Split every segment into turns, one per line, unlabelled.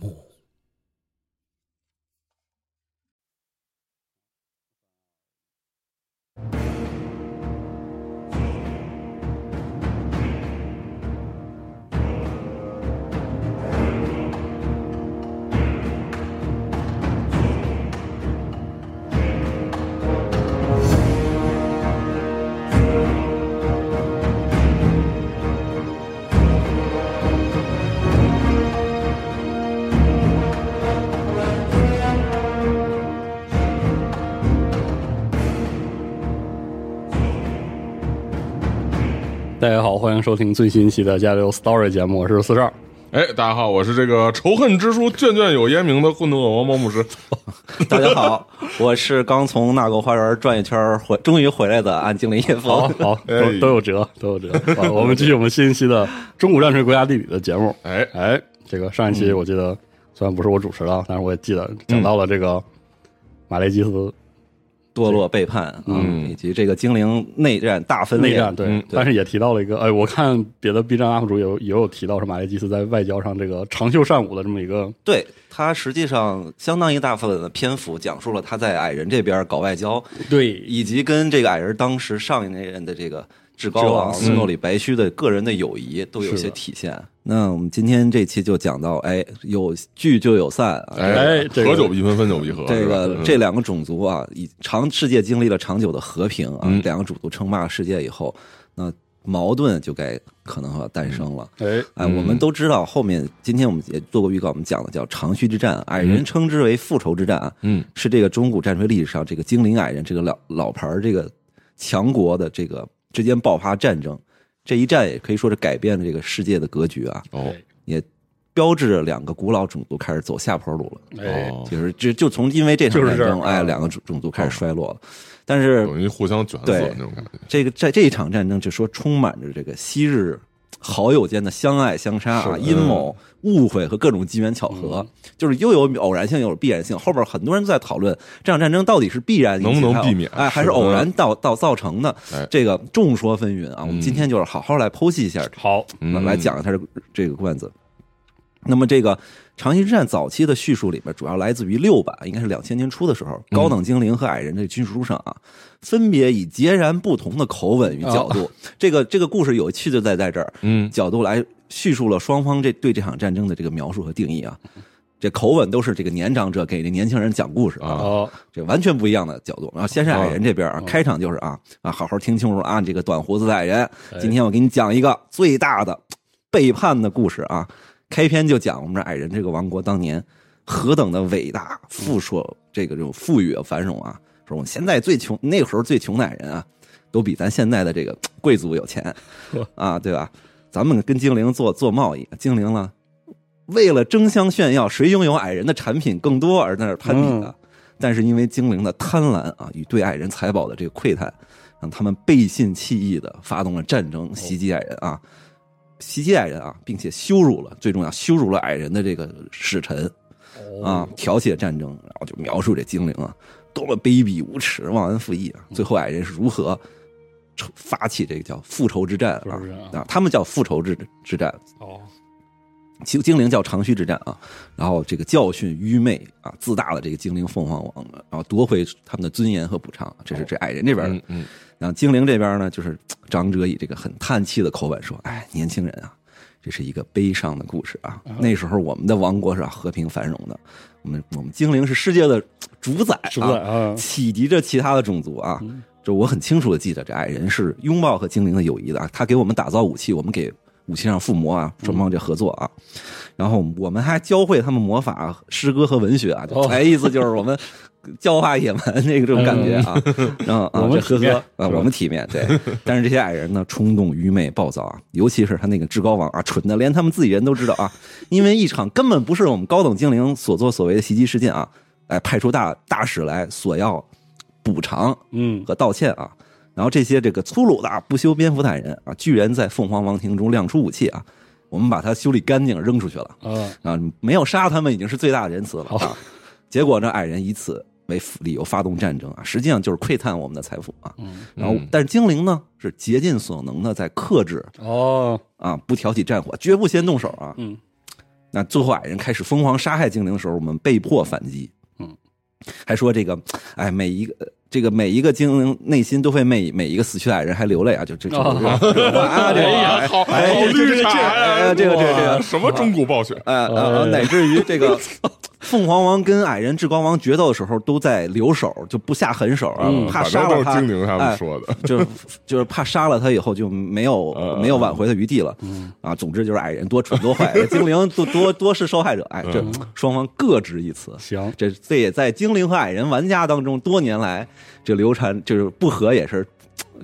幕。
大家好，欢迎收听最新一期的《加流 Story》节目，我是四十二。
哎，大家好，我是这个仇恨之书卷卷有烟名的混沌恶魔猫牧师。
大家好，我是刚从纳狗花园转一圈儿回，终于回来的安经理叶
好
枫。
好，都都有折，都有折。好，我们继续我们新一期的《中古战锤国家地理》的节目。
哎，
哎，这个上一期我记得，虽然不是我主持的，但是我也记得讲到了这个马雷基斯
堕落背叛，嗯，以及这个精灵内战大分裂，
内战，对
嗯，
但是也提到了一个，哎，我看别的 B 站 UP 主有也有提到，是马雷基斯在外交上这个长袖善舞的这么一个，
对他实际上相当一大部分的篇幅讲述了他在矮人这边搞外交，
对，
以及跟这个矮人当时上一任的这个至高王斯诺里白须的个人的友谊都有
是
些
的
体现。那我们今天这期就讲到，哎，有聚就有散啊，
哎这个
合久必分，分久必合。
这
是吧
个
嗯
这两个种族啊，以长世界经历了长久的和平啊，
嗯
两个种族称霸世界以后，那矛盾就该可能要诞生了。
哎，
哎，
嗯
我们都知道，后面今天我们也做过预告，我们讲的叫长须之战，矮人称之为复仇之战啊，
嗯，
是这个中古战锤历史上这个精灵矮人这个老老牌儿这个强国的这个之间爆发战争，这一战也可以说是改变了这个世界的格局啊，
哦
也标志着两个古老种族开始走下坡路了。
哎，
哦，
就是就就从因为这场
就是
战
这
争，
样啊
哎，两个种种族开始衰落了。但是
等于互相卷死
对
那种感觉。
这个在这一场战争，就说充满着这个昔日好友间的相爱相杀
是
啊、
的
阴谋、
嗯
误会和各种机缘巧合，就是又有偶然性，又有必然性。后边很多人都在讨论这场战争到底是必然
能不能
引起它
避免
哎，还
是
是
的嗯
偶然到到造成的
哎？
这个众说纷纭啊。我们今天就是好好来剖析一下
好，
嗯
来讲一下这个这个罐子。那么这个长期之战早期的叙述里面，主要来自于六版，应该是两千年初的时候，
嗯
高等精灵和矮人这个军事书上啊，分别以截然不同的口吻与角度，这个这个故事有趣就在在这儿，
哦嗯
角度来叙述了双方这对这场战争的这个描述和定义啊。这口吻都是这个年长者给这年轻人讲故事
啊
哦，
这完全不一样的角度。然后先是矮人这边
哦
啊，开场就是啊啊，好好听清楚啊，你这个短胡子的矮人，
哎
今天我给你讲一个最大的背叛的故事啊。开篇就讲我们这矮人这个王国当年何等的伟大、富硕，这个这种富裕繁荣啊，说我们现在最穷，那时候最穷的矮人啊，都比咱现在的这个贵族有钱啊，对吧？咱们跟精灵做做贸易，精灵呢，为了争相炫耀谁拥有矮人的产品更多而在那儿攀比啊。但是因为精灵的贪婪啊，与对矮人财宝的这个窥探，让他们背信弃义的发动了战争，袭击矮人啊，袭击矮人啊，并且羞辱了，最重要羞辱了矮人的这个使臣
哎
啊，挑起了战争，然后就描述这精灵啊，多么卑鄙无耻、忘恩负义啊！最后矮人是如何仇发起这个叫复仇之战
复
啊
仇之战啊
啊，他们叫复仇之之战，
哦，
精精灵叫长须之战啊，然后这个教训愚昧啊自大的这个精灵凤凰王，然后夺回他们的尊严和补偿，这是这矮人这边的。
嗯嗯，
然后精灵这边呢，就是嘖长者以这个很叹气的口吻说：“哎，年轻人啊，这是一个悲伤的故事啊。那时候我们的王国是和平繁荣的，我们我们精灵是世界的主宰、啊，
是不是啊？
启迪着其他的种族啊。这我很清楚的记得，这矮人是拥抱和精灵的友谊的啊。他给我们打造武器，我们给武器上附魔啊，双方这合作啊。然后我们还教会他们魔法、诗歌和文学啊。就
哦
哎，意思就是我们教化野蛮那个这种感觉啊。然后啊，
我们
这呵
体面
呵啊，
是吧
我们体面对。 但是这些矮人呢，冲动、愚昧、暴躁啊，尤其是他那个至高王啊，蠢的连他们自己人都知道啊。因为一场根本不是我们高等精灵所作所为的袭击事件啊，哎，派出大大使来索要补偿
嗯，
和道歉啊。然后这些这个粗鲁的、啊、不修边幅的矮人啊，居然在凤凰王庭中亮出武器啊，我们把它修理干净，扔出去了
啊，
啊，没有杀他们已经是最大的仁慈了
好
啊。结果呢，矮人以此为理由发动战争啊，实际上就是窥探我们的财富啊。
嗯，
然后，但是精灵呢是竭尽所能的在克制
哦，
啊，不挑起战火，绝不先动手啊。
嗯，
那最后矮人开始疯狂杀害精灵的时候，我们被迫反击。
嗯，
还说这个，哎，每一个这个每一个精灵内心都会每每一个死去的矮人还流泪啊，就这这这
哦
这啊，这
哎呀，
个
好好
哎这
绿茶呀，
哎这个这个
哇
这个
什么中古暴雪
呃呃，
哎
哦
啊乃至于 这个凤凰王跟矮人至光王决斗的时候，都在留手，就不下狠手啊
嗯，
怕
反正
杀
都
了
是
他，
精灵他
哎
们说的，
就是就是怕杀了他以后就没有
呃
没有挽回的余地了，
嗯
啊，总之就是矮人多蠢多坏，啊 精灵多多多是受害者，哎，
嗯
这双方各执一词，
行，
这这也在精灵和矮人玩家当中多年来这流传就是不和也是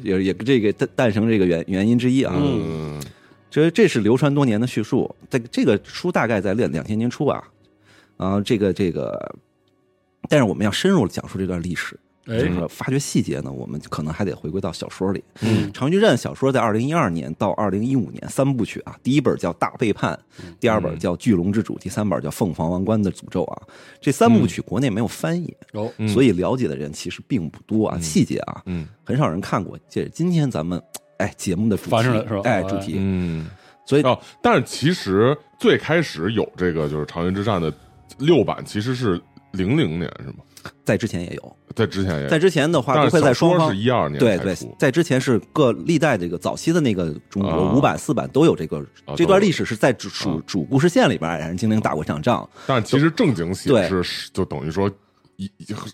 也也这个诞诞生这个原原因之一啊，
嗯，
这这是流传多年的叙述，这个这个书大概在两两千年初吧，啊，这个这个，但是我们要深入地讲述这段历史，
哎
就是说发掘细节呢，我们可能还得回归到小说里。
嗯
《长居战》小说在二零一二年到二零一五年三部曲啊，第一本叫《大背叛》，
嗯
第二本叫《巨龙之主》，第三本叫《凤凰王冠的诅咒》啊。这三
嗯
部曲国内没有翻译，
有，
嗯
所以了解的人其实并不多啊，细节啊，
嗯
很少人看过。这是今天咱们哎节目的主题
翻上来是吧
哎，主题。
嗯，
所以
哦，但是其实最开始有这个就是《长云之战》的六版，其实是零零年是吗？
在之前也有，
在之前也有，
在之前的话
但
都
是
会在
小
双
说
方
是。一二年
对
才
对
出，
在之前是各历代这个早期的那个中
啊
国五版四版都有这个
啊都
这
有
段历史是在主主主故事线里边，矮人精灵打过一场仗，
但是其实正经写
对
是是就等于说一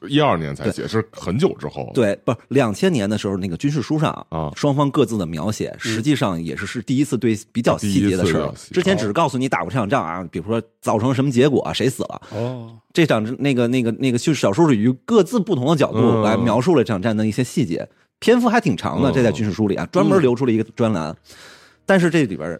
一二年才写，是很久之后。，
对，不是两千年的时候，那个军事书上
啊嗯
双方各自的描写，实际上也是是第一次对比较细节的事
第一次
儿
了。解
之前只是告诉你打过这场仗啊，比如说造成什么结果啊，谁死了。
哦，
这场那个那个那个就是小说是于各自不同的角度
嗯
来描述了这场战争一些细节，篇幅还挺长的。
嗯
这在军事书里啊，专门留出了一个专栏。但是这里边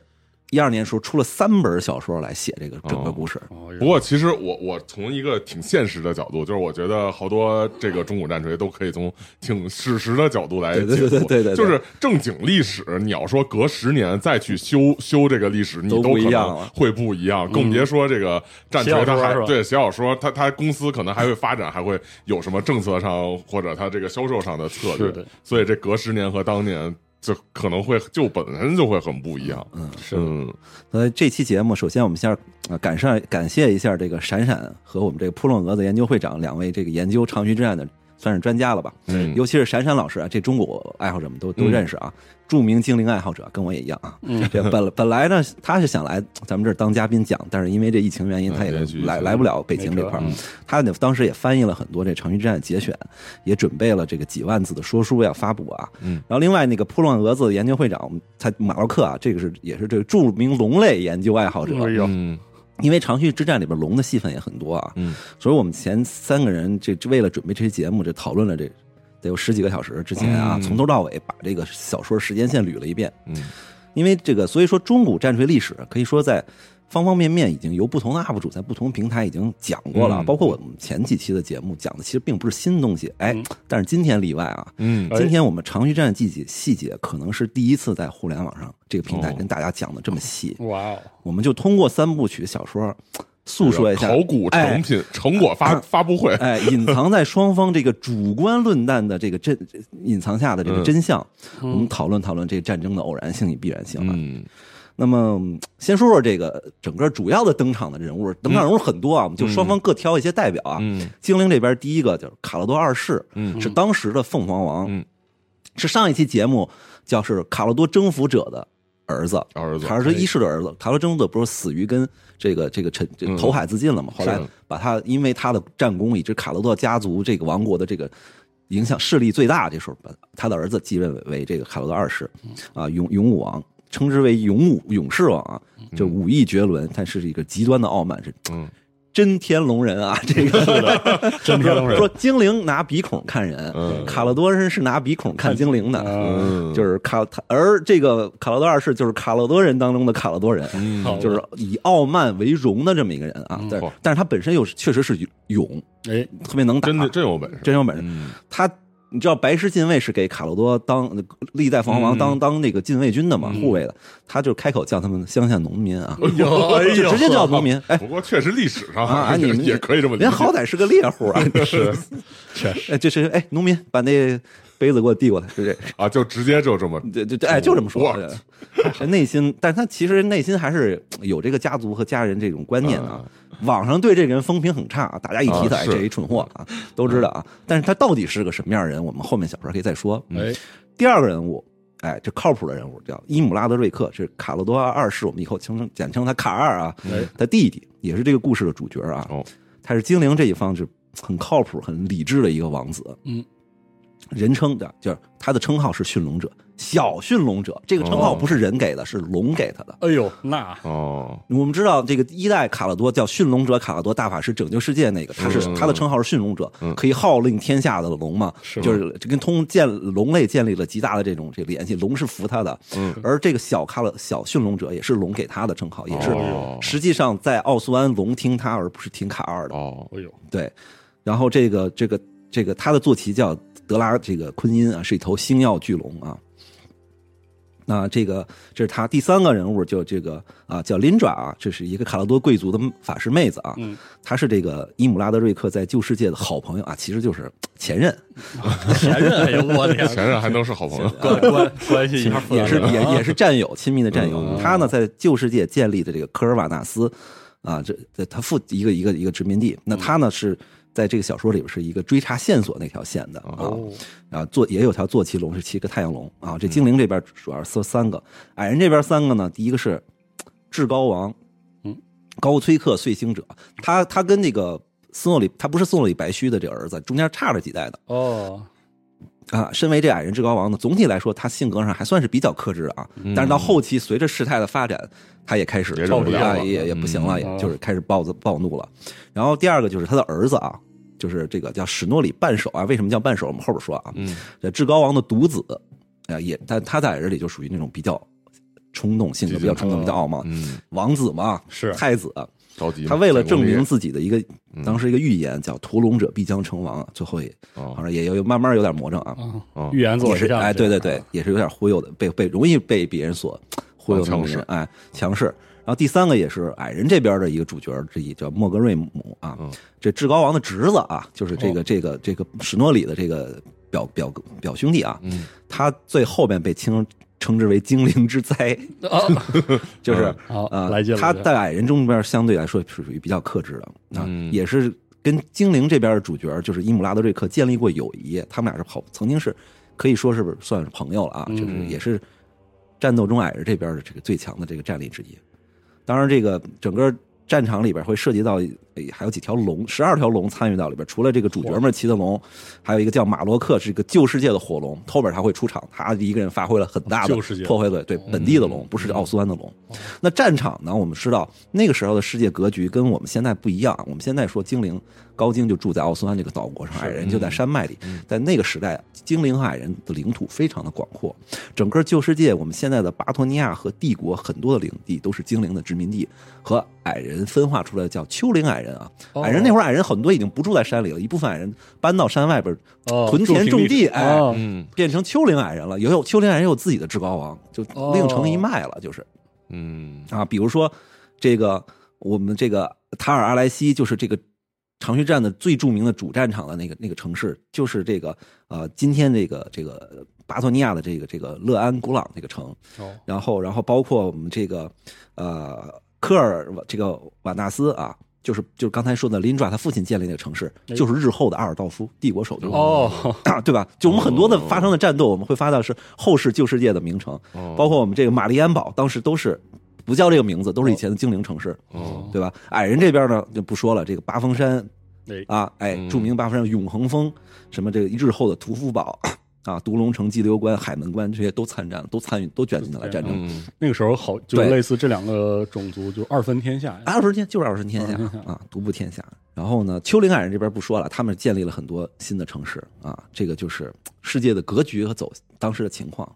一二年时候出了三本小说来写这个整个故事。
哦
不过其实我我从一个挺现实的角度，就是我觉得好多这个中古战锤都可以从挺史实的角度来解读，
对对对对对对对
就是正经历史，你要说隔十年再去修修这个历史，你
都
都
不一
可
样
能
了嗯
会不一样，更别说这个战
写
锤
小
它
说
还
是吧
对写小说，它它公司可能还会发展，还会有什么政策上或者它这个销售上的策
是
略
的，
所以这隔十年和当年就可能会就本身就会很不一样，
是的
嗯
所以这期节目，首先我们先啊感上感谢一下这个闪闪和我们这个扑棱蛾子研究会长两位这个研究长须之战的算是专家了吧，
嗯，
尤其是闪闪老师啊，这中国爱好者们都都认识啊，著名精灵爱好者，跟我也一样啊。
嗯
这本本来呢，他是想来咱们这儿当嘉宾讲，但是因为这疫情原因，
嗯
他也
连续
来
疫情
来不了北京
没
这
辙
块儿
嗯。
他呢当时也翻译了很多这长吁之战的节选，也准备了这个几万字的说书要发布啊。
嗯，
然后另外那个扑乱蛾子研究会长，我们他马洛克啊，这个是也是这个著名龙类研究爱好者，
哎呦，
嗯
因为长吁之战里边龙的戏份也很多啊。
嗯。
所以我们前三个人这这为了准备这期节目，这讨论了这得有十几个小时之前啊，
嗯
从头到尾把这个小说时间线捋了一遍。
嗯
因为这个，所以说中古战锤历史可以说在方方面面已经由不同的 UP 主在不同平台已经讲过了，
嗯
包括我们前几期的节目讲的其实并不是新东西，哎，但是今天例外啊。
嗯，
哎
今天我们长吁战季节细节可能是第一次在互联网上这个平台
哦
跟大家讲的这么细，
哇哦，
我们就通过三部曲小说诉说一下
考古
哎
成品成果发发布会，
哎，隐藏在双方这个主观论断的这个真
嗯
隐藏下的这个真相，我们讨论讨论这个战争的偶然性与必然性啊。
嗯
那么嗯先说说这个整个主要的登场的人物，登场人物很多啊，我们就双方各挑一些代表啊。
嗯
精灵这边第一个就是卡洛多二世，
嗯
是当时的凤凰王，
嗯，
是上一期节目叫是卡洛多征服者的儿子，
儿子
卡洛多一世的儿子，卡洛多征服者不是死于跟这个这个沉这
嗯
投海自尽了吗？后来
是
把他因为他的战功，以致卡洛多家族这个王国的这个影响势力最大，这时候把他的儿子继任为为这个卡洛多二世啊，勇勇武王。称之为勇武勇士王啊，就武艺绝伦，但是一个极端的傲慢，是
嗯
真天龙人啊！这个
真天龙人
说精灵拿鼻孔看人，
嗯
卡洛多人是拿鼻孔看精灵的，
啊，
嗯，
就是卡他，而这个卡洛多二世就是卡洛多人当中的卡洛多人，
嗯
好的
就是以傲慢为荣的这么一个人啊。但
嚯
但是他本身又是确实是勇，
哎，
特别能打，
真的真有本 事，
真有本事。
嗯
他你知道白狮禁卫是给卡洛多当历代凤凰
嗯
王当当那个禁卫军的嘛，护卫的，他就开口叫他们乡下农民啊，
哎
就直接叫 农民，哎。
不过确实历史上
啊，你
也
们
也可以这么理解，
人好歹是个猎户 啊，
是，确实，
哎，就是哎，农民把那杯子给我递过来，就这，
啊，就直接就这么
对对对，哎，就这么说
哇。
哎内心，但是他其实内心还是有这个家族和家人这种观念的啊。 网上对这个人风评很差啊，大家一提他，
啊
哎，
是
这一蠢货啊，都知道啊。但是他到底是个什么样的人，我们后面小说可以再说。嗯
哎，
第二个人物，哎，这靠谱的人物叫伊姆拉德瑞克，是卡洛多二世，我们以后简称简称他卡二啊
哎，
他弟弟也是这个故事的主角啊。
哦，
他是精灵这一方是很靠谱、很理智的一个王子。
嗯，
人称的就是他的称号是驯龙者，小驯龙者。这个称号
哦
不是人给的，是龙给他的。
哎呦，那
哦，
我们知道这个一代卡洛多叫驯龙者卡洛多大法师拯救世界那个，他是
嗯
他的称号是驯龙者
嗯，
可以号令天下的龙嘛，
是
就是这跟通建龙类建立了极大的这种这个联系，龙是服他的，
嗯
而这个小卡洛小驯龙者也是龙给他的称号，也是
哦
实际上在奥苏安龙听他而不是听卡二的，
哦，
哎呦，
对，然后这个这个这个他的坐骑叫德拉这个昆因啊，是一头星耀巨龙啊。那这个这是他第三个人物，就这个啊叫林爪啊，这是一个卡洛多贵族的法师妹子啊，
嗯
她是这个伊姆拉德瑞克在旧世界的好朋友啊，其实就是前任，
前任，哎呦，我天，
前任还能是好朋友，
关关关系一下复杂
也是
了
也
啊
也是战友，亲密的战友。
嗯
他呢在旧世界建立的这个科尔瓦纳斯，啊，这这他父一个一个一个殖民地。那他呢是在这个小说里边是一个追查线索那条线的啊
哦，
啊，坐也有条坐骑龙是七个太阳龙啊。这精灵这边主要是三个，矮人这边三个呢，第一个是至高王，
嗯，
高崔克碎星者，他他跟那个。斯诺里，他不是斯诺里白须的这儿子，中间差了几代的
哦，
啊，身为这矮人至高王呢，总体来说他性格上还算是比较克制的啊，但是到后期随着事态的发展，他也开始
也忍
不了
啊
了
也也不行
嗯
了，也就是开始暴躁暴怒了。然后第二个就是他的儿子啊，就是这个叫史诺里半手啊，为什么叫半手？我们后边说啊。
嗯
这至高王的独子，啊，也但他在矮人里就属于那种比较冲动，性格比较冲动，比较傲慢，
嗯，
王子嘛，
是
太子。啊
着急嘛，
他为了
建
证
功立业
明自己的一个当时一个预言，叫“屠龙者必将成王”，啊最后也好
哦
像也有有慢慢有点魔怔啊。
啊
哦
预言自我
也
实
是
现，
哎，对对
啊
对，，也是有点忽悠的，被被容易被别人所忽悠的那种
哦强势
人，哎，强势。然后第三个也是矮人这边的一个主角之一，叫莫格瑞姆啊
嗯，哦
这至高王的侄子啊，就是这个这个这个史诺里的这个表表哥表兄弟啊，
嗯
他最后面被称称之为精灵之灾，
啊，
嗯
就是
好
啊，
来劲了，
他
这
在矮人中边相对来说是属于比较克制的啊，
嗯
也是跟精灵这边的主角就是伊姆拉德瑞克建立过友谊，他们俩是好，曾经是可以说是算是朋友了啊，就是
嗯
也是战斗中矮人这边的这个最强的这个战力之一。当然，这个整个战场里边会涉及到哎还有几条龙，十二条龙参与到里边，除了这个主角们骑的龙，还有一个叫马洛克，是一个旧世界的火龙，后边他会出场，他一个人发挥了很大的
哦旧世界
破坏力，对本地的龙，不是奥斯湾的龙。那战场呢？我们知道那个时候的世界格局跟我们现在不一样。我们现在说精灵，高精就住在奥斯湾这个岛国上，矮人就在山脉里。
嗯
在那个时代，精灵和矮人的领土非常的广阔，整个旧世界，我们现在的巴托尼亚和帝国很多的领地都是精灵的殖民地，和矮人分化出来的叫丘陵矮人啊。
哦
矮人那会儿，矮人很多已经不住在山里了，一部分矮人搬到山外边
哦
屯田
种地
种地，哎，
哦
嗯
变成丘陵矮人了。也有丘陵矮人有自己的至高王，就
哦
另成一脉了，就是。
嗯
啊，比如说这个我们这个塔尔阿莱西，就是这个长须战的最著名的主战场的那个那个城市，就是这个呃，今天这个这个巴托尼亚的这个这个勒安古朗这个城，
哦，
然后然后包括我们这个呃科尔这个瓦纳斯啊，就是就是刚才说的林抓他父亲建立那个城市，
哎
就是日后的阿尔道夫帝国首都。
哦，
对吧？就我们很多的发生的战斗，我们会发到是后世旧世界的名城，
哦
包括我们这个玛丽安堡，当时都是不叫这个名字，都是以前的精灵城市，
哦
对吧？矮人这边呢就不说了，这个八峰山
哎
啊，哎，
嗯
著名八峰山、永恒峰，什么这个日后的屠夫堡啊、独龙城、激流关、海门关这些都参战，都参与，都卷进来了战争。
嗯
那个时候好，就
对
类似这两个种族就二分天下呀。
阿尔神天就是阿尔神天
阿
下
尔神天
啊，独步天下。然后呢，丘陵矮人这边不说了，他们建立了很多新的城市啊，这个就是世界的格局和走当时的情况。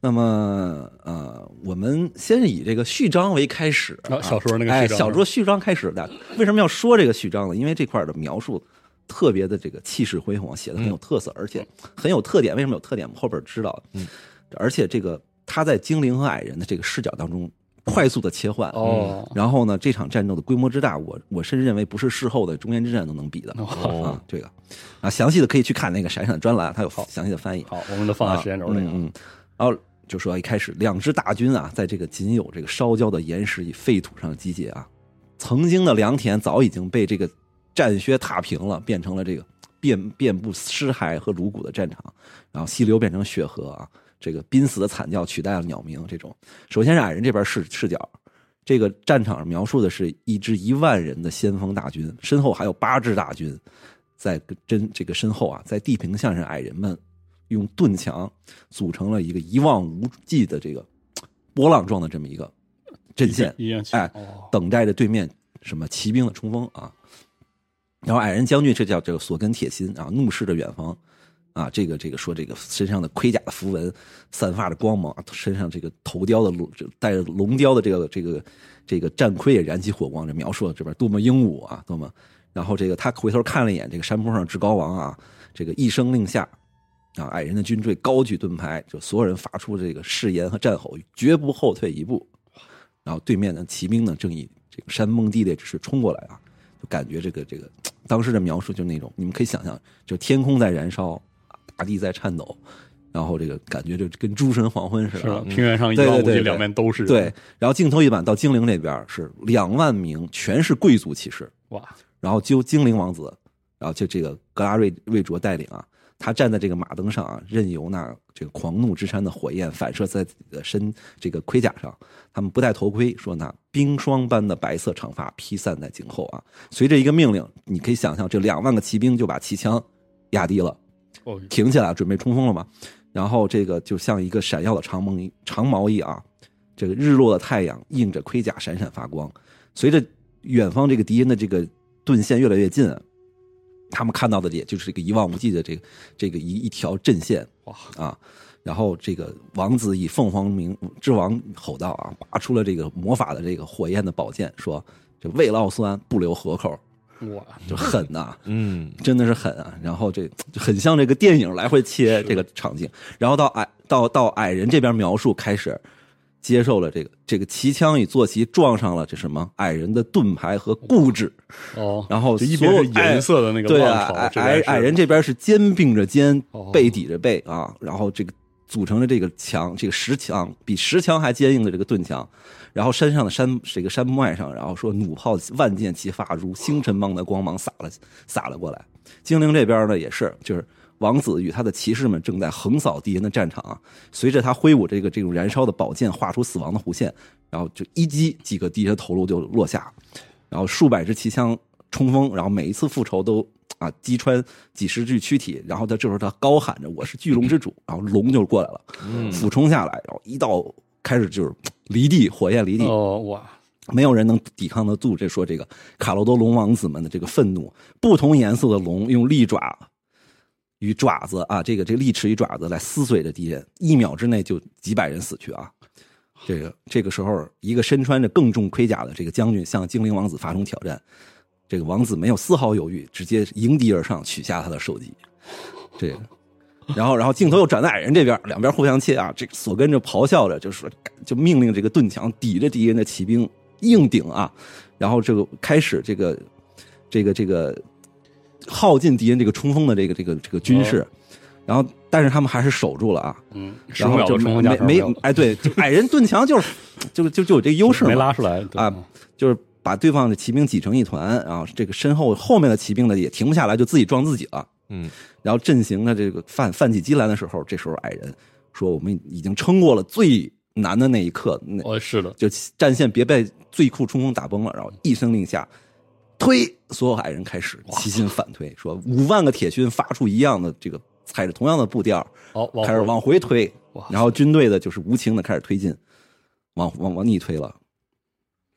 那么呃，我们先以这个序章为开始，
啊
啊
小说那个
哎，
序章
小说序章开始的。为什么要说这个序章呢？因为这块的描述特别的这个气势恢宏，写的很
嗯
有特色，而且很有特点。为什么有特点？我们后边知道。
嗯，
而且这个他在精灵和矮人的这个视角当中快速的切换，
哦，
然后呢，这场战斗的规模之大，我我甚至认为不是事后的中原之战都能比的、啊
哦。
这个啊，详细的可以去看那个闪闪的专栏，它有详细的翻译。
好，我们都放在时间轴
嗯啊
里
嗯
了。
嗯，然后就说一开始，两支大军啊，在这个仅有这个烧焦的岩石与废土上集结啊。曾经的良田早已经被这个战靴踏平了，变成了这个遍遍布尸骸和颅骨的战场。然后溪流变成血河啊，这个濒死的惨叫取代了鸟鸣。这种，首先是矮人这边视视角，这个战场描述的是一支一万人的先锋大军，身后还有八支大军，在跟真这个身后啊，在地平线上，矮人们用盾墙组成了一个一望无际的这个嘖波浪状的这么一个阵线，
一样起
哎
哦，
等待着对面什么骑兵的冲锋啊。然后矮人将军这叫这个索根铁心啊，怒视着远方啊，这个这个说这个身上的盔甲的符文散发着光芒，啊身上这个头雕的龙这带着龙雕的这个这个这个战盔也燃起火光，这描述了这边多么英武啊，多么。然后这个他回头看了一眼这个山坡上至高王啊，这个一声令下。啊！矮人的军队高举盾牌，就所有人发出这个誓言和战吼，绝不后退一步。然后对面的骑兵呢，正以这个山崩地裂之势冲过来啊，就感觉这个这个当时的描述就那种，你们可以想象，就天空在燃烧，大地在颤抖，然后这个感觉就跟诸神黄昏似
是
的
吧
啊。
平原上一
对
望
对
无际，
对，
两面都是人。
对，然后镜头一板到精灵这边是两万名，全是贵族骑士，
哇，
然后就精灵王子，然后就这个格拉瑞瑞卓带领啊，他站在这个马灯上啊，任由那这个狂怒之山的火焰反射在自己的身这个盔甲上。他们不戴头盔，说那冰霜般的白色长发披散在颈后啊。随着一个命令，你可以想象，这两万个骑兵就把骑枪压低了，
哦，
停起来，准备冲锋了嘛。然后这个就像一个闪耀的长毛衣，长毛衣啊，这个日落的太阳映着盔甲闪闪发光。随着远方这个敌人的这个盾线越来越近啊，他们看到的也就是这个一望无际的这个这个一一条阵线
哇
啊。然后这个王子以凤凰鸣之王吼道啊，拔出了这个魔法的这个火焰的宝剑，说：“这为了奥苏安不留活口，
哇，
就狠呐、
嗯
真的是狠啊！然后这就很像这个电影来回切这个场景，然后到矮到到矮人这边描述开始，接受了这个这个骑枪与坐骑撞上了这什么矮人的盾牌和固执，
哦，
然后
就一
所
边
有
是银色的那个
对
浪潮，，
啊矮
这边
矮
是
矮人这边是肩并着肩
哦，
背抵着背啊，然后这个组成了这个墙，这个石墙比石墙还坚硬的这个盾墙，然后山上的山这个山脉上，然后说弩炮万箭齐发，如星辰般的光芒洒了洒了过来。精灵这边呢也是，就是王子与他的骑士们正在横扫敌人的战场啊，随着他挥舞这个这种燃烧的宝剑，画出死亡的弧线，然后就一击几个敌人头颅就落下，然后数百支骑枪冲锋，然后每一次复仇都啊击穿几十具躯体，然后他这时候他高喊着“我是巨龙之主”，然后龙就过来了，俯冲下来，然后一到开始就是离地，火焰离地，
哦哇，
没有人能抵抗得住这说这个卡洛多龙王子们的这个愤怒。不同颜色的龙用利爪与爪子啊，这个这个利齿与爪子来撕碎着敌人，一秒之内就几百人死去啊！这个这个时候，一个身穿着更重盔甲的这个将军向精灵王子发动挑战，这个王子没有丝毫犹豫，直接迎敌而上，取下他的首级。这个。然后，然后镜头又转到矮人这边，两边互相切啊！这个索根就咆哮着，就说，就命令这个盾墙抵着敌人的骑兵硬顶啊！然后这个开始这个这个这个耗尽敌人这个冲锋的这个这个这个军事，然后但是他们还是守住了啊，
嗯，十
然
五
后
秒
就
的成功
没
加时
没
有
有哎，对，就矮人盾墙就是就就就有这个优势嘛
没拉出来对
啊就是把对方的骑兵挤成一团，然后这个身后后面的骑兵呢也停不下来，就自己撞自己了。
嗯，
然后阵型的这个泛泛起机来的时候，这时候矮人说：“我们已经撑过了最难的那一刻，那
哦，是的，
就战线别被最酷冲锋打崩了。”然后一声令下，推，所有矮人开始齐心反推，说五万个铁军发出一样的这个踩着同样的步调，
好，
开始
回
往回推
哇，
然后军队的就是无情的开始推进，往往往逆推了。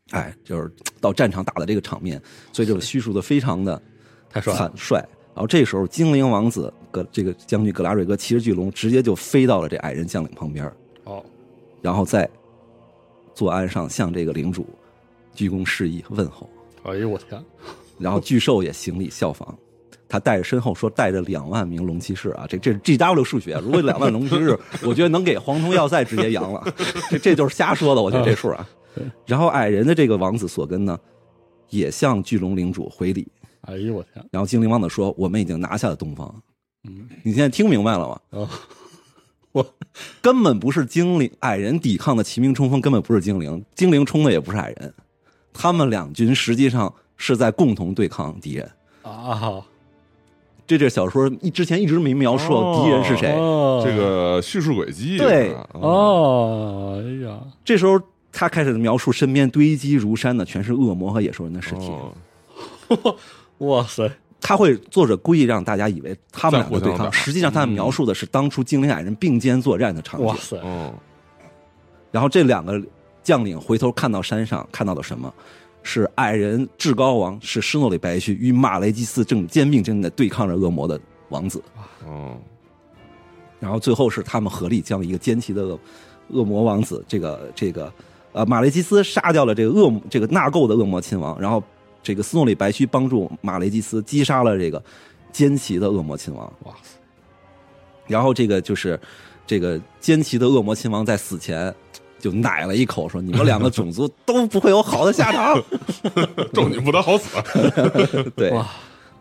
哎，就是到战场打的这个场面，所以这个叙述的非常的
太帅了
惨帅。然后这时候，精灵王子格这个将军格拉瑞格骑着巨龙直接就飞到了这矮人将领旁边，
哦，
然后在坐鞍上向这个领主鞠躬示意问候，
哎呦我天，
然后巨兽也行礼效仿。他带着身后说带着两万名龙骑士啊，这这是 G W 数学，啊如果两万龙骑士，我觉得能给黄铜要塞直接扬了， 这这就是瞎说的，我觉得这数啊。然后矮人的这个王子索根呢，也向巨龙领主回礼，
哎呦我天，
然后精灵王子说：“我们已经拿下了东方，
嗯，
你现在听明白了吗？
哦，
根本不是精灵矮人抵抗的骑兵冲锋，根本不是精灵，精灵冲的也不是矮人，他们两军实际上是在共同对抗敌人。”
啊，
这这小说一之前一直没描述
哦
敌人是谁。
哦，
这个叙述轨迹
对
啊
哦，哎呀，
这时候他开始描述身边堆积如山的全是恶魔和野兽人的尸体。
哦
哇塞，
他会作者故意让大家以为他们两个对
在互相
抗，
打
实际上他描述的是当初精灵矮人并肩作战的场景
哇。塞，
哦，
然后这两个将领回头看到山上看到了什么？是矮人至高王，是施诺里白须与马雷基斯正肩并肩的对抗着恶魔的王子。
哦，
然后最后是他们合力将一个奸奇的恶恶魔王子，这个这个呃马雷基斯杀掉了这个恶魔这个纳垢的恶魔亲王，然后这个斯诺里白须帮助马雷基斯击杀了这个奸奇的恶魔亲王，
哇塞，
然后这个就是这个奸奇的恶魔亲王在死前。就奶了一口，说：“你们两个种族都不会有好的 下场。
咒你不得好 死。”啊
对，
哇，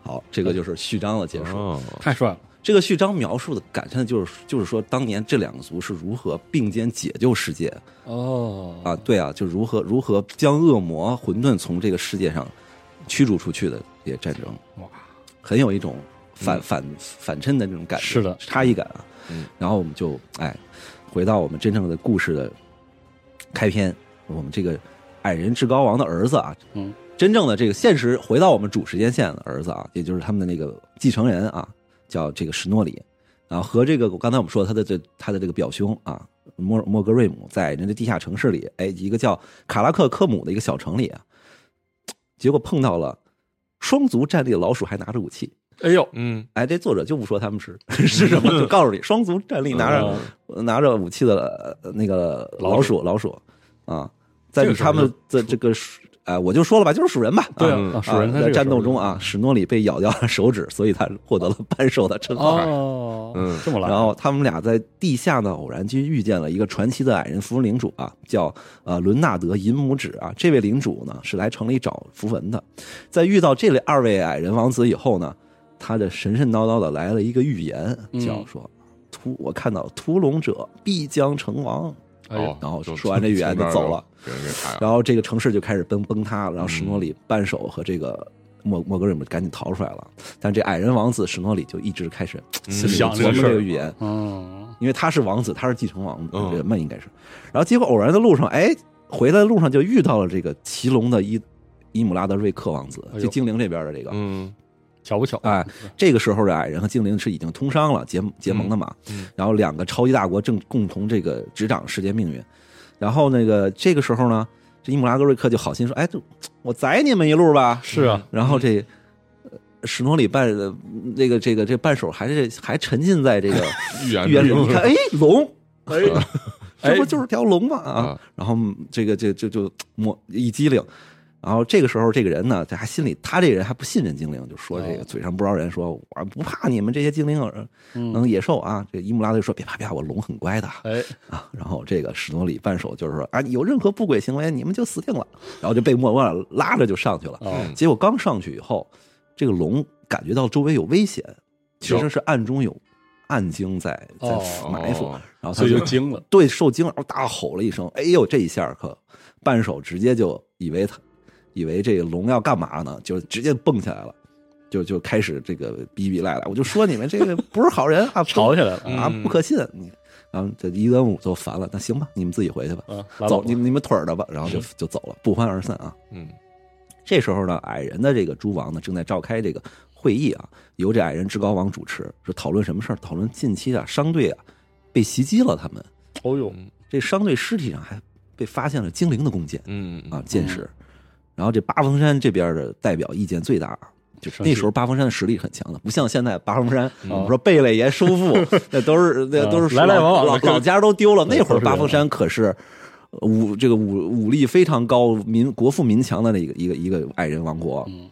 好，这个就是序章的结束。
哦，
太帅了，
这个序章描述的感叹就是，就是说当年这两个族是如何并肩解救世界，
哦，
啊，对啊，就如何如何将恶魔混沌从这个世界上驱逐出去的这些战争，
哇，嗯
很有一种反、反反衬的那种感觉，
是的
差异感啊。
嗯
然后我们就哎，回到我们真正的故事的开篇，我们这个矮人至高王的儿子啊，
嗯，
真正的这个现实回到我们主时间线的儿子啊，也就是他们的那个继承人啊，叫这个史诺里，然后和这个我刚才我们说他的这他的这个表兄啊，莫莫格瑞姆在人家地下城市里，哎，一个叫卡拉克科姆的一个小城里啊，结果碰到了双足站立的老鼠，还拿着武器。
哎呦，
嗯，
哎，这作者就不说他们是是什么，就告诉你，双足站立拿着、
嗯
呃拿着武器的呃那个老鼠老鼠啊，在
这个时候
他们的这个鼠哎，我就说了吧，就是鼠人吧，
对
啊
啊，啊鼠人他
在战斗中，啊，史诺里被咬掉了手指，所以他获得了扳手的称号。
哦，
嗯
这么来，
然后他们俩在地下的偶然间遇见了一个传奇的矮人符文领主啊，叫呃伦纳德银拇指啊。这位领主呢是来城里找符文的，在遇到这类二位矮人王子以后呢，他的神神叨叨的来了一个预言，
嗯
叫说。屠我看到屠龙者必将成王，
哎
哦
呦，
然后说完这语言就走了，
给人给
啊
抬了。
然后这个城市就开始崩崩塌了，然后史诺里扳手和这个莫莫格瑞姆赶紧逃出来了，但这矮人王子史诺里就一直开始
嗯
心里
想这
琢
个
磨
事儿
这个语言，
嗯，
因为他是王子，他是继承王
嗯
人嘛，应该是。然后结果偶然的路上，哎，回来的路上就遇到了这个骑龙的伊伊姆拉德瑞克王子
哎，呦
就精灵这边的这个。
嗯，
巧不巧？
哎，这个时候的矮人和精灵是已经通商了，结结盟了嘛。
嗯嗯
然后两个超级大国正共同这个执掌世界命运。然后那个这个时候呢，这伊姆拉德瑞克就好心说：“哎，这我宰你们一路吧。”
是啊，
然后这呃史诺里半呃这个这个这半手还是还沉浸在这个
预言
预言里，你看，哎，龙，
哎，
这不
哎
就是条龙吗？
啊
啊，然后这个这就就摸一激灵，然后这个时候这个人呢，他还心里他这人还不信任精灵，就说这个
哦
嘴上不饶人，说我不怕你们这些精灵儿
嗯，
能野兽啊。这伊姆拉德就说别怕别怕，我龙很乖的
哎，
啊。 然后这个史诺里半手就是说啊，有任何不轨行为你们就死定了，然后就被莫莫拉着就上去了。
哦，
结果刚上去以后，这个龙感觉到周围有危险，其实是暗中有暗惊在在
哦
埋伏，
哦
然后他
所以就惊了。
对受惊了，然后大吼了一声，哎呦，这一下可半手直接就以为他以为这个龙要干嘛呢，就直接蹦起来了，就就开始这个逼逼赖赖，我就说你们这个不是好人 啊，
吵起来了，嗯
啊，不可信你。然后这伊德姆就烦了，那行吧，你们自己回去吧，
嗯，拉
走
倒吧
你们你们腿儿的吧，然后就就走了，不欢而散啊。
嗯
这时候呢，矮人的这个诸王呢正在召开这个会议啊，由这矮人至高王主持，是讨论什么事儿？讨论近期啊商队啊被袭击了，他们
哦呦，
这商队尸体上还被发现了精灵的弓箭
嗯
啊箭矢。然后这八峰山这边的代表意见最大。就
生气
那时候八峰山的实力很强的，不像现在八峰山，
嗯
我们说贝勒爷收复，那都 是那都是
啊来来
老
往往的
老
各个
老家都丢了。那会
都
儿
是人
八峰山可是武这个武武力非常高、民国富民强的那个一个一个矮人王国。
嗯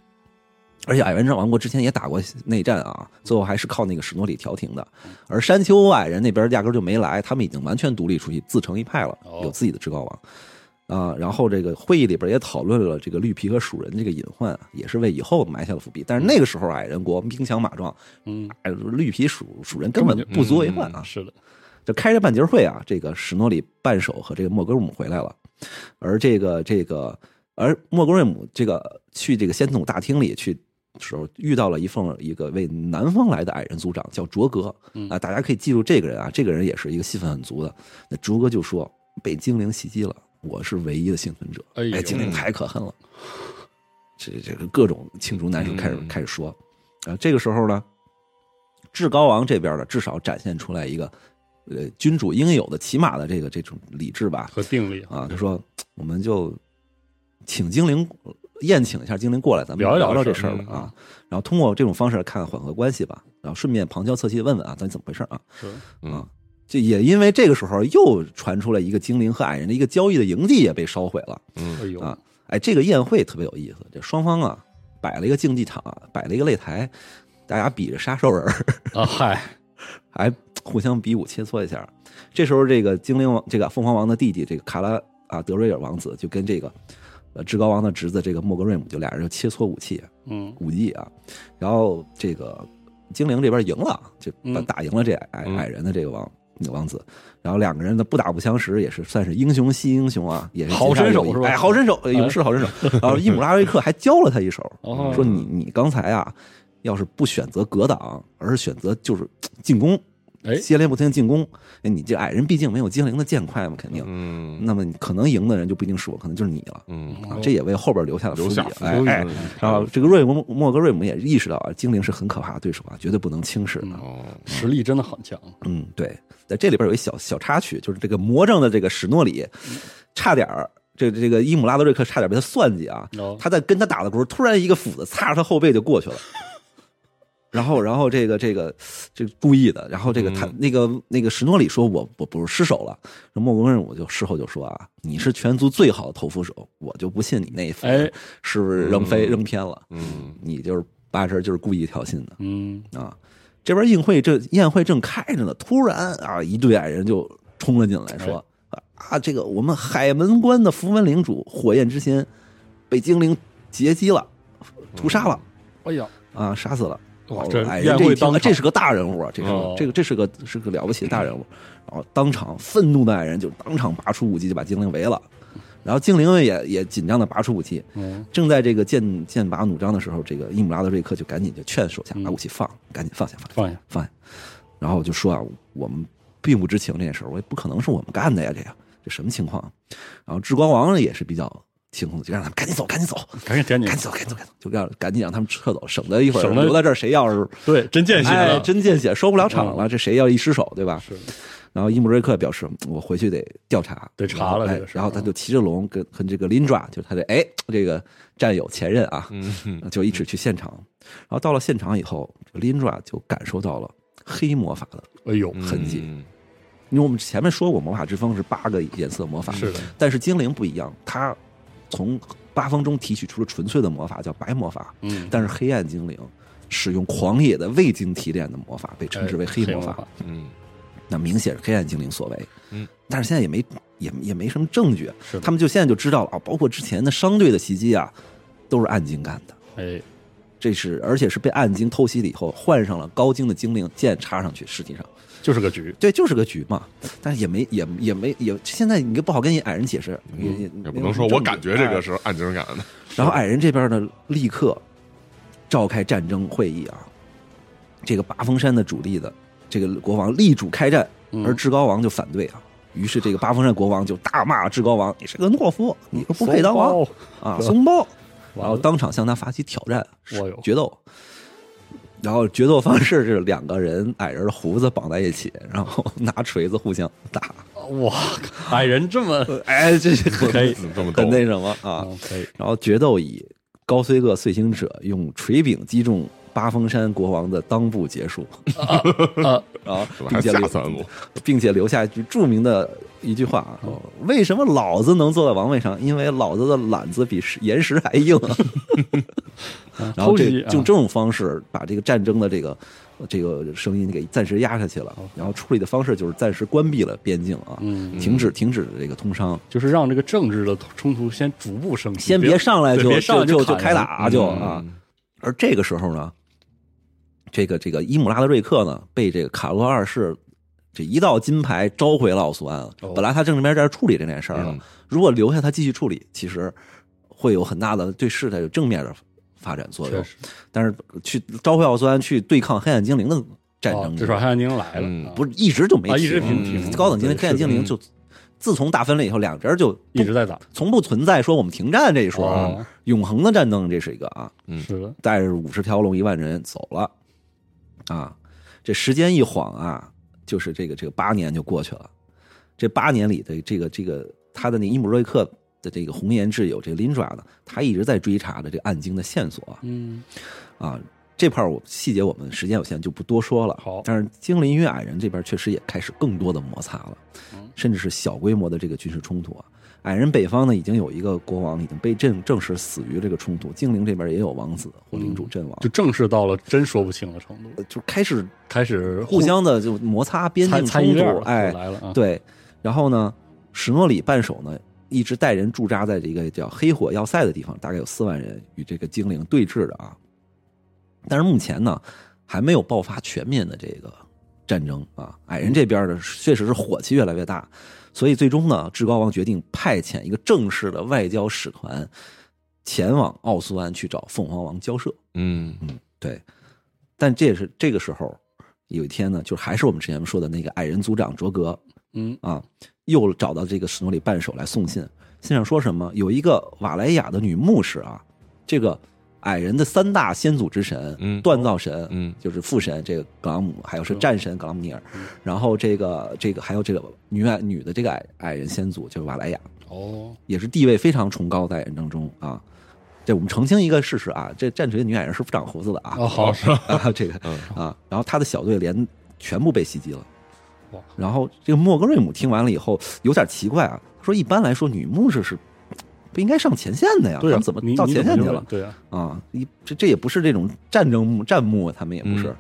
而且矮人王国之前也打过内战啊，最后还是靠那个史诺里调停的。而山丘矮人那边压根儿就没来，他们已经完全独立出去，自成一派了
哦，
有自己的至高王。啊，然后这个会议里边也讨论了这个绿皮和鼠人这个隐患啊，也是为以后埋下了伏笔。但是那个时候矮人国兵强马壮，
嗯，
哎绿皮鼠鼠人根本不足为患啊。
是的，
就开着半截会啊，这个史诺里半手和这个莫格瑞姆回来了，而这个这个而莫格瑞姆这个去这个先总大厅里去的时候，遇到了一份一个为南方来的矮人族长叫卓格
嗯
啊，大家可以记住这个人啊，这个人也是一个戏份很足的。那卓格就说被精灵袭击了，我是唯一的幸存者，
哎呦
哎，精灵太可恨了，这这个各种罄竹难书开始
嗯
开始说，啊，这个时候呢，至高王这边呢，至少展现出来一个呃君主应有的起码的这个这种理智吧，
和定力
啊，他说我们就请精灵宴请一下精灵过来，咱们
聊一聊嗯
聊这
这
事
事
儿
儿
吧啊。然后通过这种方式来看缓和关系吧，然后顺便旁敲侧击地问问啊，咱怎么回事啊？
是
啊，这也因为这个时候又传出来一个精灵和矮人的一个交易的营地也被烧毁了
哎呦
啊。哎，这个宴会特别有意思，这双方啊摆了一个竞技场，啊摆了一个擂台，大家比着杀兽人儿。
啊嗨，
还互相比武切磋一下。这时候，这个精灵王，这个凤凰王的弟弟，这个卡拉啊德瑞尔王子，就跟这个呃至高王的侄子这个莫格瑞姆，就俩人就切磋武器
嗯
武艺啊。然后这个精灵这边赢了，就把
嗯
打赢了这矮
嗯
矮人的这个王。王子，然后两个人呢不打不相识，也是算是英雄惜英雄啊，也是
好身手是吧
哎，好身手，呃勇士好身手。然后伊姆拉维克还教了他一手，
哦
说你你刚才啊，要是不选择格挡，而是选择就是嘖进攻，
哎
接连不停地进攻，哎你这矮人毕竟没有精灵的剑快嘛，肯定。
嗯
那么你可能赢的人就不一定是我，可能就是你了。
嗯，
哦
啊，这也为后边留下了伏
留
笔
下。
哎哎，然后这个瑞姆莫格瑞姆也意识到啊，精灵是很可怕的对手啊，绝对不能轻视
嗯
的。
哦，
实力真的很强，
嗯，对，在这里边有一小小插曲，就是这个魔怔的这个史诺里，
嗯
差点儿，这这个伊姆拉德瑞克差点被他算计啊，
哦
他在跟他打的时候，突然一个斧子擦着他后背就过去了。然后，然后这个这个这个故意的，然后这个他、
嗯
那个那个史诺里说我我不是失手了，然后莫文任我就事后就说啊，你是全族最好的投斧手，我就不信你那一斧
哎
是不是扔飞、扔偏了，
嗯
你就是八成就是故意挑衅的。
嗯
啊，这边宴会这宴会正开着呢，突然啊，一队矮人就冲了进来，说
哎
啊，这个我们海门关的符文领主火焰之心被精灵劫击了，屠杀了
哎呀，
啊，杀死了。
哇
哦
这
矮
宴
人这一
会
听，
当场
啊这是个大人物啊，这是
哦
个这个这是个是个了不起的大人物。然后当场愤怒的矮人就当场拔出武器就把精灵围了，然后精灵们也也紧张的拔出武器，
嗯
正在这个剑剑拔弩张的时候，这个伊姆拉德瑞克就赶紧就劝手下
嗯
把武器放，赶紧放下放下
放下
放下。然后我就说啊，我们并不知情这件事儿，我也不可能是我们干的呀，这样这什么情况？啊然后至光王也是比较轻松的，就让他们赶紧走，赶紧走，
赶紧赶紧
赶紧走，赶紧走，赶紧走，就让赶紧让他们撤走，省得一会
嗯
儿
省得
留在这儿谁要是
对，真见血
哎
了，
真见血收不了场
嗯
了，这谁要一失手对吧？
是
然后伊姆瑞克表示，我回去得调查，
得查了
然后
这
哎
个事儿
然后他就骑着龙跟跟这个林爪，就是他的哎这个战友前任啊，
嗯
就一起去现场。然后到了现场以后，林爪就感受到了黑魔法的
哎呦，
痕迹，
嗯
因为我们前面说过魔法之风是八个颜色魔法，
是的，
但是精灵不一样，它从八方中提取出了纯粹的魔法，叫白魔法。
嗯，
但是黑暗精灵使用狂野的未经提炼的魔法，被称之为黑魔法。
哎法，
嗯
那明显是黑暗精灵所为。
嗯，
但是现在也没也也没什么证据
是，的
哦他们就现在就知道了啊，包括之前的商队的袭击啊，都是暗精干的。
哎，
这是而且是被暗精偷袭了以后，换上了高精的精灵，剑插上去，实际上
就是个局。
对，就是个局嘛。但是也没也也没也，现在你就不好跟你矮人解释，也也
嗯也不能说我感觉这个
是。
是暗警感的，
然后矮人这边呢，立刻召开战争会议啊。这个八峰山的主力的这个国王力主开战，而至高王就反对啊。于是这个八峰山国王就大骂至高王：“你是个懦夫，你不配当王
怂
啊，
是吧
怂包！”然
完
后
了，
当场向他发起挑战
我有
决斗。然后决斗方式是两个人矮人的胡子绑在一起，然后 拿锤子互相打。
哇，矮人这么
哎，这 是很
可以
这么逗
很。那什么啊？
嗯可以，
然后决斗以高虽恶遂行者用锤柄击中八峰山国王的裆部结束，
呃，
啊，
怎么
并
还
且
下
留
三路？哦
并且留下一句著名的一句话啊：说为什么老子能坐在王位上？因为老子的懒子比石岩石还硬。啊 然后
偷
这
袭
用
啊
这种方式把这个战争的这个这个声音给暂时压下去了。然后处理的方式就是暂时关闭了边境啊，
哦嗯
停止停止这个通商。
就是让这个政治的冲突先逐步升级，
先别上来
对
就
别上
就
来
就
砍
开
人
打就
嗯
啊。而这个时候呢，这个这个伊姆拉的瑞克呢，被这个卡洛二世这一道金牌召回了奥苏安了
哦。
本来他正面在这处理这件事儿了
嗯，
如果留下他继续处理，其实会有很大的对事态有正面的发展作用
确。实
但是去召回奥苏安去对抗黑暗精灵的战
哦
争，
这时候汉阳精灵来
嗯
了，
不是一直就没
啊，一
停
直
平
挺挺
高等精灵黑暗精灵
嗯
就自从大分裂以后，两边就不
一直在打，
从不存在说我们停战这一说啊，
哦
永恒的战争这是一个啊，
是的，
带着五十条龙一万人走了，啊，这时间一晃啊，就是这个这个八年就过去了，这八年里的这个这个他的那伊姆瑞克的这个红颜挚友这个林爪呢，他一直在追查着这个暗经的线索啊
嗯，
啊，这块儿我细节我们时间有限就不多说了。
好
但是精灵与矮人这边确实也开始更多的摩擦了
嗯，
甚至是小规模的这个军事冲突啊。矮人北方呢，已经有一个国王已经被证证实死于这个冲突，精灵这边也有王子或领
嗯
主阵亡，
就正式到了真说不清的程度，
就就开始
开始
互相的就摩擦边
猜
境
猜疑
冲
链
突
儿，
哎
就，来了啊，
对。然后呢，史诺里半手呢，一直带人驻扎在这个叫黑火要塞的地方，大概有四万人与这个精灵对峙的啊。但是目前呢，还没有爆发全面的这个战争啊。矮人这边呢，确实是火气越来越大，所以最终呢，至高王决定派遣一个正式的外交使团前往奥苏安去找凤凰王交涉。
嗯
对，但这也是这个时候，有一天呢，就是还是我们之前说的那个矮人族长卓格
嗯，
啊，又找到这个史诺里半手来送信，信上说什么？有一个瓦莱雅的女牧师啊，这个矮人的三大先祖之神，
嗯
锻造神，
嗯
就是父神这个格朗姆，还有是战神格朗姆尼尔，然后这个这个还有这个女矮女的这个矮矮人先祖就是瓦莱雅，
哦，
也是地位非常崇高在人当中啊。这我们澄清一个事实啊，这战锤的女矮人是不长胡子的啊。
哦好，
啊，这个
嗯
啊，然后他的小队连全部被袭击了
哇。
然后这个莫格瑞姆听完了以后有点奇怪啊，说一般来说女牧师是不应该上前线的呀，
对啊，
他们怎么
你
到
你
前线
怎么
去
就
了
对啊，
啊？一这这也不是这种战争幕战幕，他们也不是。
嗯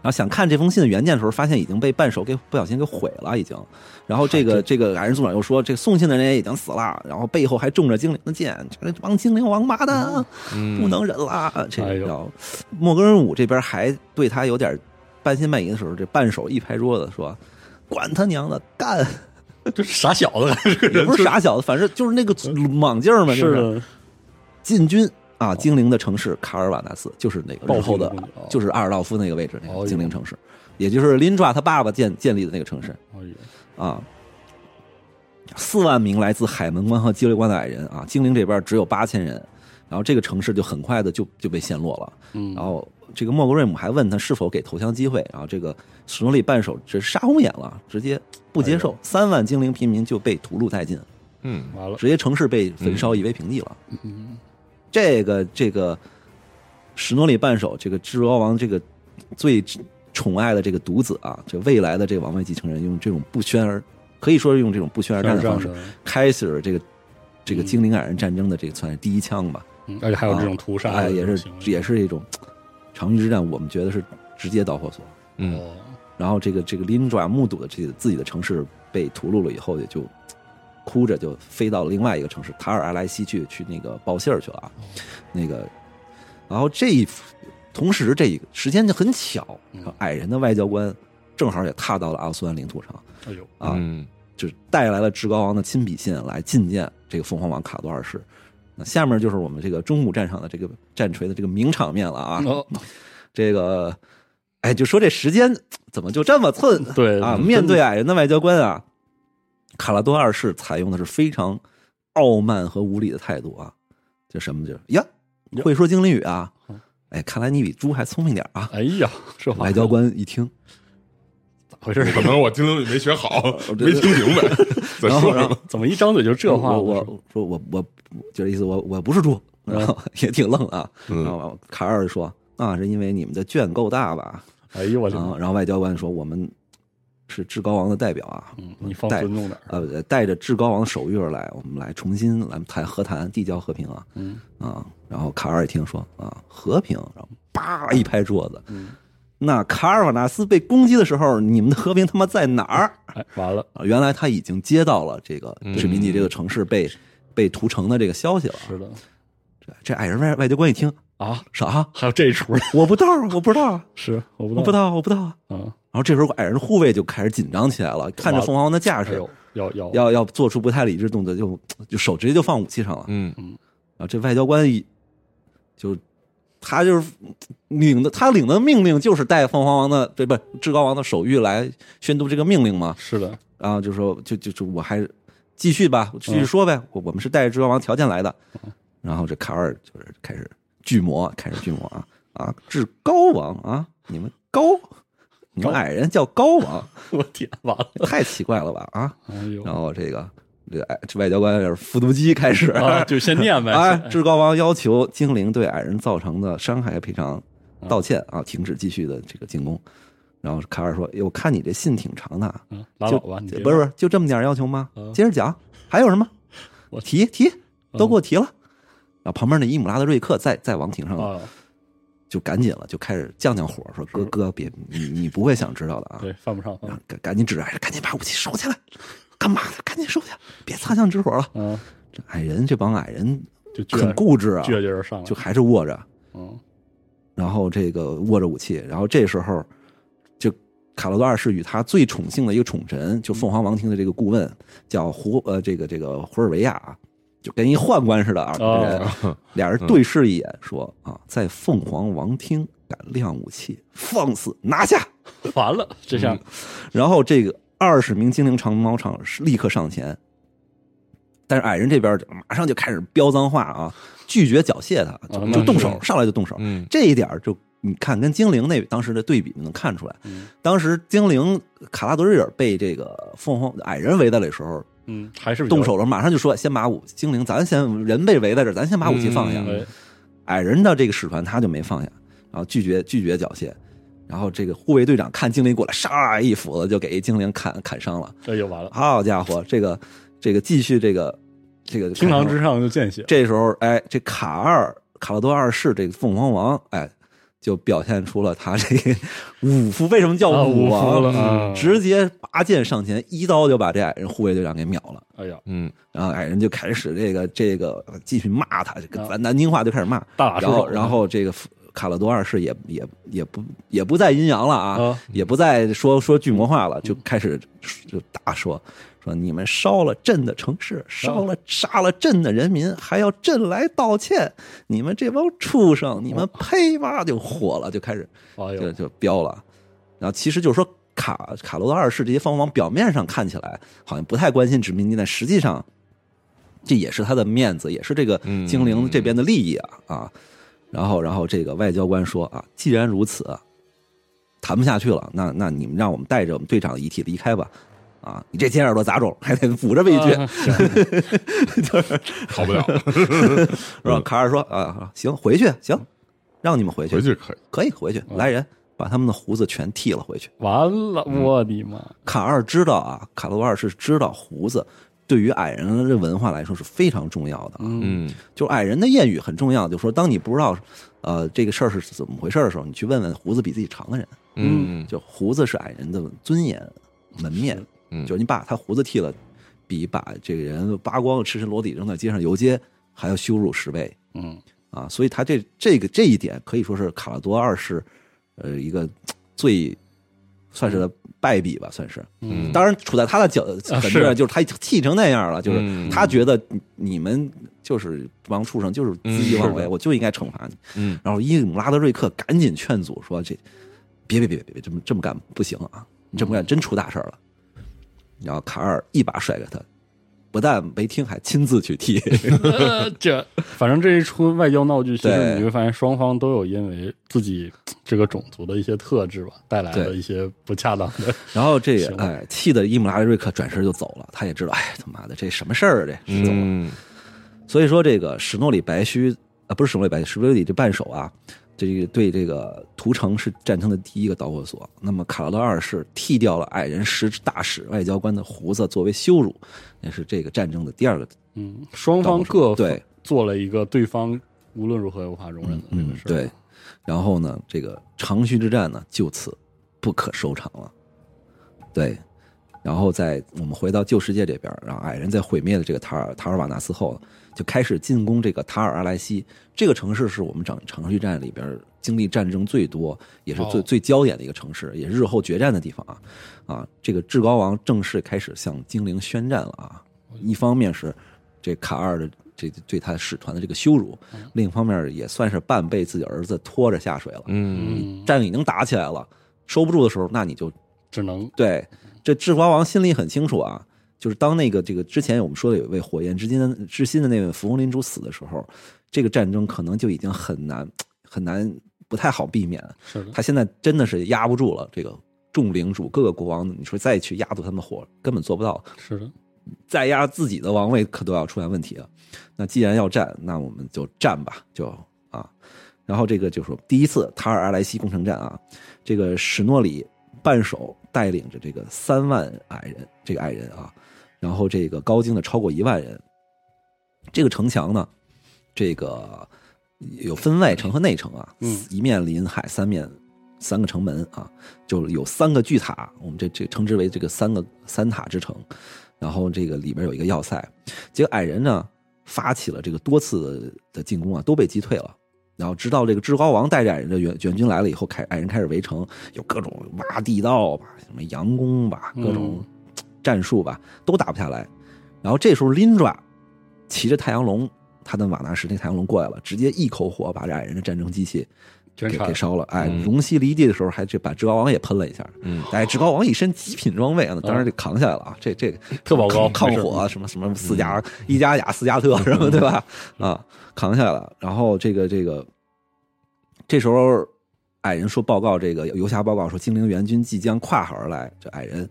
然后想看这封信的原件的时候，发现已经被半手给不小心给毁了，已经。然后这个这个矮人组长又说，这个送信的人也已经死了，然后背后还中着精灵的箭，这帮精灵王八蛋啊！
嗯
不能忍啦！这
哎呦
然后莫格人武这边还对他有点半信半疑的时候，这半手一拍桌子说：“管他娘的，干！
这是傻小子，这个
也
人
不是傻小子，反正就是那个莽劲儿嘛，就是是
的，
进军啊，精灵的城市卡尔瓦纳斯，就是那个
哦暴
日后
风
的
的攻击哦，
就是阿尔道夫那个位置，那
哦
个
呦
精灵城市，也就是林抓他爸爸建建立的那个城市
哎呦
啊。”四万名来自海门关和激流关的矮人啊，精灵这边只有八千人，然后这个城市就很快的就就被陷落了。
嗯，
然后这个莫格瑞姆还问他是否给投降机会，然后这个史诺利半手只杀红眼了，直接不接
哎
受，三万精灵平民就被屠戮殆尽，
嗯
完了，
直接城市被焚烧夷为平地了。
嗯，
这个这个史诺利半手这个智罗王这个最宠爱的这个独子啊，这未来的这个王位继承人，用这种不宣而可以说是用这种不宣而
这样
战的
这样
方式，
的，
开始了这个这个精灵矮人战争的这个算是第一枪吧。
嗯而且还有这种屠杀
哎，
的
也
这种
是
行为，
也是一种长驱之战，我们觉得是直接导火索。
嗯
哦，
然后这个这个林爪目睹了这个自己的城市被屠戮了以后，也就哭着就飞到了另外一个城市塔尔埃莱西去去那个报信儿去了啊。那个然后这一同时这一个时间就很巧，矮人的外交官正好也踏到了阿苏安领土上，
哎呦，
啊
嗯
就带来了至高王的亲笔信来觐见这个凤凰王卡多二世。那下面就是我们这个中古战场的这个战锤的这个名场面了啊！
哦
这个，哎，就说这时间怎么就这么寸？
对嗯
啊，
真
面对矮人的外交官啊，卡拉多二世采用的是非常傲慢和无礼的态度啊，就什么就是呀，会说精灵语啊，哎，看来你比猪还聪明点啊！
嗯哎呀，这话
外交官一听，
咋回事？啊
可能我精灵语没学好，
对
没听明白， 再
然后
说
然
什
后
么？
怎么一张嘴就这话？嗯
我我我说我我就是意思我我不是猪，然后也挺愣啊。然
嗯，
后卡尔说啊，是因为你们的卷够大吧？
哎呦我
然
天，
后然后外交官说我们是至高王的代表啊，
嗯你放
带
尊重点儿，
呃，带着至高王的手谕而来，我们来重新来谈和谈地交和平啊，
嗯
啊，然后卡尔一听说啊和平，然后叭一拍桌子，
嗯，
那卡尔瓦纳斯被攻击的时候，你们的和平他妈在哪儿？
哎，完了，
啊原来他已经接到了这个
嗯
殖民地这个城市被、
嗯
被屠城的这个消息了。
是的
这这矮人外外交官一听，
啊，
啥？
还有这一出呢，
我不知道，我不知道，
是我不
我不知道，我不知道。
嗯，
然后这时候矮人护卫就开始紧张起来了，看着凤凰王的架
哎
势，
呦，要要
要要做出不太理智动作，就就手直接就放武器上了。
嗯，
然啊后这外交官一就他就是领的，他领的命令就是带凤凰王的，对不至高王的手谕来宣读这个命令嘛。
是的，
然后就说，就就就我还是继续吧，继续说呗，我我们是带着至高王条件来的。
嗯
然后这卡尔就是开始巨魔，开始巨魔啊啊，至高王啊，你们高，你们
高
矮人叫高王。
我天，完了，
太奇怪了吧啊！
哎呦
然后这个这个哎这外交官有点复读机开始
啊，就先 念呗，
啊，
哎
至高王要求精灵对矮人造成的伤害赔偿道歉啊，停止继续的这个进攻。然后卡尔说：“哎我看你这信挺长的啊，
嗯拉
就
倒吧，你
就
别
不是不是就这么点要求吗
啊？
接着讲，还有什么？
我啊
提提都给我提了。”然后旁边那伊姆拉的瑞克在在王庭上
啊，
就赶紧了，就开始降降火，说：“哥哥，别你你不会想知道的啊。”
对，犯不上，
然
嗯
后赶赶紧指着矮人，赶紧把武器收起来，干嘛呢？赶紧收起来，别擦枪指火了。
嗯，
这矮人这帮矮人
就倔
很固执啊，
倔劲儿上来，
就还是握着，
嗯，
然后这个握着武器，然后这时候就卡罗多二世与他最宠幸的一个宠臣，就凤凰王庭的这个顾问叫胡呃这个这个胡尔维亚啊，就跟一宦官似的啊，
哦
这人俩人对视一眼，说啊，在凤凰王厅敢亮武器，放肆拿下。
完了，这下
然后这个二十名精灵长毛场立刻上前，但是矮人这边马上就开始飙脏话啊，拒绝缴械他，就
啊那
就动手，
是
上来就动手。
嗯
这一点儿就你看跟精灵那当时的对比就能看出来
嗯，
当时精灵卡拉德瑞尔被这个凤凰矮人围的的时候，
嗯，还是比较
动手，了，马上就说先把武精灵，咱先人被围在这儿，咱先把武器放下。
哎，
矮人的这个使团他就没放下，然后拒绝拒绝缴械，然后这个护卫队长看精灵过来，唰一斧子就给一精灵砍砍伤了。
这哎就完了，
好家伙，这个这个继续这个这个
厅堂之上就见血，
这时候，哎，这卡二卡洛多二世这个凤凰王，哎，就表现出了他这个 武夫为什么叫
啊
武
五服了，
王，
啊
直接拔剑上前，一刀就把这矮人护卫队长给秒了。
哎呀，
嗯
然后矮啊人就开始这个这个继续骂他，这个咱南京话就开始骂。
大打出
然后
手，
然后这个卡洛多二世也也也不也不再阴阳了啊，
啊
也不再说说巨魔化了，就开始就大说说你们烧了朕的城市，烧了杀了朕的人民，还要朕来道歉，你们这帮畜生，你们呸吧！就火了，就开始
哎
就
呦，
就飙了。然后其实就是说卡卡罗多二世这些方王表面上看起来好像不太关心殖民地，但实际上这也是他的面子，也是这个
嗯
精灵这边的利益啊啊。然后然后这个外交官说啊，既然如此，谈不下去了，那那你们让我们带着我们队长的遗体离开吧。啊！你这尖耳朵杂种，还得补这
嗯
么一句，
啊行
好不 了，
是吧？卡尔说啊，行，回去行，让你们回
嗯
去，
回去嗯可以。
可以回去。来人，把他们的胡子全剃了回去。
完了，
嗯
我的妈！
卡二知道啊，卡罗二是知道胡子对于矮人的文化来说是非常重要的啊。
嗯
就矮人的谚语很重要，就说当你不知道呃这个事儿是怎么回事儿的时候，你去问问胡子比自己长的人。
嗯
就胡子是矮人的尊严门面，
嗯
就是你把他胡子剃了，比把这个人扒光赤身裸体扔在街上游街还要羞辱十倍。
嗯，
啊，所以他这这个这一点可以说是卡拉多二世，呃，一个最算是败笔吧，算是。
嗯
当然，处在他的角
啊
本质上，
是
就是他气成那样了，就是
嗯
他觉得你你们就是这帮畜生，就是恣意
嗯
妄
是
为，
的
我就应该惩罚你。
嗯
然后伊姆拉德瑞克赶紧劝阻说：“这别别别别别这么这么干不行啊，你这么干真出大事儿了。”然后卡尔一把甩给他，不但没听，还亲自去踢。
呃这反正这一出外交闹剧，其
对
实你会发现双方都有因为自己这个种族的一些特质吧，带来的
对
一些不恰当的。
然后这也
行
哎，气得伊姆拉德瑞克转身就走了。他也知道，哎，他妈的这什么事儿啊？这是走了。
嗯
所以说，这个史诺里白须啊，不是史诺里白须，史诺里这半手啊，这个对这个屠城是战争的第一个导火索。那么卡拉勒二世剃掉了矮人使大使外交官的胡子作为羞辱，那是这个战争的第二个。
嗯，双方各
对
做了一个对方无论如何也无法容忍的这
嗯
个，事儿。
对。然后呢，这个长须之战呢就此不可收场了。对。然后在我们回到旧世界这边，然后矮人在毁灭了这个塔尔塔尔瓦纳斯后，就开始进攻这个塔尔阿莱西这个城市，是我们长长须战里边经历战争最多，也是最、
哦
最焦点的一个城市，也是日后决战的地方啊啊！这个至高王正式开始向精灵宣战了啊！一方面是这卡二的这对他使团的这个羞辱，
嗯
另一方面也算是半被自己儿子拖着下水了。
嗯
嗯，
战已经打起来了，收不住的时候，那你就
只能
对，
嗯
这智华王心里很清楚啊，就是当那个这个之前我们说的有一位火焰之心的之心的那位芙蓉领主死的时候，这个战争可能就已经很难很难不太好避免。
是的，
他现在真的是压不住了，这个众领主各个国王，你说再去压住他们的火，根本做不到。
是的，
再压自己的王位可都要出现问题了。那既然要战，那我们就战吧，就啊。然后这个就是第一次塔尔阿莱西攻城战啊，这个史诺里半手带领着这个三万矮人，这个矮人啊，然后这个高精的超过一万人。这个城墙呢，这个有分外城和内城啊，
嗯
一面临海，三面三个城门啊，就有三个巨塔，我们这这称之为这个三个三塔之城。然后这个里边有一个要塞，结果矮人呢发起了这个多次的进攻啊，都被击退了。然后直到这个至高王带着矮人的援援军来了以后，开矮人开始围城，有各种挖地道吧，什么佯攻吧，各种
嗯
战术吧，都打不下来。然后这时候林抓骑着太阳龙，他的瓦纳什那太阳龙过来了，直接一口火把这矮人的战争机器
全
给
场
给烧了。哎，
嗯
龙息离地的时候还这把至高王也喷了一下。
嗯
哎，至高王一身极品装备啊，那当然就扛下来了啊，这这个
特保高
抗
没
抗
事嗯
火啊什么什么四加一加雅四加特什么对吧？
嗯
啊，扛下来了。然后这个这个，这时候矮人说报告，这个游侠报告说精灵援军即将跨海而来。这矮人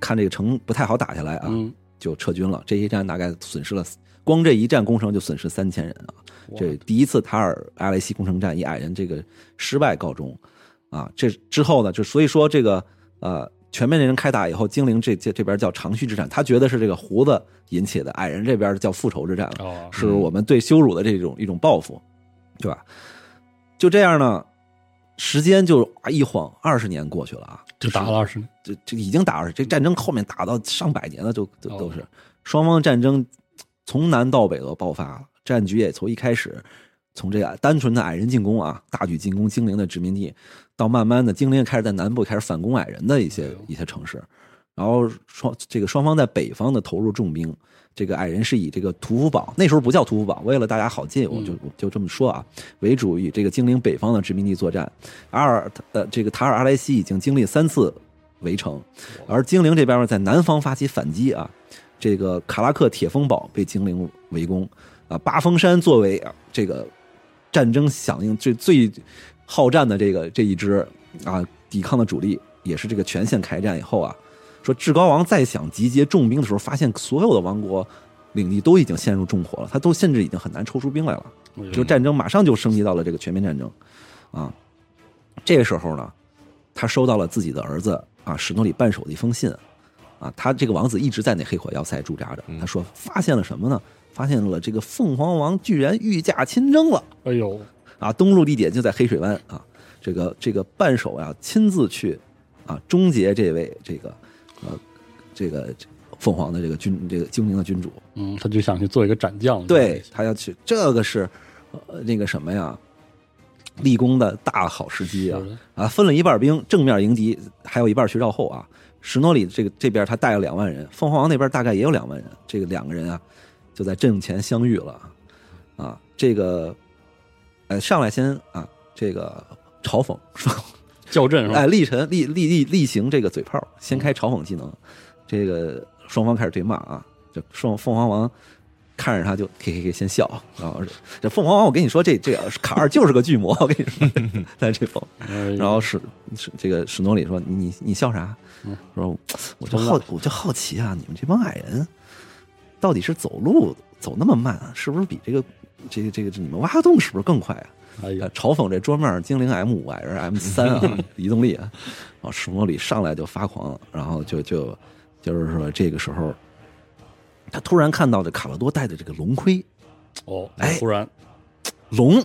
看这个城不太好打下来啊，
嗯，
就撤军了。这一战大概损失了，光这一战攻城就损失三千人啊。
哇
这第一次塔尔阿雷西攻城战以矮人这个失败告终，啊，这之后呢，就所以说这个呃全面战争开打以后，精灵这这这边叫长须之战，他觉得是这个胡子引起的，矮人这边叫复仇之战了，
哦，
是我们对羞辱的这种一种报复，对吧？就这样呢，时间就啊一晃二十年过去了啊，
就打了二十年，
这这已经打了，这战争后面打到上百年了，都都
哦
都是双方战争从南到北都爆发了，战局也从一开始从这个单纯的矮人进攻啊，大举进攻精灵的殖民地，到慢慢的精灵也开始在南部开始反攻矮人的一
哎
些
呦
一些城市，然后双这个双方在北方的投入重兵，这个矮人是以这个屠夫堡那时候不叫屠夫堡，为了大家好记，我就我就这么说啊，为主以这个精灵北方的殖民地作战。阿尔呃这个塔尔阿莱西已经经历三次围城，而精灵这边呢在南方发起反击啊，这个卡拉克铁风堡被精灵围攻啊，八峰山作为啊这个战争响应最最好战的这个这一支啊抵抗的主力，也是这个全线开战以后啊，说至高王再想集结重兵的时候，发现所有的王国领地都已经陷入重火了，他都甚至已经很难抽出兵来了。
我
就战争马上就升级到了这个全面战争，啊，这个时候呢，他收到了自己的儿子啊史诺里半手的一封信，啊，他这个王子一直在那黑火要塞驻扎着，他说发现了什么呢？发现了这个凤凰王居然御驾亲征了
哎呦，
啊！登陆地点就在黑水湾啊，这个这个半手啊亲自去啊终结这位这个呃这个这凤凰的这个君这个精灵的君主，
嗯，他就想去做一个斩将，
对他要去，这个是呃那个什么呀，立功的大好时机啊
是的
啊！分了一半兵，正面迎敌，还有一半去绕后啊。史诺里这个这边他带了两万人，凤凰王那边大概也有两万人，这个两个人啊就在阵前相遇了啊啊！这个呃上来先啊这个嘲讽说
校正是吧？
哎，立陈立立立立行这个嘴炮，先开嘲讽技能，这个双方开始对骂啊，这双凤凰王。看着他就 K K K 先笑，然后这这凤凰王，我跟你说，这这卡尔就是个巨魔，我跟 你说，在这凤，
然
然后史史这个史诺里说：“你你你笑啥？”
嗯
说：“我就好我就好奇啊，你们这帮矮人到底是走路走那么慢、啊，是不是比这个这个这个这你们挖个洞是不是更快啊？”
哎呀
呃，嘲讽这桌面精灵 M 五、矮人 M 三啊，移动力啊，然后史诺里上来就发狂，然后就就就是说这个时候，他突然看到这卡勒多戴的这个龙盔，
哦
哎，
突然
龙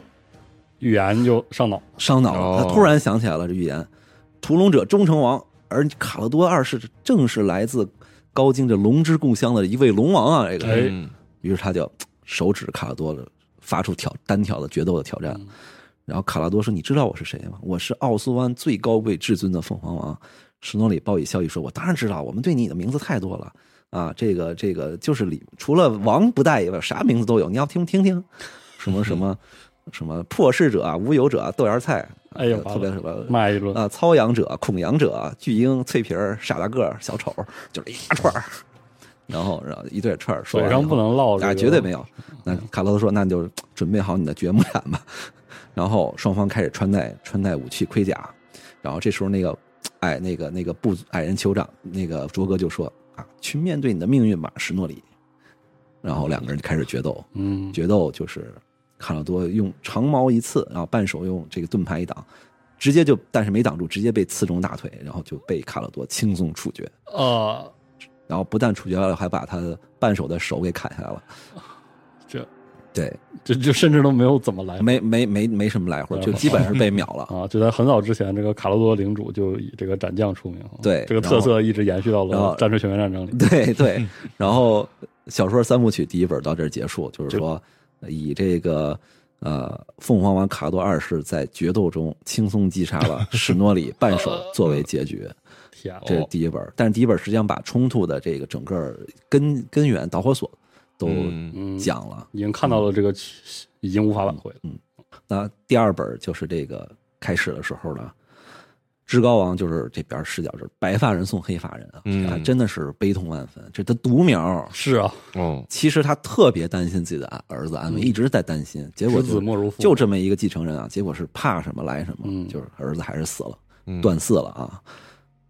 预言就上脑，
伤脑了。
哦
他突然想起来了这预言：屠龙者忠诚王，而卡勒多二世正是来自高京这龙之故乡的一位龙王啊！这个，
哎
嗯
于是他就嘖手指卡勒多的，发出挑单挑的决斗的挑战。然后卡拉多说：“你知道我是谁吗？我是奥苏湾最高贵至尊的凤凰王。”史诺里报以笑意说：“我当然知道，我们对你的名字太多了啊！这个这个就是里除了王不带以外，啥名字都有。你要听听听，什么什么什么破事者啊、无有者啊、豆芽菜，
哎呀
呃，特别什么
骂一轮，
啊，操养者、恐养者、啊巨婴、脆皮儿、傻大个儿、小丑，就是一大串儿。然后，然后一对串儿说
嘴
完以
上
后
不能落这
啊，
个，嗯
绝对没有。那卡洛斯说：“那你就准备好你的掘墓铲吧。” 然后双方开始穿戴穿戴武器盔甲。然后这时候那个，哎，那个那个部矮人酋长那个卓哥就说：“啊，去面对你的命运吧，史诺里。”然后两个人就开始决斗。
嗯，
决斗就是卡洛多用长矛一刺，然后半手用这个盾牌一挡，直接就但是没挡住，直接被刺中大腿，然后就被卡洛多轻松处决。
啊，
然后不但处决了，还把他的半手的手给砍下来了。
这哎
对，
这就甚至都没有怎么来
没没没没什么来回，
来
就
回
基本上是被秒了。
啊，就在很早之前，这个卡洛多领主就以这个斩将出名，
对
这个特色一直延续到
然后
了战锤全面战争里，
对对，然后小说三部曲第一本到这儿结束，就是说以这个呃凤凰王卡多二世在决斗中轻松击杀了史诺里半手作为结局，
天啊，
这是第一本。但是第一本实际上把冲突的这个整个根根源导火索都
嗯
嗯，
讲了。
已经看到了这个已经无法挽回了，
嗯那第二本就是这个开始的时候呢，至高王就是这边视角就是白发人送黑发人啊，
嗯
他真的是悲痛万分，这他独苗。
是啊，
哦，
其实他特别担心自己的儿子安危，
嗯
一直在担心。结果
知
就
子莫如父，
就这么一个继承人啊，结果是怕什么来什么，
嗯
就是儿子还是死了，
嗯
断嗣了啊。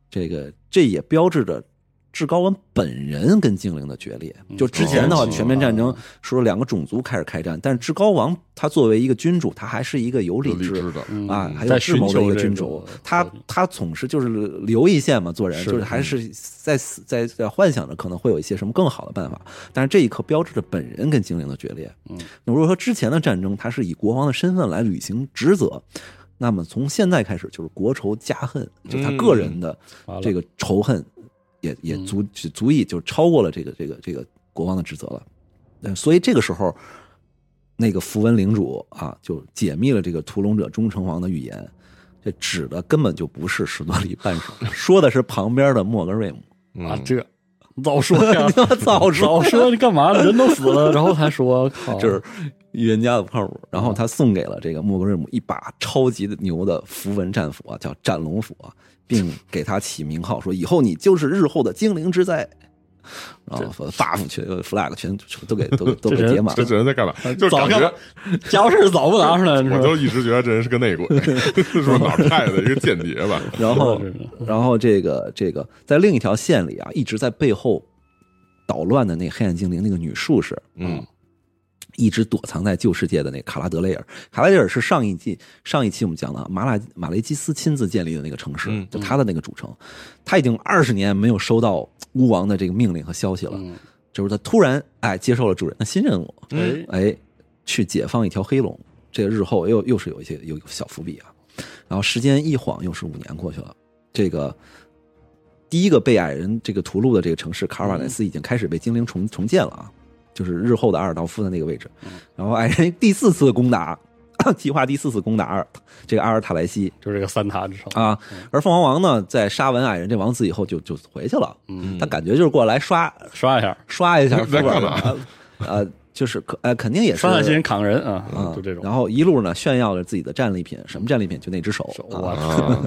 这个这也标志着至高王本人跟精灵的决裂。
嗯
就之前的话，
哦
全面战争说两个种族开始开战，但是至高王他作为一个君主，他还是一个有理
有理
智
智的，
嗯
啊，还有
在
智
寻
谋的一
求
个
这
君
种嗯
主，他他总是就是留一线嘛，做人
是嗯
就是还是在死在在幻想着可能会有一些什么更好的办法，但是这一刻标志着本人跟精灵的决裂。
嗯，
如果说之前的战争他是以国王的身份来履行职责，那么从现在开始就是国仇家恨，就他
嗯
个人的
完了
这个仇恨也也
嗯
足足以就超过了这个这个这个国王的职责了。呃所以这个时候，那个符文领主啊，就解密了这个屠龙者忠诚王的预言。这指的根本就不是史多里半手， 说的是旁边的莫格 瑞姆。，
啊，
嗯
这你早说呀 早
早
说你干嘛？人都死了，然后才说，靠，
就是预言家的不靠谱。然后他送给了这个莫格瑞姆一把超级的牛的符文战斧啊，叫战龙斧啊，并给他起名号，说以后你就是日后的精灵之灾。然后 buff 全呃 flag 全都给都给都给
这人
解满
这
了。
这人在干嘛？就
早
感
干嘛
觉，
家伙事儿早不拿出 来，是吧
我就一直觉得这人是个内鬼，是不是哪儿派的一个间谍吧？
然后
是的是，
然后这个这个在另一条线里啊，一直在背后捣乱的那黑暗精灵那个女术士，
嗯，
一直躲藏在旧世界的那个卡拉德雷尔。卡拉德雷尔是上一季上一期我们讲的马拉马雷基斯亲自建立的那个城市，
嗯
就他的那个主城。他已经二十年没有收到巫王的这个命令和消息了，
嗯
就是他突然哎接受了主人的新任务，
嗯
哎，
哎，去解放一条黑龙。这个日后又又是有一些有小伏笔啊。然后时间一晃又是五年过去了，这个第一个被矮人这个屠戮的这个城市卡尔瓦莱斯已经开始被精灵重重建了啊，就是日后的阿尔道夫的那个位置。然后矮人第四次攻打， 计划第四次攻打阿尔这个阿尔塔莱西
就是这个三塔之城，
啊，而凤凰王呢，在杀完矮人这王子以后就就回去了。他感觉就是过来刷
刷一下，
刷一下
那
副本
干嘛
啊呃，就是可呃，肯定也是
刷下心砍个人啊，
啊，
就这种。
然后一路呢炫耀着自己的战利品，什么战利品？就那只手。
我
啊
操，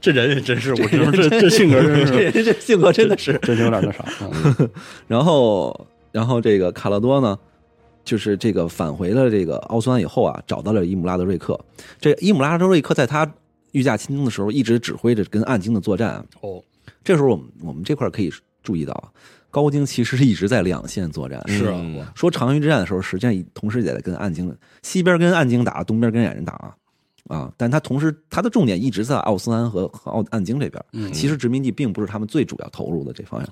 这人也真是，我这这这性格真
这
是，
这性格真的是。
真是有点那啥。嗯
嗯然后，然后这个卡勒多呢，就是这个返回了这个奥斯曼以后啊，找到了伊姆拉德瑞克。这伊姆拉德瑞克在他御驾亲征的时候，一直指挥着跟暗鲸的作战啊。
哦，
这时候我们我们这块儿可以注意到啊，高精其实是一直在两线作战。
是啊
嗯
说长鱼之战的时候，实际上同时也在跟暗鲸西边跟暗鲸打，东边跟矮人打啊。啊，但他同时他的重点一直在奥斯安和和奥暗鲸这边。
嗯哦
其实殖民地并不是他们最主要投入的这方向。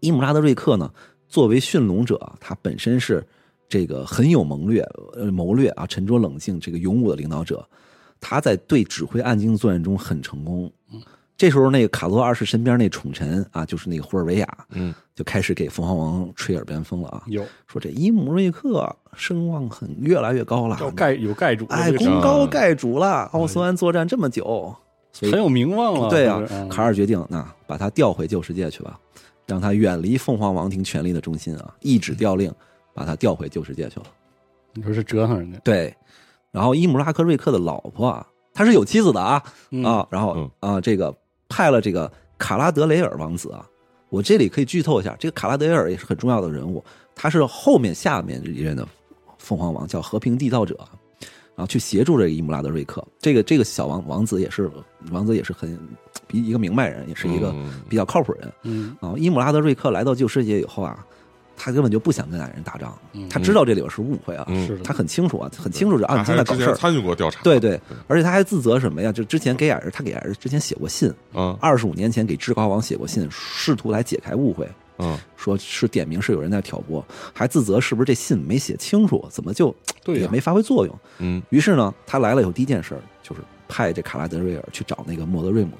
伊姆拉德瑞克呢，作为驯龙者，啊他本身是这个很有谋略、呃谋略啊，沉着冷静，这个勇武的领导者。他在对指挥暗鲸的作战中很成功。这时候，那个卡罗二世身边那宠臣啊，就是那个胡尔维亚，
嗯，
就开始给凤凰王吹耳边风了啊，
有
说这伊姆瑞克声望很越来越高了，
要盖有盖主，
哎，
这个嗯
功高盖主了，奥斯湾作战这么久，所以
很有名望了。
对
呀
啊，，卡尔决定那把他调回旧世界去吧，让他远离凤凰王庭权力的中心啊，一纸调令把他调回旧世界去了。
你说是折腾人家
对，然后伊姆拉克瑞克的老婆啊，她是有妻子的啊
嗯
啊，然后
嗯
啊这个派了这个卡拉德雷尔王子啊，我这里可以剧透一下，这个卡拉德雷尔也是很重要的人物，他是后面下面一任的凤凰王，叫和平缔造者啊。然后去协助这个伊姆拉德瑞克，这个这个小王王子也是王子也是很比一个明白人，也是一个
嗯
比较靠谱人。
嗯
啊，伊姆拉德瑞克来到旧世界以后啊，他根本就不想跟矮人打仗，他知道这里边是误会啊，
嗯
是的
他很清楚啊，很清楚这
他
暗
还是
中在搞
之
事
前
儿。
参与过调查，
对对，而且他还自责什么呀？就之前给矮人，他给矮人之前写过信，
啊
二十五年前给至高王写过信，试图来解开误会，
啊，
说是点名是有人在挑拨，还自责是不是这信没写清楚，怎么就
对呀
也没发挥作用？
嗯
于是呢，他来了以后第一件事儿就是派这卡拉德瑞尔去找那个莫德瑞姆，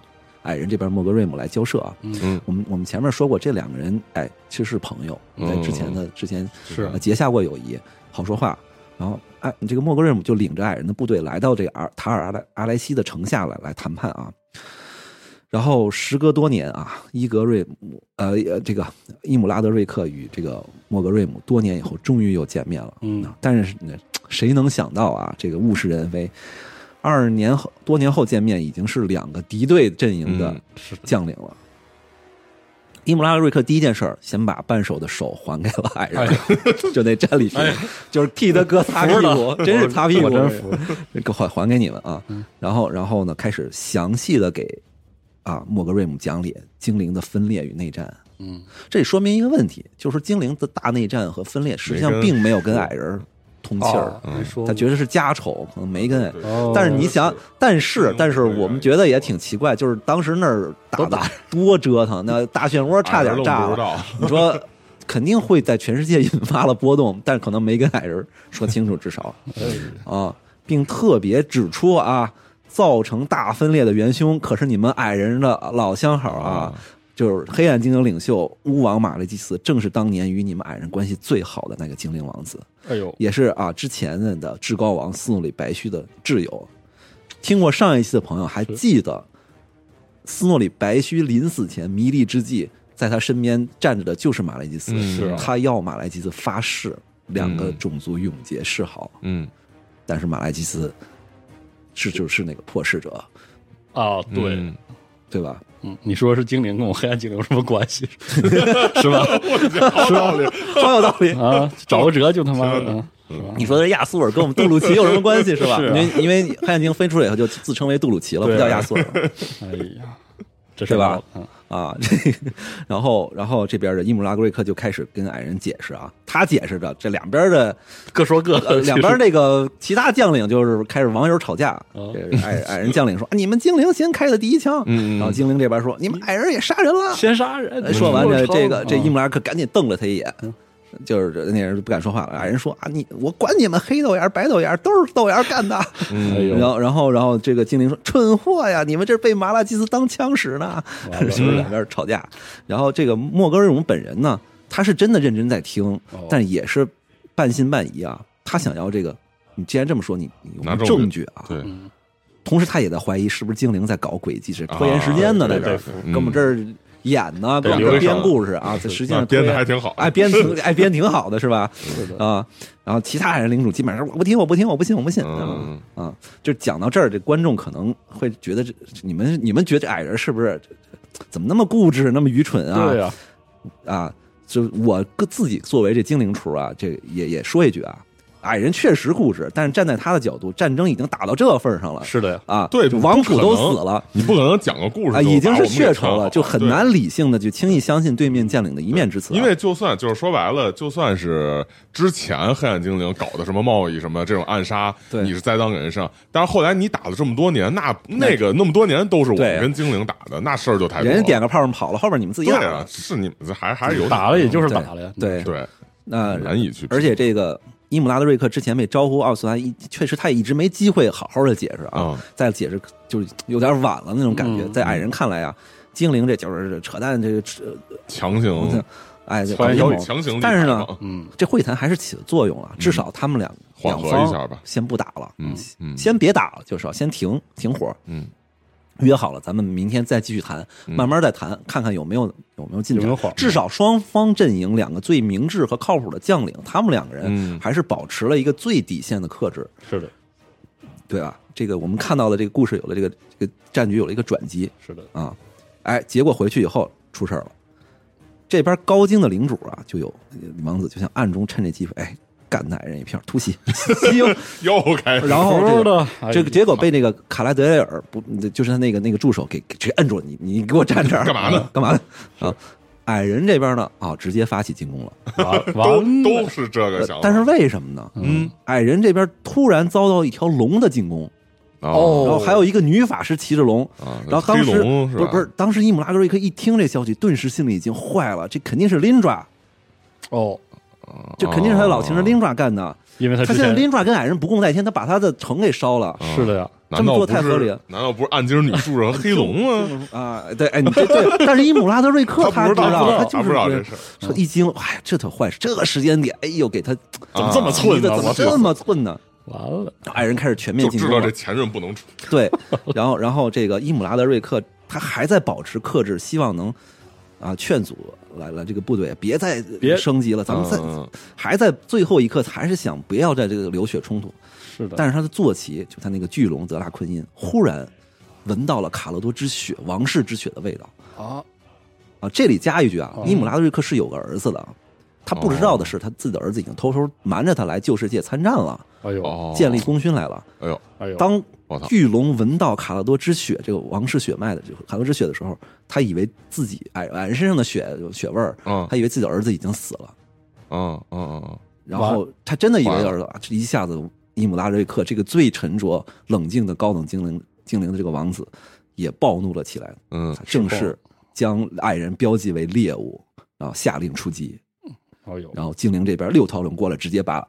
矮人这边莫德瑞姆来交涉啊。
嗯
我们我们前面说过，这两个人哎其实是朋友，
嗯
在之前的之前
是
呃结下过友谊，好说话。然后哎，这个莫格瑞姆就领着矮人的部队来到这个阿尔塔尔阿莱阿莱西的城下来来谈判啊。然后时隔多年啊，伊格瑞姆呃呃这个伊姆拉德瑞克与这个莫格瑞姆多年以后终于又见面了。啊
嗯，
但是呢谁能想到啊，这个物是人非。二年后，多年后见面，已经是两个敌对阵营的
嗯
是的
将领了。伊姆拉德瑞克第一件事儿，先把扳手的手还给了矮
哎
人，就那战利品，就是替他哥擦屁股，真是擦屁股，
我真服。
这个还还给你们啊
嗯。
然后，然后呢，开始详细的给啊莫格瑞姆讲解精灵的分裂与内战。
嗯，
这说明一个问题，就是说精灵的大内战和分裂实际上
没跟
并没有跟矮人通气儿，嗯
没哦说
他觉得是家仇，可能没跟矮
对
哦
但是你想，但是但是我们觉得也挺奇怪，就是当时那儿打的多折腾，那大漩涡 差点炸
矮人都不知
了。
道，
你说肯定会在全世界引发了波动， 但可能没跟矮人说清楚，至少啊，并特别指出啊，造成大分裂的元凶可是你们矮人的老相好啊。就是黑暗精灵领袖巫王马雷基斯，正是当年与你们矮人关系最好的那个精灵王子。
哎呦，
也是啊，之前任的至高王斯努里白须的挚友。听过上一期的朋友还记得，斯诺里白须临死前迷离之际，在他身边站着的就是马莱基斯，
嗯是
啊
他要马莱基斯发誓，两个
嗯
种族永结示好，
嗯
但是马莱基斯是就是那个破事者，
啊，对，
嗯
对吧？
嗯，你说是精灵跟我黑暗精灵有什么关系？是吧？
好道理，
好有道理。
啊，找个辙就他妈的，啊是吧？
你说的亚苏尔跟我们杜鲁奇有什么关系是 吧？
是
因
啊
为因为黑暗精飞出来以后就自称为杜鲁奇了，
对啊
不叫亚苏尔了。
哎呀，这是
对吧？
嗯，
啊， 这个，然后然后这边的伊姆拉格瑞克就开始跟矮人解释啊，他解释着这两边的、
各说各
呃
的，
两边那个其他将领就是开始网友吵架，
哦
这矮矮人将领说、啊你们精灵先开的第一枪，
嗯嗯嗯
然后精灵这边说你们矮人也杀人了，
先杀人。
说完这这个这伊
一
姆拉克赶紧瞪了他一眼，就是那人不敢说话了。矮人说啊，你我管你们黑豆芽儿白豆芽儿都是豆芽儿干的。
哎呦
然后然后然后这个精灵说蠢货呀，你们这是被麻辣鸡丝当枪使呢，
完了
就是两边吵架。然后这个莫格瑞姆本人呢，他是真的认真在听
哦，
但也是半信半疑啊。他想要这个，你既然这么说，你你有没
拿
有
证据
证据啊？
对，
嗯，
同时他也在怀疑是不是精灵在搞诡计，是拖延时间呢？
啊
在
对
这儿
对
对
跟我们这儿演呢，
对
跟我
留
们
一
编
手
故事啊，这实际
那
上
编的还
挺
挺好，
哎编挺哎编挺好的是吧？
是的，
啊，然后其他人领主基本上说我不听我不听我不信我不信啊
嗯，
啊，就讲到这儿，这观众可能会觉得这你们你们觉得矮人是不是怎么那么固执那么愚蠢啊？
对呀，
啊，就我个自己作为这精灵厨啊，这也也说一句啊，矮人确实固执，但是站在他的角度，战争已经打到这份儿上了
是的呀，
啊，
对
王
不
储
可
都
能
死了。
你不可能讲个故事
啊，
就
已经
把
是
我们给
血
缠
仇了，
好
就很
对
难理性的去轻易相信对面将领的一面之词啊、
因为就算就是说白了，就算是之前黑暗精灵搞的什么贸易什么这种暗杀，
对
你是栽赃给人身上，但是后来你打了这么多年，那那个那么多年都是我
对
们跟精灵打的，那事儿就太多了。
人家点个炮儿跑了，后边你们自己
对
打
啊，
了，
是你们这还还是有
打了也就是打了呀，
嗯对，
对，
那
难以去，
而且这个伊姆拉德瑞克之前被招呼奥斯兰，一确实他也一直没机会好好的解释啊，
啊，
再解释就是有点晚了那种感觉，
嗯
在矮人看来啊，精灵这就是扯淡，这个扯
强行
哎，这
强
阴
行
谋
强行立法嘛，嗯
但是呢
嗯，
这会谈还是起了作用了，至少他们两
缓
两
和一
方
下吧，
先不打了，
嗯嗯
先别打了，就是先停停火，
嗯，
约好了，咱们明天再继续谈，
嗯
慢慢再谈，看看有没有有没有进
有没有
展
缓。
至少双方阵营两个最明智和靠谱的将领，他们两个人
嗯
还是保持了一个最底线的克制，
是的，
对吧？这个我们看到了，这个故事有了这个这个战局有了一个转机
是的，
啊！哎，结果回去以后出事儿了，这边高精的领主啊，就有李王子就想暗中趁这机会，哎，干那人一票突袭， 西游
又开始
然后
服
这个
的哎
这个结果被那个卡拉德雷尔不，就是他那个那个助手给给直接摁住了，你你给我站这儿
干嘛呢？
干嘛呢？啊，矮人这边呢啊、直接发起进攻了，
完
都
哎完
都是这个
呃
想法，
但是为什么呢？
嗯，
矮人这边突然遭到一条龙的进攻，
哦
然后还有一个女法师骑着龙。
啊，
然后当
黑
时
龙
不是
吧
不是，当时伊姆拉格瑞克一听这消息，顿时心里已经坏了，这肯定是林抓，
哦，
这肯定是他的老情
哦
人林抓干的。
因为他
他
之
现在
前
林抓跟矮人不共戴天，他把他的城给烧了。
啊
是的呀，
难道
这么做
不是
太合理了
难道不是暗精女术士和黑龙吗？
啊，对，哎，你这对，但是伊姆拉德瑞克
他
不
不
知道，
道，
就是
不知道这事儿。啊
说一惊，哎，这特坏事，这个时间点，哎呦，给他
怎么这么
寸呢
怎么
我
这么寸呢？
完了，
矮人开始全 面
就
进
知
攻
道
了，
这前任不能出，
对，然后然后这个伊姆拉德瑞克他还在保持克制，希望能啊劝阻来了这个部队别再
别
升级了，咱们再、
嗯
还在最后一刻还是想不要在这个流血冲突，
是的，
但是他的坐骑就他那个巨龙泽拉昆因忽然闻到了卡勒多之血王室之血的味道。
啊，
啊，这里加一句啊
哦，
伊姆拉德瑞克是有个儿子的，他不知道的是，他自己的儿子已经偷偷瞒着他来旧世界参战了，
哎呦，
哦
建立功勋来了。
哎呦，
哎呦，
当
我操
巨龙闻到卡勒多之血这个王室血脉的这个卡勒多之血的时候，他以为自己矮矮人身上的血有血味儿，
嗯
他以为自己的儿子已经死了，
嗯嗯嗯
然后他真的以为
完了
儿子啊，这一下子伊姆拉德瑞克这个最沉着冷静的高等精灵精灵的这个王子也暴怒了起来，
嗯，
他正式将矮人标记为猎物，然后下令出击。
哎呦，
然后精灵这边六条龙过来，直接把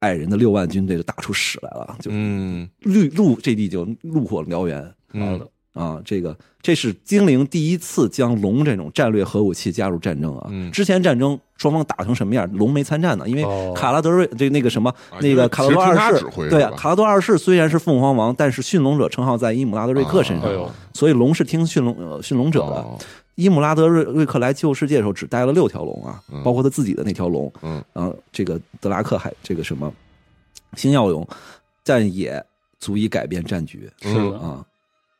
矮人的六万军队就打出屎来了，就
嗯
绿陆这地就怒火燎原
完
嗯
了，
啊！这个这是精灵第一次将龙这种战略核武器加入战争啊！
嗯
之前战争双方打成什么样，龙没参战呢，因为
哦
卡拉德瑞这那个什么、
啊
那个卡拉多
其实听他
二世
指挥，是
对啊
吧
卡拉多二世虽然是凤凰王，但是驯龙者称号在伊姆拉德瑞克身上，啊
哎呦，
所以龙是听驯龙呃驯龙者的。
啊哦
伊姆拉德瑞瑞克来救世界的时候，只带了六条龙啊
嗯，
包括他自己的那条龙。
嗯，
然后这个德拉克还这个什么星耀龙，但也足以改变战局
是
嗯
的，
啊。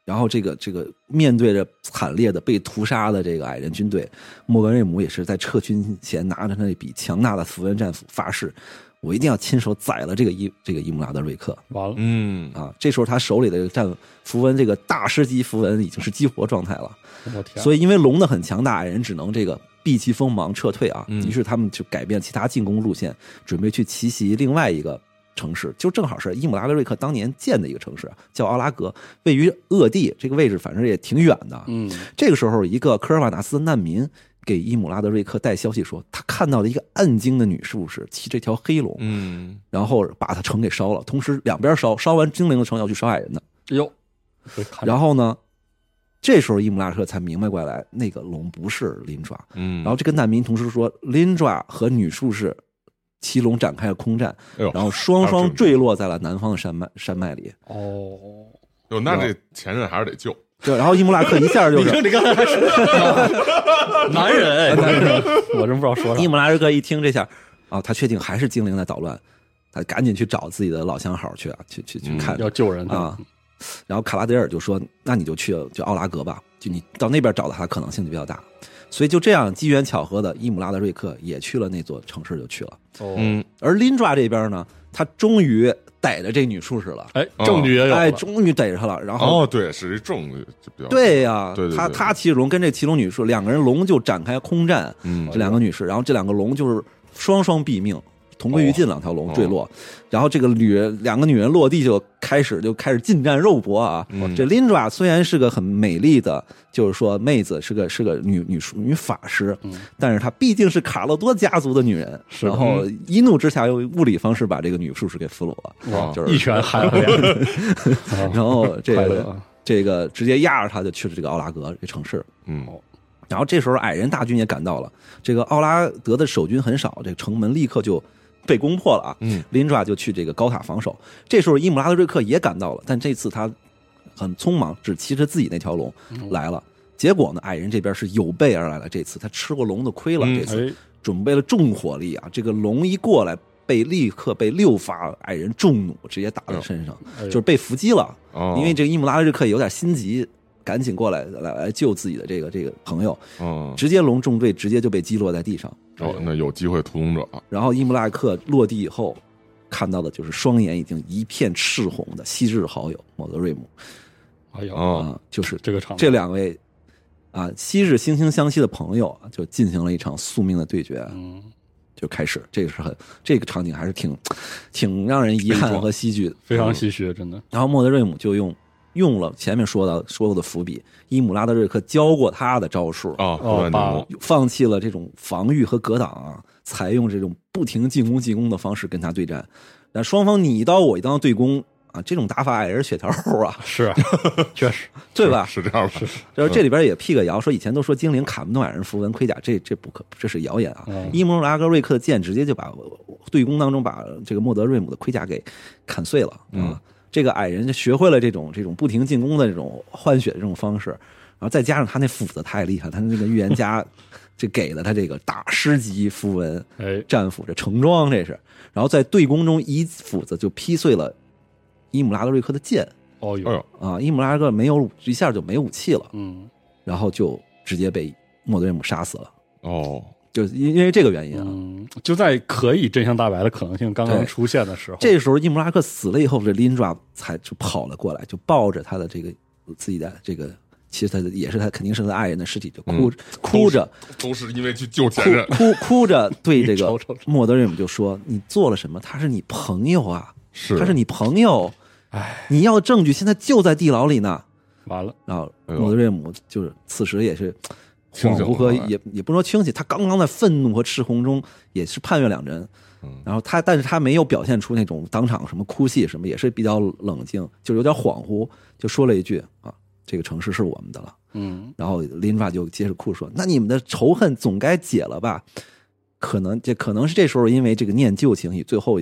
然后这个这个面对着惨烈的被屠杀的这个矮人军队，莫格瑞姆也是在撤军前拿着那笔强大的符文战斧发誓，我一定要亲手宰了这个伊这个伊姆拉德瑞克
完了，
嗯
啊！这时候他手里的这个战符文这个大师级符文已经是激活状态了。
我天，
嗯所以因为龙的很强大，矮人只能这个避其锋芒撤退啊。
嗯
于是他们就改变其他进攻路线，准备去奇袭另外一个城市，就正好是伊姆拉德瑞克当年建的一个城市，叫奥拉格，位于鄂地这个位置，反正也挺远的。
嗯，
这个时候，一个科尔瓦纳斯难民给伊姆拉德瑞克带消息说，他看到了一个暗精的女术士骑着一条黑龙，
嗯，
然后把他城给烧了，同时两边烧，烧完精灵的城要去烧矮人的。
哎哟，被看着
然后呢，这时候伊姆拉克才明白过来，那个龙不是林爪。
嗯，
然后这跟难民同时说，林爪和女术士骑龙展开了空战，
哎呦，
然后双
还有这
双
种
坠落在了南方的山脉山脉 里。
哦，
哟，那这前任还是得救，
对，然后伊姆拉克一 下就
你
是
看你刚才还是男人，哎男人，我真不知道说啥
伊。姆拉克一听这下，啊，他确定还是精灵在捣乱，他赶紧去找自己的老相好去啊，去去去
嗯
看、
要救人
啊，。然后卡拉德尔就说：“那你就去就奥拉格吧，就你到那边找到他的可能性就比较大。”所以就这样机缘巧合的，伊姆拉德瑞克也去了那座城市，就去了。
哦，
嗯，
而林抓这边呢，他终于逮着这女术士了，
哎，证据也有了，
哎，终于逮着她了。然后、
哦，对，是一正就比较，
对呀、
对对
他
对
他骑着龙跟这骑龙女士两个人龙就展开空战，
嗯
这两个女士，然后这两个龙就是双双毙命，同归于尽，
哦
两条龙坠落。然后这个女人，两个女人落地就开始就开始近战肉搏啊。
嗯
这琳爪虽然是个很美丽的，就是说妹子是个是个女女术女法师，但是她毕竟是卡洛多家族的女人，
是嗯
然后一怒之下用物理方式把这个女术士给俘虏了，
啊
就是
一拳喊回来。
然后这
哦哎快
个
乐啊
这个直接压着她就去了这个奥拉格这城市。
嗯
然后这时候矮人大军也赶到了，这个奥拉德的守军很少，这个城门立刻就被攻破了啊。
嗯，
林抓就去这个高塔防守。这时候伊姆拉德瑞克也赶到了，但这次他很匆忙，只骑着自己那条龙来了。结果呢，矮人这边是有备而来了，这次他吃过龙的亏了，
嗯
这次
哎，
准备了重火力啊！这个龙一过来，被立刻被六发矮人众怒，直接打在身上，
哎呦
就是被伏击了。
哦，
因为这个伊姆拉德瑞克有点心急，赶紧过来来来救自己的这个这个朋友。
嗯，
直接龙重坠，直接就被击落在地上。
哦，那有机会屠龙者了，
然后伊姆拉克落地以后，看到的就是双眼已经一片赤红的昔日好友莫德瑞姆
哎呦，
啊、
哦，
就是
这个场
这
面
两位啊昔日惺惺相惜的朋友啊，就进行了一场宿命的对决，
嗯，
就开始。这个是很这个场景还是挺挺让人遗憾和唏嘘的。嗯
非常唏嘘，真的。
然后莫德瑞姆就用。用了前面说到说过的伏笔，伊姆拉德瑞克教过他的招数
哦，
哦
不断
把
进攻
放弃了这种防御和格挡啊，采用这种不停进攻进攻的方式跟他对战。那双方你一刀我一刀对攻啊，这种打法矮人血条猴啊，
是 啊，确实，
对吧？
是这样吧？
就是这里边也辟个谣，说以前都说精灵砍不动矮人符文盔甲，这这不可，这是谣言啊
嗯！
伊姆拉格瑞克的剑直接就把对攻当中把这个莫德瑞姆的盔甲给砍碎了啊！
嗯
这个矮人就学会了这种这种不停进攻的这种换血的这种方式，然后再加上他那斧子太厉害，他那个预言家这给了他这个大师级符文，
哎，
战斧这盛装这是，然后在对攻中一斧子就劈碎了伊姆拉格瑞克的剑
哦
哎
呦，
呦，
啊！伊姆拉格没有武一下就没武器了。
嗯，
然后就直接被莫德瑞姆杀死了，
哦，
就是因因为这个原因啊。
嗯，就在可以真相大白的可能性刚刚
对
出现的时候，
这时候伊姆拉克死了以后，这林抓才就跑了过来，就抱着他的这个自己的这个，其实他的也是他肯定是他的爱人的尸体，就哭、哭着
都是因为去救
哭
前任，
哭哭着对这
瞅
个
瞅瞅
莫德瑞姆就说：“你做了什么？他是你朋友啊，
是
他是你朋友，哎，你要证据现在就在地牢里呢。”
完了，
然后
哎呦
莫德瑞姆就是此时也是
清
恍
醒
惚和
了哎
也也不说清醒，他刚刚在愤怒和赤红中也是判若两人
嗯。
然后他，但是他没有表现出那种当场什么哭泣什么，也是比较冷静，就有点恍惚，就说了一句啊，这个城市是我们的了。
嗯，
然后林抓就接着哭说：“那你们的仇恨总该解了吧？可能这可能是这时候因为这个念旧情绪，最后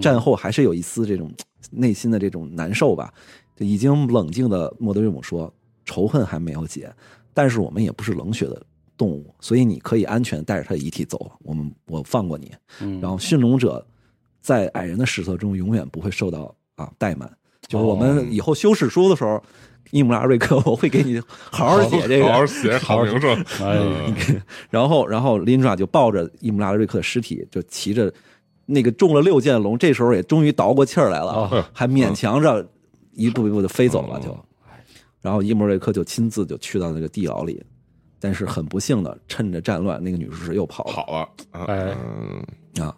战后还是有一丝这种内心的这种难受吧。就已经冷静的莫德瑞姆说，仇恨还没有解，但是我们也不是冷血的动物，所以你可以安全带着他的遗体走，我们我放过你。
嗯
然后驯龙者在矮人的史册中永远不会受到啊怠慢，就是我们以后修史书的时候，伊姆拉瑞克我会给你好好写这
好
个。
好写好名声，
哎，
然后，然后林爪就抱着伊姆拉瑞克的尸体，就骑着那个中了六箭的龙，这时候也终于倒过气儿来了，啊
哦
还勉强着一步一步的飞走了就。然后伊姆拉瑞克就亲自就去到那个地牢里，但是很不幸的，趁着战乱，那个女术士又跑了
嗯好了，
哎
嗯，
啊，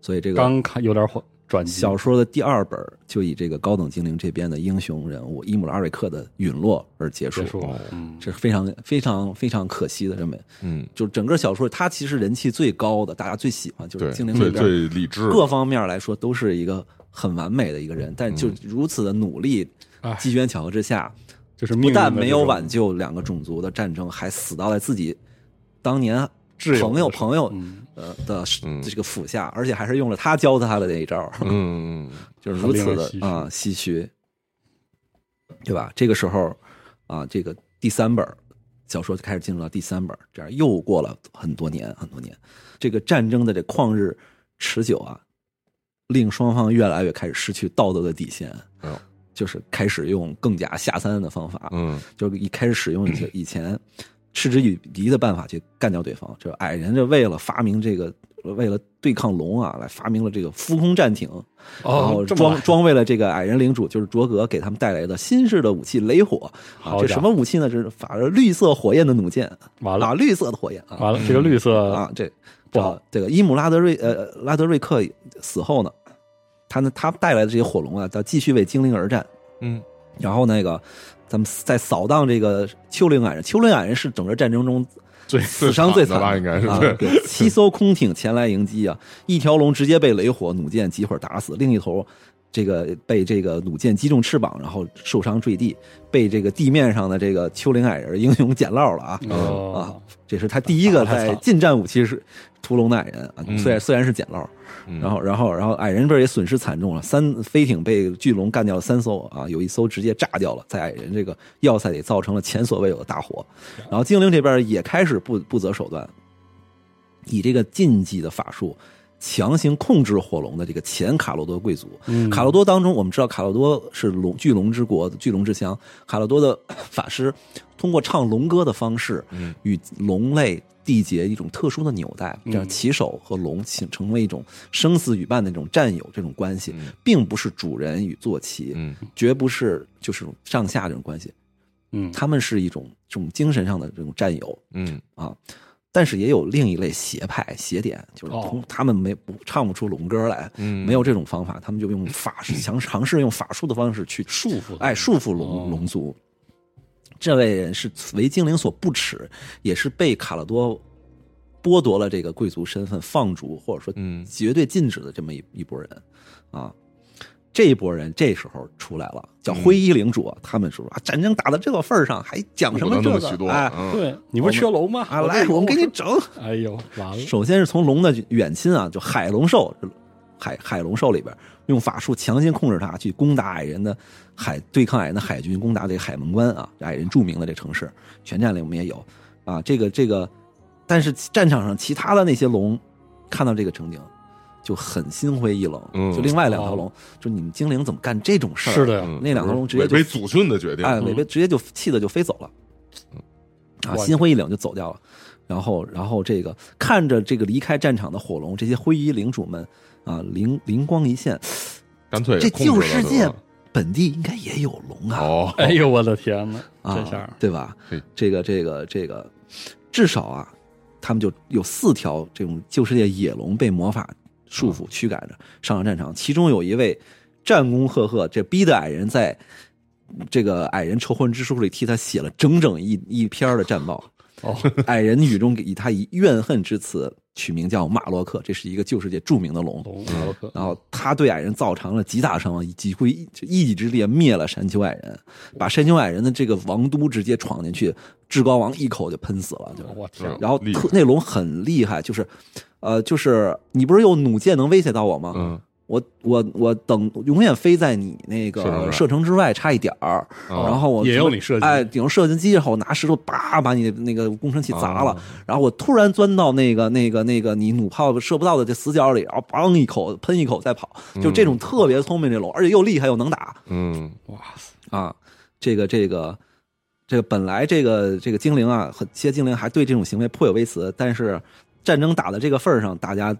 所以这个
刚看有点缓转机，
小说的第二本就以这个高等精灵这边的英雄人物伊姆拉瑞克的陨落而结束，
结束了
哦，
嗯，
这是非常非常非常可惜的。这么
嗯，
就整个小说，它其实人气最高的，大家最喜欢，就是
对，
精灵
最
这边
最理智，
各方面来说都
嗯
是一个很完美的一个人，但就如此的努力
哎，
机缘巧合之下，
就是命运
不
的
但没有
这种
挽救两个种族的战争，还死到了自己当年
挚友
朋友
的时候
朋友
嗯
呃的
嗯
这个府下，而且还是用了他教他的那一招，
嗯，
就是如此
很令人唏嘘
的啊唏嘘，对吧？这个时候啊，这个第三本儿小说就开始进入到第三本儿，这样又过了很多年很多年，这个战争的这旷日持久啊，令双方越来越开始失去道德的底线
哎呦，
就是开始用更加下三滥的方法，
嗯
就是一开始使用 一些以前嗤之以鼻的办法去干掉对方。就是矮人就为了发明这个，为了对抗龙啊，来发明了这个浮空战艇，然后
哦这么
哦装
来
装备了这个矮人领主就是卓格给他们带来的新式的武器雷火啊，
好
这
家
什么武器呢？这是反而绿色火焰的弩箭
完
啊，
了
绿色的火焰啊，
完了，这个绿色
啊，这
不好
这这个伊姆拉德瑞呃拉德瑞克死后呢，他呢他带来的这些火龙啊，他继续为精灵而战。
嗯
然后那个咱们在扫荡这个丘陵矮人，丘陵矮人是整个战争中
最
死伤最
最
惨
惨的吧应该是
啊
对
对七艘空艇前来迎击啊，一条龙直接被雷火弩箭几会儿打死，另一头。这个被这个弩箭击中翅膀，然后受伤坠地，被这个地面上的这个丘陵矮人英雄捡漏了啊！
哦
这是他第一个在近战武器是屠龙的矮人啊
啊嗯，
虽然虽然是捡漏，
嗯，
然后然后然后矮人这儿也损失惨重了，三飞艇被巨龙干掉了三艘啊，有一艘直接炸掉了，在矮人这个要塞里造成了前所未有的大火，然后精灵这边也开始不不择手段，以这个禁忌的法术。强行控制火龙的这个前卡洛多贵族，
嗯
卡洛多当中，我们知道卡洛多是龙巨龙之国、巨龙之乡。卡洛多的法师通过唱龙歌的方式，
嗯
与龙类缔结一种特殊的纽带，这样
嗯
骑手和龙形成为一种生死与伴的那种战友这种关系
嗯，
并不是主人与坐骑，
嗯
绝不是就是上下这种关系，
嗯
他们是一种这种精神上的这种战友，
嗯
啊。但是也有另一类邪派邪典，就是
哦
通他们没不唱不出龙歌来，
嗯
没有这种方法，他们就用法术强尝试用法术的方式去束
缚
哎，束缚
哦
龙龙族。这类人是为精灵所不齿，也是被卡勒多剥夺了这个贵族身份，放逐或者说
嗯
绝对禁止的这么一一拨人啊。这一拨人这时候出来了，叫灰衣领主，他们说啊，战争打到这个份儿上，还讲什
我
么
的
这
那么
个？
许多，
哎
嗯
对，你不是缺楼吗？
啊，来，我们给你整。
哎呦，完了，
首先是从龙的远亲啊，就海龙兽，海海龙兽里边用法术强行控制它去攻打矮人的海，对抗矮人的海军，攻打这个海门关啊，矮人著名的这城市，全战里我们也有啊。这个这个，但是战场上其他的那些龙看到这个情景。就很心灰意冷，
嗯
就另外两条龙，就你们精灵怎么干这种事儿？啊
是的呀，
嗯
那两条龙直接
违
就
违背祖训的决定，
哎，
嗯
韦伯直接就气的就飞走了，
嗯
啊，
哇
心灰意冷就走掉了。然后，然后这个看着这个离开战场的火龙，这些灰衣领主们啊，灵灵光一现，
干脆
这
也控制
旧
了
世
对
界
吧
本地应该也有龙啊，
哦，
哎呦我的天呐，这下
啊
儿，
对吧
嘿？
这个，这个，这个，至少啊，他们就有四条这种旧世界野龙被魔法束缚驱赶着上了战场，其中有一位战功赫赫，这逼的矮人在这个矮人仇恨之书里替他写了整整一一篇儿的战报。
哦，
矮人语中以他以怨恨之词取名叫马洛克，这是一个旧世界著名的龙。
龙马洛克，
然后他对矮人造成了极大伤亡，以几乎一一己之力灭了山丘矮人，把山丘矮人的这个王都直接闯进去，至高王一口就喷死了，就。
我天
是，
然后
哦厉害
特那龙很厉害，就是，呃，就是你不是用弩箭能威胁到我吗？
嗯
我我我等永远飞在你那
射程之外
个射程之外差一点儿，
哦
然后我
也有你射击
哎，顶着射击机，然后我拿石头叭把你那个工程器砸了，然后我突然钻到那个那个那个你弩炮射不到的这死角里，然后梆一口喷一口再跑，就这种特别聪明这龙，而且又厉害又能打
嗯
哇塞，
啊，这个这个。这个本来这个这个精灵啊，很些精灵还对这种行为颇有微词，但是战争打到这个份儿上，大家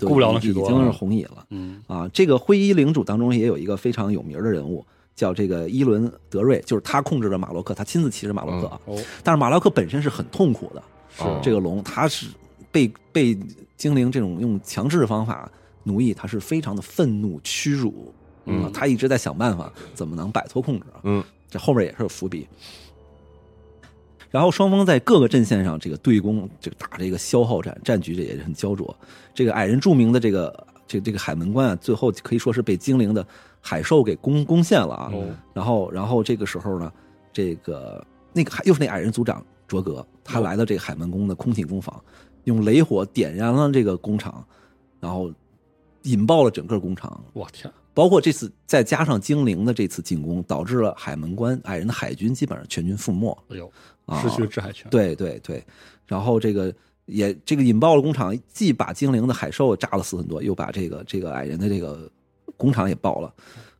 都
顾不了那
已
许多
已经
了
是红蚁了。
嗯，
啊，这个灰衣领主当中也有一个非常有名的人物，叫这个伊伦德瑞，就是他控制着马洛克，他亲自骑着马洛克啊。
哦，
但是马洛克本身是很痛苦的，
是
这个龙他是被被精灵这种用强制的方法奴役，他是非常的愤怒屈辱，
嗯
啊他一直在想办法怎么能摆脱控制啊。
嗯
这后面也是有伏笔。然后双方在各个阵线上这个对攻，这个打这个消耗战，战局这也是很焦灼。这个矮人著名的这个这这个海门关啊，最后可以说是被精灵的海兽给攻攻陷了啊。
哦
然后然后这个时候呢，这个那个又是那矮人族长卓格，他来到这个海门宫的空气工坊，用雷火点燃了这个工厂，然后引爆了整个工厂，
我天，
包括这次再加上精灵的这次进攻，导致了海门关矮人的海军基本上全军覆没
哎呦，
啊，
失去了制海权，
对对对，然后这个也这个引爆了工厂，既把精灵的海兽炸了四分多，又把这个这个矮人的这个工厂也爆了。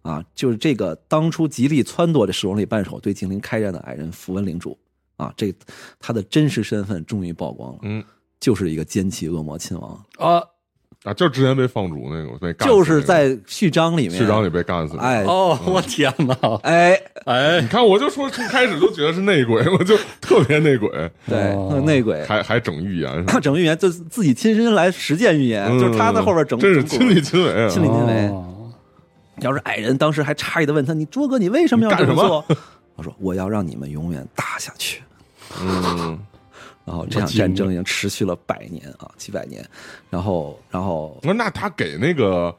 啊，就是这个当初极力撺掇着史隆里半手对精灵开战的矮人符文领主啊，这他的真实身份终于曝光了，
嗯
就是一个奸奇恶魔亲王，
啊，
啊，就是之前被放逐那个被干死那个
就是在序章里面，
序章里被干死。，
哎
哦， 我天哪，
哎，
哎
你，看我就说从开始就觉得是内鬼， 我就特别内鬼，
对
哦，
那内鬼
还还整预言，是吧
整预言就是自己亲身来实践预言，哎就是他在后边整，
真嗯是
整蛊
亲力亲为啊！
亲力亲为
哦
要是矮人当时还诧异的问他：“你卓哥，你为什么要这
你干
么做？” 我说：“我要让你们永远打下去。
嗯，”
然后这场战争已经持续了百年啊，几百年。然后，然后
我说那他给那个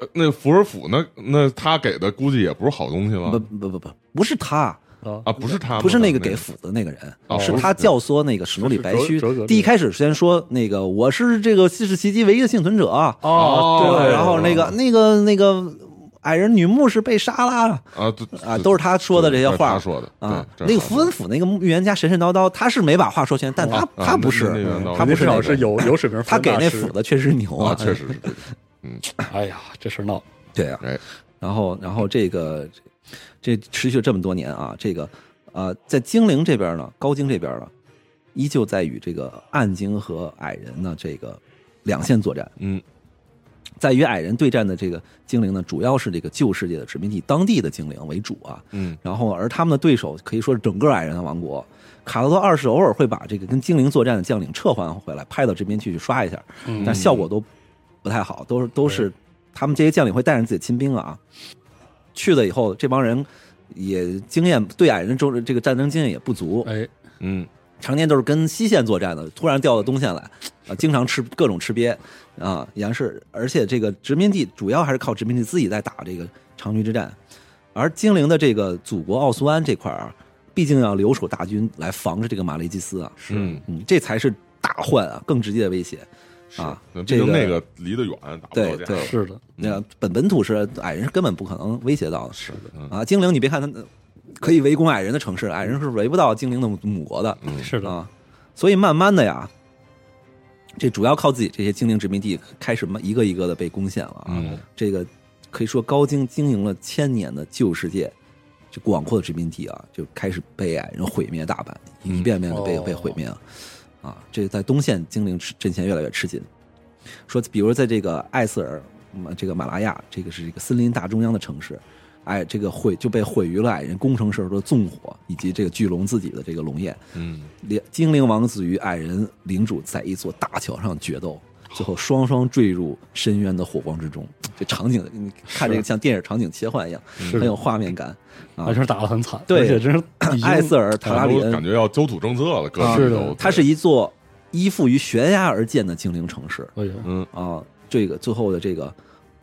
呃那福尔府那那他给的估计也不是好东西
不
了
不不不，不是他，
啊
啊啊，不是他吗，
不是那个给斧子那个人，
哦
是他教唆那个史努里白须
是哲哲格。
第一开始先说那个我是这个西式奇迹唯一的幸存者啊，
哦
对吧
对
然后那个那个那个矮人女牧是被杀啦。
啊都
啊，都是他说的这些
对
话，
他说的
啊。
对这是
那
他
个符文府那个预言家神神叨叨，他是没把话说全，但他
啊啊
他不是
那那个叨叨，
他
肯
不
定
是
至
那
少
个
是有有水平，
他给那斧，子确实牛
啊，
啊，
确实是这个
哎呀，这事儿闹，
对啊。
哎，
然后然后这个这持续了这么多年啊，这个呃，在精灵这边呢，高精这边呢，依旧在与这个暗精和矮人呢这个两线作战。
嗯
在与矮人对战的这个精灵呢，主要是这个旧世界的殖民地当地的精灵为主啊。
嗯
然后而他们的对手可以说是整个矮人的王国。卡罗多二世偶尔会把这个跟精灵作战的将领撤换回来，派到这边去去刷一下，但效果都不太好，都是都是他们这些将领会带上自己亲兵啊。去了以后，这帮人也经验对矮人中这个战争经验也不足，
哎，
嗯，
常年都是跟西线作战的，突然调到东线来，啊，经常吃各种吃瘪啊，杨氏，而且这个殖民地主要还是靠殖民地自己在打这个长驱之战，而精灵的这个祖国奥苏安这块儿啊，毕竟要留守大军来防着这个马雷基斯啊，
是
嗯
嗯，这才是大患啊，更直接的威胁
是
啊
那，毕
这
竟
个
那个离得远，打不
对
到架，
对
是的，
那本本土是矮人是根本不可能威胁到的，是
嗯
啊，精灵你别看他们可以围攻矮人的城市，矮人是围不到精灵的母国
嗯
的，
是的，
啊，所以慢慢的呀，这主要靠自己这些精灵殖民地开始慢一个一个的被攻陷了啊。
嗯
这个可以说高精经营了千年的旧世界，这广阔的殖民地啊，就开始被矮人毁灭大半，一遍遍的被、
哦
被毁灭了。啊，这在东线精灵吃阵线越来越吃紧。说，比如在这个艾瑟尔，嗯这个马拉亚，这个是一个森林大中央的城市，哎，这个毁就被毁于了矮人工程时候的纵火，以及这个巨龙自己的这个龙焰。
嗯
两精灵王子与矮人领主在一座大桥上决斗，最后双双坠入深渊的火光之中。这场景，你看这个像电影场景切换一样，
是
很有
的，
画面感。
完全打得很惨，
对
而且真是已经
艾瑟尔塔拉里
都感
恩，
觉要纠土政策了，各
啊
地
是的
都
它是一座依附于悬崖而建的精灵城市
哎呦，
嗯
啊。这个最后的这个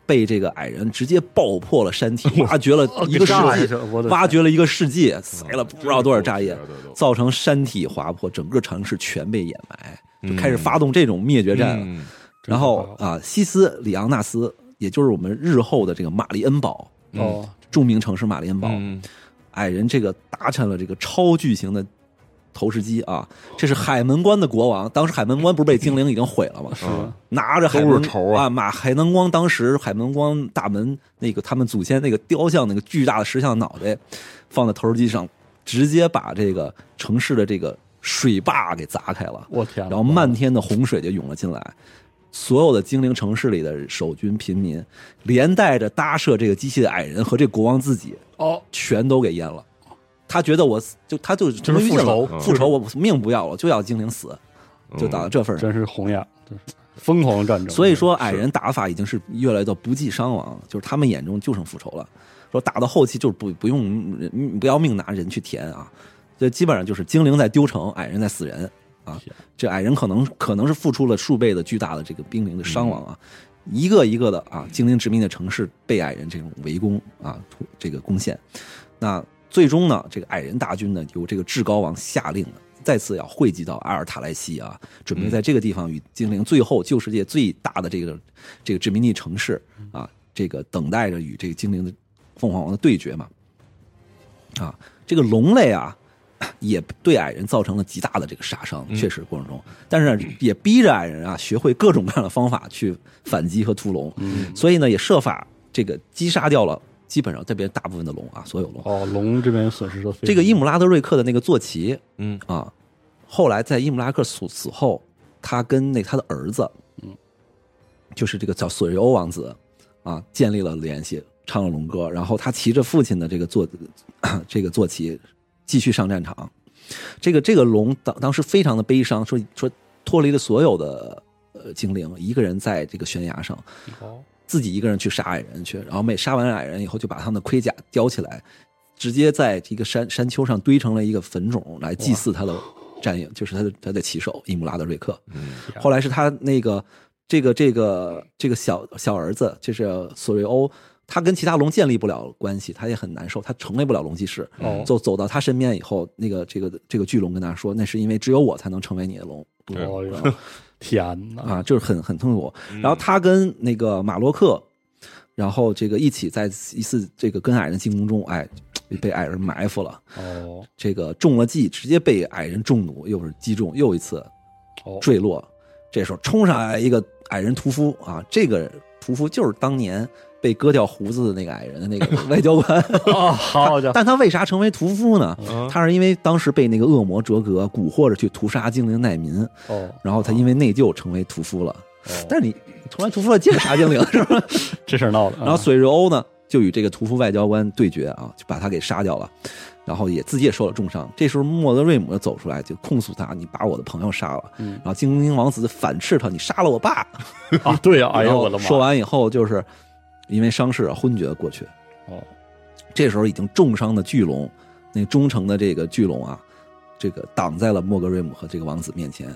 被这个矮人直接爆破了 山体，挖掘了
哦
一个世
炸一
界
下我，的
挖掘了一个世界，塞了不知道多少炸
真
药
嗯是够绝的都，
造成山体滑坡，整个城市全被掩埋，就开始发动这种灭绝战了。
嗯
真
然后
可怕
啊，西斯里昂纳斯，也就是我们日后的这个马利恩堡，
哦，
著名城市马利恩堡，
嗯
矮人这个搭乘了这个超巨型的投石机啊，这是海门关的国王。当时海门关不是被精灵已经毁了吗？
哦
是的
拿着海
都
门
是仇啊
马海南光当时海门光大门那个他们祖先那个雕像那个巨大的石像脑袋放在投石机上，直接把这个城市的这个水坝给砸开了。
我天哪，
然后漫天的洪水就涌了进来，所有的精灵城市里的守军、平民，连带着搭设这个机器的矮人和这国王自己，
哦，
全都给淹了。他觉得我死就他就就是
复仇嗯
复仇我命不要了，就要精灵死，就打到这份儿上。
真是红眼，真是疯狂战争，
所以说，矮人打法已经是越来越到不计伤亡了，就是他们眼中就剩复仇了。说打到后期就是不不用人不要命拿人去填啊，这基本上就是精灵在丢城，矮人在死人啊
天。
这矮人可能可能是付出了数倍的巨大的这个兵灵的伤亡啊，一个一个的啊，精灵殖民的城市被矮人这种围攻啊，突这个攻陷，那。最终呢，这个矮人大军呢，由这个至高王下令呢，再次要汇集到阿尔塔莱西啊，准备在这个地方与精灵最后旧世界最大的这个这个殖民地城市啊，这个等待着与这个精灵的凤凰王的对决嘛。啊，这个龙类啊，也对矮人造成了极大的这个杀伤，确实过程中，但是也逼着矮人啊学会各种各样的方法去反击和屠龙，所以呢也设法这个击杀掉了基本上这边大部分的龙啊，所有龙。
哦，龙这边损失的非常
这个伊姆拉德瑞克的那个坐骑
嗯
啊，后来在伊姆拉克死死后，他跟那他的儿子，嗯，就是这个叫索瑞欧王子啊，建立了联系，唱了龙歌，然后他骑着父亲的这个坐 这个坐骑继续上战场。这个这个龙当当时非常的悲伤，说说脱离了所有的呃精灵，一个人在这个悬崖上，
哦
自己一个人去杀矮人去，然后每杀完矮人以后，就把他们的盔甲叼起来，直接在这个山山丘上堆成了一个坟冢来祭祀他的战友，就是他的他的骑手伊姆拉德瑞克。
嗯
后来是他那个这个这个这个小小儿子，就是索瑞欧，他跟其他龙建立不了关系，他也很难受，他成为不了龙骑士。
哦
走走到他身边以后，那个这个这个巨龙跟他说，那是因为只有我才能成为你的龙。
哦哟天哪！
啊，就是很很痛苦。然后他跟那个马洛克，然后这个一起在一次这个跟矮人进攻中，哎，被矮人埋伏了，
哦
这个中了计，直接被矮人中弩，又是击中，又一次
哦，
坠落。这时候冲上来一个矮人屠夫啊，这个屠夫就是当年被割掉胡子的那个矮人的那个外交官。
哦，好家伙！
但他为啥成为屠夫呢？他是因为当时被那个恶魔折格蛊惑着去屠杀精灵难民，
哦，
然后他因为内疚成为屠夫了。
哦
但是你突然屠夫了，接着杀 精灵是吧？
这事儿闹的，嗯
然后索瑞欧呢，就与这个屠夫外交官对决啊，就把他给杀掉了，然后也自己也受了重伤。这时候莫德瑞姆就走出来，就控诉他：“你把我的朋友杀了。
嗯
然后精灵王子反斥他：“你杀了我爸！”
啊，对呀，哎
然
呀，
后
我的妈！
说完以后，就是因为伤势啊昏厥过去。
哦，
这时候已经重伤的巨龙，那忠诚的这个巨龙啊，这个挡在了莫格瑞姆和这个王子面前。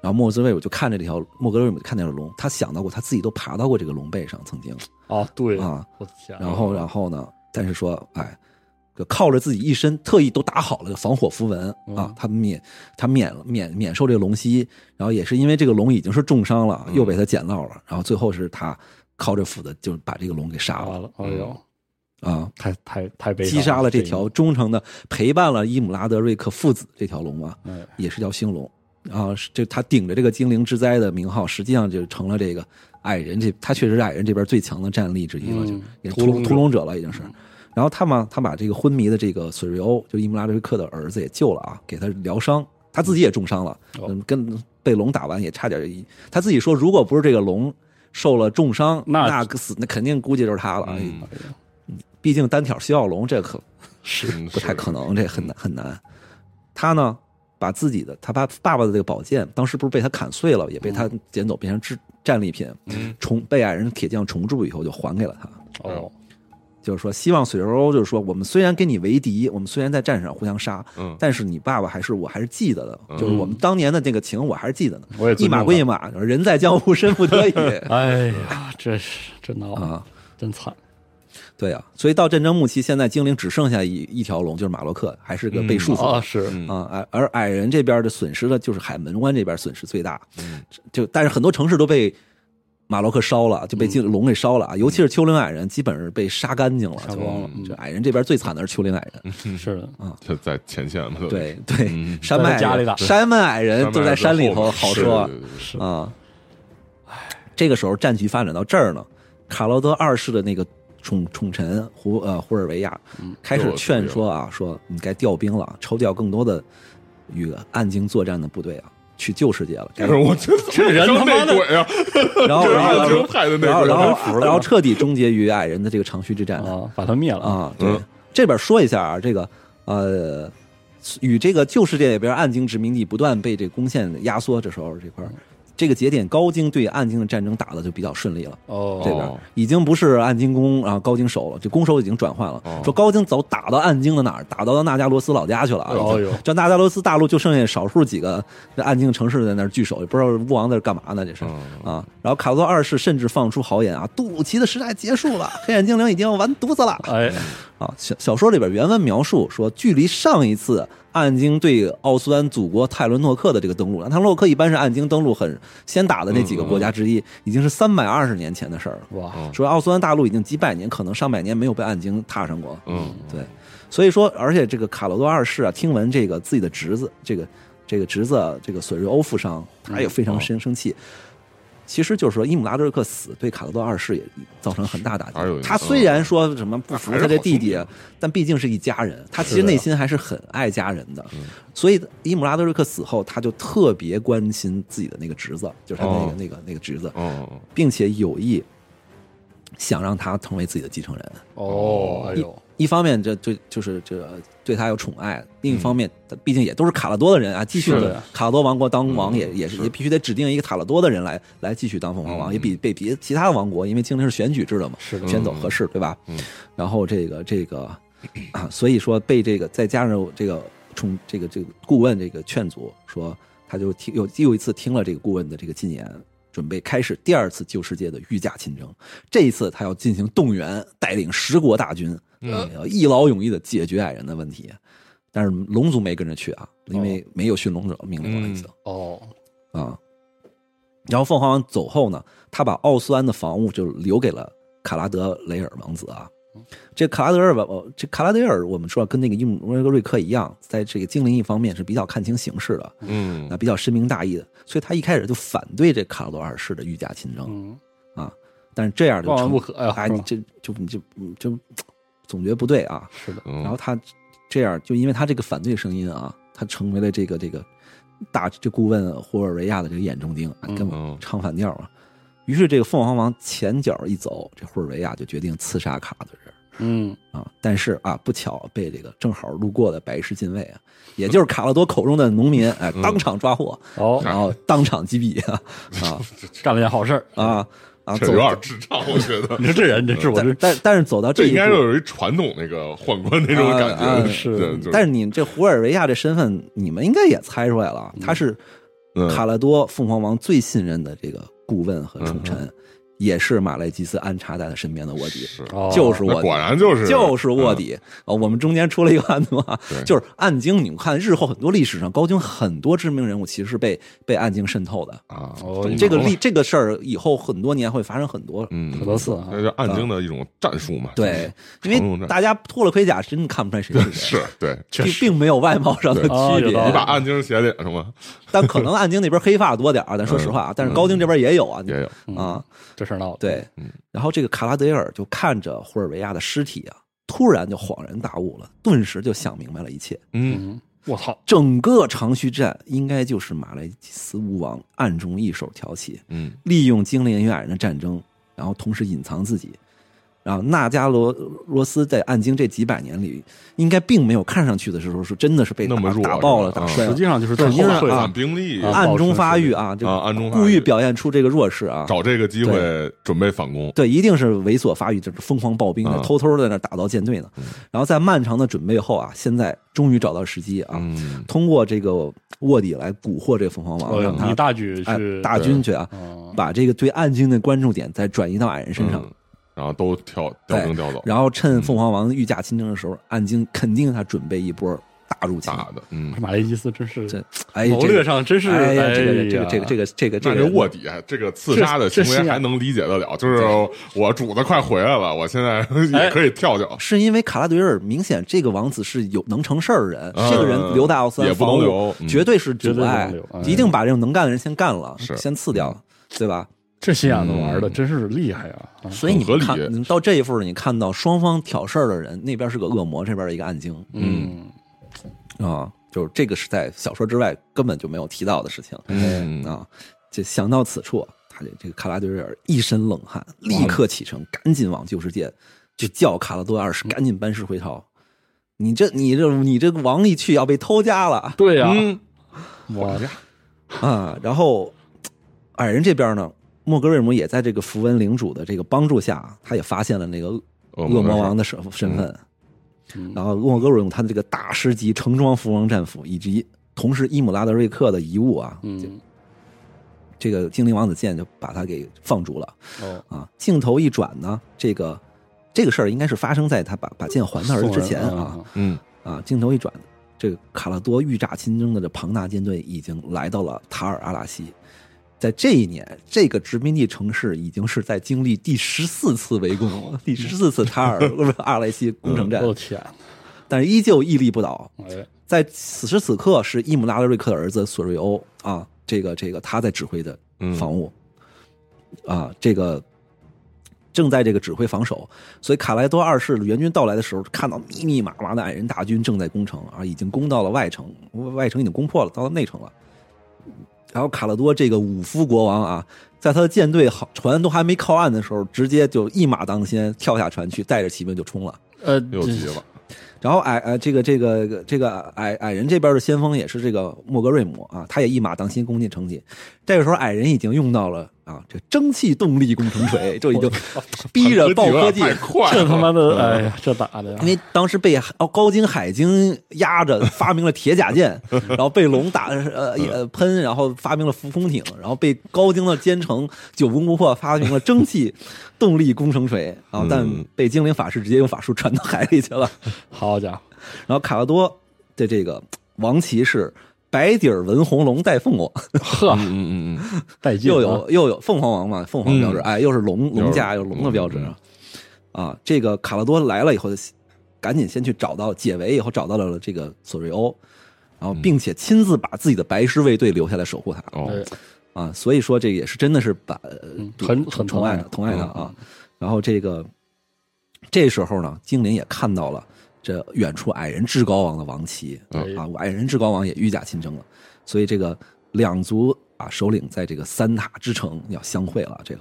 然后莫格瑞姆就看着这条莫格瑞姆就看见了龙，他想到过他自己都爬到过这个龙背上，曾经
啊，对
啊，
我的天！
然后然后呢，但是说哎，就靠着自己一身特意都打好了防火符文啊
嗯，
他免他免免免受这个龙息，然后也是因为这个龙已经是重伤了，又被他捡到了，然后最后是他靠着斧子就把这个龙给杀
打完
了
了，哎呦，
啊，
太太太悲伤
击杀了这
这
条忠诚的陪伴了伊姆拉德瑞克父子这条龙啊，
一幕，哎
也是条星龙啊。是这他顶着这个精灵之灾的名号，实际上就成了这个矮人这他确实是矮人这边最强的战力之一了，
嗯
就也是
屠龙者嗯
屠龙者了已经是。然后他嘛，他把这个昏迷的这个索瑞欧，就伊姆拉德瑞克的儿子也救了啊，给他疗伤，他自己也重伤了，
哦
嗯，跟被龙打完也差点一，他自己说如果不是这个龙受了重伤，
那
那个死那肯定估计就是他了，哎
嗯
毕竟单挑西奥龙这可
是
嗯
不太可能，这很难很难。他呢，把自己的他把爸爸的这个宝剑，当时不是被他砍碎了，也被他
嗯
捡走，变成战战利品，重被矮人铁匠重铸以后就还给了他。
哦
就是说，希望水柔就是说，我们虽然跟你为敌，我们虽然在战场互相杀，
嗯
但是你爸爸还是我还是记得的，就是我们当年的那个情，我还是记得的。
嗯我也
一
尊重
码
他
归一码，人在江湖身不 得已
哎呀，这是真闹
啊。
真惨，
对啊，所以到战争末期，现在精灵只剩下一一条龙，就是马洛克，还是个被束缚的
啊是
嗯
啊，矮而矮人这边的损失呢，就是海门湾这边损失最大，
嗯
就但是很多城市都被马洛克烧了，就被
嗯
精龙给烧了啊，尤其是丘陵矮人，基本是被杀干净了，
杀光了
就
嗯
就矮人这边最惨的是丘陵矮人，
是的，
这在前线嘛，都
对对，
嗯
山脉
在家里打
矮人山脉矮人都在山里头，好
是
说
对对对
是
啊。这个时候战局发展到这儿呢，卡劳德二世的那个宠宠臣胡呃胡尔维亚
嗯
开始劝说啊，说你该调兵了，抽调更多的与暗京作战的部队啊，去旧世 界了。
但是我觉得这
人他妈的
内鬼啊，
然后
这是
然后
暗京派的内鬼
然后然
我真
后然后彻底终结于矮人的这个长须之战
啊，把他灭了！
啊，对，这边说一下啊，这个呃，与这个旧世界里边暗京殖民地不断被这攻陷压缩，这时候这块儿这个节点，高京对暗京的战争打的就比较顺利了。
哦，
这边已经不是暗京攻，然后高京守了，这攻守已经转换了。
哦
说高京早打到暗京的哪儿，打到那加罗斯老家去了啊！
哦
已
哟
经这那加罗斯大陆就剩下少数几个这暗京城市在那儿据守，也不知道巫王在这干嘛呢，这是。
嗯
啊，然后卡 罗多二世甚至放出豪言啊，杜鲁奇的时代结束了，黑暗精灵已经完犊子了。
哎，
啊，小小说里边原文描述说，距离上一次暗鲸对奥苏丹祖国泰伦诺克的这个登陆，泰伦诺克一般是暗鲸登陆很先打的那几个国家之一，已经是三百二十年前的事儿了。
哇，
嗯
说奥苏丹大陆已经几百年，可能上百年没有被暗鲸踏上过了。
嗯，
对，所以说，而且这个卡罗多二世啊，听闻这个自己的侄子，这个这个侄子啊这个索瑞欧负伤，他也
嗯
非
哦
常生生气。其实就是说，伊姆拉德克死对卡罗多二世也造成很大打击
哪有人。
他虽然说什么不服他这弟弟啊
还是好兄，
但毕竟是一家人，他其实内心还是很爱家人的。
嗯
所以伊姆拉德克死后，他就特别关心自己的那个侄子，就是他那个
哦
那个那个侄子，
哦，
并且有意想让他成为自己的继承人。
哦，哎呦，
一方面这对就是这个对他有宠爱，另一方面，他毕竟也都是卡拉多的人啊，继续
是
的
的
卡拉多王国当王
嗯
也也是
是
也必须得指定一个卡拉多的人来来继续当凤凰
嗯
王，也比被别其他的王国，因为精灵是选举制的嘛，
是的
选走合适对吧
嗯？
然后这个这个啊，所以说被这个再加上这个冲这个这个顾问这个劝阻说，他就听又又一次听了这个顾问的这个进言。准备开始第二次旧世界的御驾亲征，这一次他要进行动员，带领十国大军，
嗯
呃，一劳永逸的解决矮人的问题。但是龙族没跟着去啊，
哦
因为没有驯龙者命令了已经
哦，
嗯
啊。然后凤凰王走后呢，他把奥苏安的防务就留给了卡拉德雷尔王子啊。
嗯
这卡拉德尔吧，呃这卡拉德尔，我们说跟那个伊姆瑞克瑞克一样，在这个精灵一方面是比较看清形势的，
嗯
那比较深明大义的，所以他一开始就反对这卡拉多二世的御驾亲征。
嗯，
啊，但是这样就
望而
成
不可呀
哎，
是
你
吧
这就你就你就总觉得不对啊。
是的，
嗯，
然后他这样，就因为他这个反对声音啊，他成为了这个这个大这顾问霍尔维亚的这个眼中钉，啊
嗯
根
嗯
本唱反调啊。于是这个凤凰王前脚一走，这霍尔维亚就决定刺杀卡德人
嗯，
啊。但是啊，不巧被这个正好路过的白石禁卫啊，也就是卡拉多口中的农民，哎，
嗯
当场抓获，
哦，
然后当场击毙啊
干了件好事儿。
啊 啊！
这
走
有点智障，我觉 得
你说这人，这是我这
但但但是走到
这
一
应
步，
该是有一传统那个宦官那种感
啊啊
觉，
是
对就是
但是你这胡尔维亚这身份，你们应该也猜出来了，他是
嗯
卡拉多凤凰王最信任的这个顾问和宠臣，也是马莱基斯安插在他身边的卧底，
嗯是
哦
就是卧
那
底。
果然就是嗯
就是卧底啊！我们中间出了一个案子嘛
对，
就是暗经。你们看，日后很多历史上高经很多知名人物其实是被被暗经渗透的。
啊
哦
懂
嗯这个
了
历这个事儿以后很多年会发生很多
嗯
很多次啊，
那叫暗经的一种战术嘛，
对，因
常用
为
战
大家脱了盔甲，真的看不出来谁是谁
是，对，
并并没有外貌上的
对
哦
区
有
别。
道理
你把暗经写脸上嘛，
但可能暗京那边黑发多点儿，咱说实话啊，但是高京这边也有啊，
嗯也有，嗯
嗯
啊，
这事儿闹的，
对。然后这个卡拉德尔就看着霍尔维亚的尸体啊，突然就恍然大悟了，顿时就想明白了一切。
嗯，
嗯，我操，
整个长须战应该就是马来基斯巫王暗中一手挑起，
嗯
利用精灵与矮人的战争，然后同时隐藏自己。然后纳加罗罗斯在暗京这几百年里，应该并没有看上去的时候是真的是被打
那么弱
打爆了、
是吧
打
啊
摔了
实际。上就是
对
在
因为
后
啊
会
反兵力
啊
暗中发育啊，这
啊暗中发育
故意表现出这个弱势啊，
找这个机会准备反攻，
对，一定是猥琐发育，就是疯狂暴兵的，
嗯
偷偷在那打造舰队呢。然后在漫长的准备后啊，现在终于找到时机啊，
嗯
通过这个卧底来蛊惑这个凤凰王，啊让
以
他
啊大举
哎
去
大军去啊，
嗯
把这个对暗军的关注点再转移到矮人身上。
嗯然后都跳调
对
兵调走，
然后趁凤凰王御驾亲征的时候，暗军肯定他准备一波大入侵。
打的，嗯
这，马雷基斯真是
这哎，
谋
这
略上真是
哎呀，
哎
这个这个
呀
这个这个这个
那
这
这
个
卧底啊这个刺杀的
这
行
这
为
是啊
还能理解得了，就是我主子快回来了，我现在 也可以跳脚，
哎是因为卡拉德瑞尔明显这个王子是有能成事儿的人，
嗯
这个人留在奥斯
也
安
不能
防务
留嗯
绝对是阻
绝
碍
对不能留哎，
一定把这种能干的人先干了，
是嗯
先刺掉，对吧？
这心眼子玩的
嗯
真是厉害啊！啊
所以你
很合理
看你到这一步，你看到双方挑事儿的人，那边是个恶魔，这边是一个暗精
嗯，
啊，就是这个是在小说之外根本就没有提到的事情
嗯
啊。这想到此处，他这这个卡拉德瑞尔一身冷汗，立刻启程，赶紧往旧世界，就叫卡拉多二世赶紧班师回朝。你这你这你这个王一去要被偷家了。
对呀，
嗯，
我
哎啊，然后矮人这边呢，莫格瑞姆也在这个符文领主的这个帮助下，他也发现了那个
恶
恶
事
魔
儿
王的身身份。
嗯
然后莫格瑞姆他的这个大师级盛装符王战斧，以及同时伊姆拉德瑞克的遗物啊，
嗯
这个精灵王子剑就把他给放逐了
哦
啊。镜头一转呢，这个这个事儿应该是发生在他把把剑还他儿子之前啊
送人，
嗯，
啊！镜头一转，这个卡拉多御驾亲征的这庞大舰队已经来到了塔尔阿拉西。在这一年，这个殖民地城市已经是在经历第十四次围攻了，第十四次塔 尔阿拉西攻城战
嗯我，的天，
但是依旧屹立不倒。
哎，
在此时此刻，是伊姆拉德瑞克的儿子索瑞欧啊，这个这个他在指挥的防务、啊，这个正在这个指挥防守，所以卡莱多二世援军到来的时候，看到密密麻麻的矮人大军正在攻城啊，已经攻到了外城，外城已经攻破了，到了内城了。然后卡勒多这个武夫国王啊，在他的舰队好船都还没靠岸的时候，直接就一马当先跳下船去，带着骑兵就冲了。
呃，
又急了，
然后矮呃这个这个这个矮矮人这边的先锋也是这个莫格瑞姆啊，他也一马当先攻进城去。这个时候矮人已经用到了啊这蒸汽动力工程锤，就已经逼着爆科技
啊太。快了，
这他妈
嗯
的，哎呀，这打的呀
因，为当时被哦高精海精压着，发明了铁甲舰，然后被龙打呃也喷，然后发明了浮空艇，然后被高精的坚城久攻不破，发明了蒸汽动力工程锤啊，但
嗯
被精灵法师直接用法术传到海里去了。
好家伙，
然后卡拉多的这个王旗是白底儿纹红龙带凤凰，
呵，
嗯嗯嗯
带劲啊，
又啊有又有凤凰王嘛，凤凰标志，
嗯
哎，又是龙龙架，
又
有
是
龙的标志
嗯
啊。啊，这个卡拉多来了以后，赶紧先去找到解围，以后找到了这个索瑞欧，然后并且亲自把自己的白狮卫队留下来守护他
嗯，哦，
哎，
啊，所以说这也是真的是把呃
嗯
宠
很
宠
很
宠
疼
爱
爱嗯
他
他
疼爱他啊。然后这个这时候呢，精灵也看到了这远处矮人至高王的王旗
嗯
啊，矮人至高王也御驾亲征了，所以这个两族啊首领在这个三塔之城要相会了。这个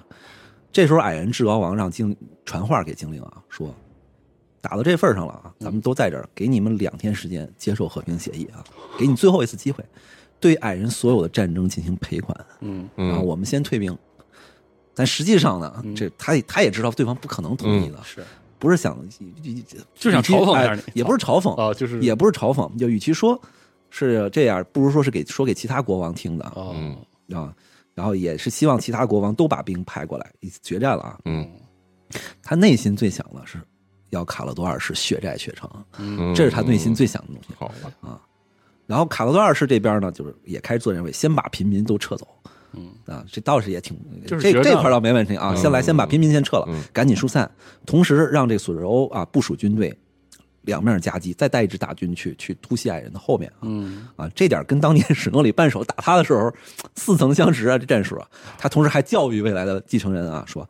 这时候矮人至高王让精传话给精灵啊，说打到这份儿上了啊，咱
嗯
们都在这儿，给你们两天时间接受和平协议啊，给你最后一次机会，对矮人所有的战争进行赔款。
嗯，
然后
嗯
我们先退兵。但实际上呢，这他也他也知道对方不可能同意的，
是
不是想
嗯就想嘲讽一下
哎
你
也不是嘲讽
啊就是
也不是嘲讽，就与其说是这样，不如说是给说给其他国王听的
哦，
嗯
啊。然后也是希望其他国王都把兵派过来，一起决战了啊。
嗯
他内心最想的是要卡勒多二世血债血偿，啊
嗯，
这是他内心最想的东西。
好吧，
然后卡勒多二世这边呢，就是也开始做认为，先把平民都撤走。
嗯
啊，这倒是也挺，
就是
这
决
这
战
块倒没问题啊。
嗯
先来，先把平民先撤了，
嗯
赶紧疏散，同时让这个索瑞欧啊部署军队，两面夹击，再带一支大军去去突袭矮人的后面啊。
嗯，
啊，这点跟当年史诺里扳手打他的时候 似曾相识啊，这战术啊。他同时还教育未来的继承人啊，说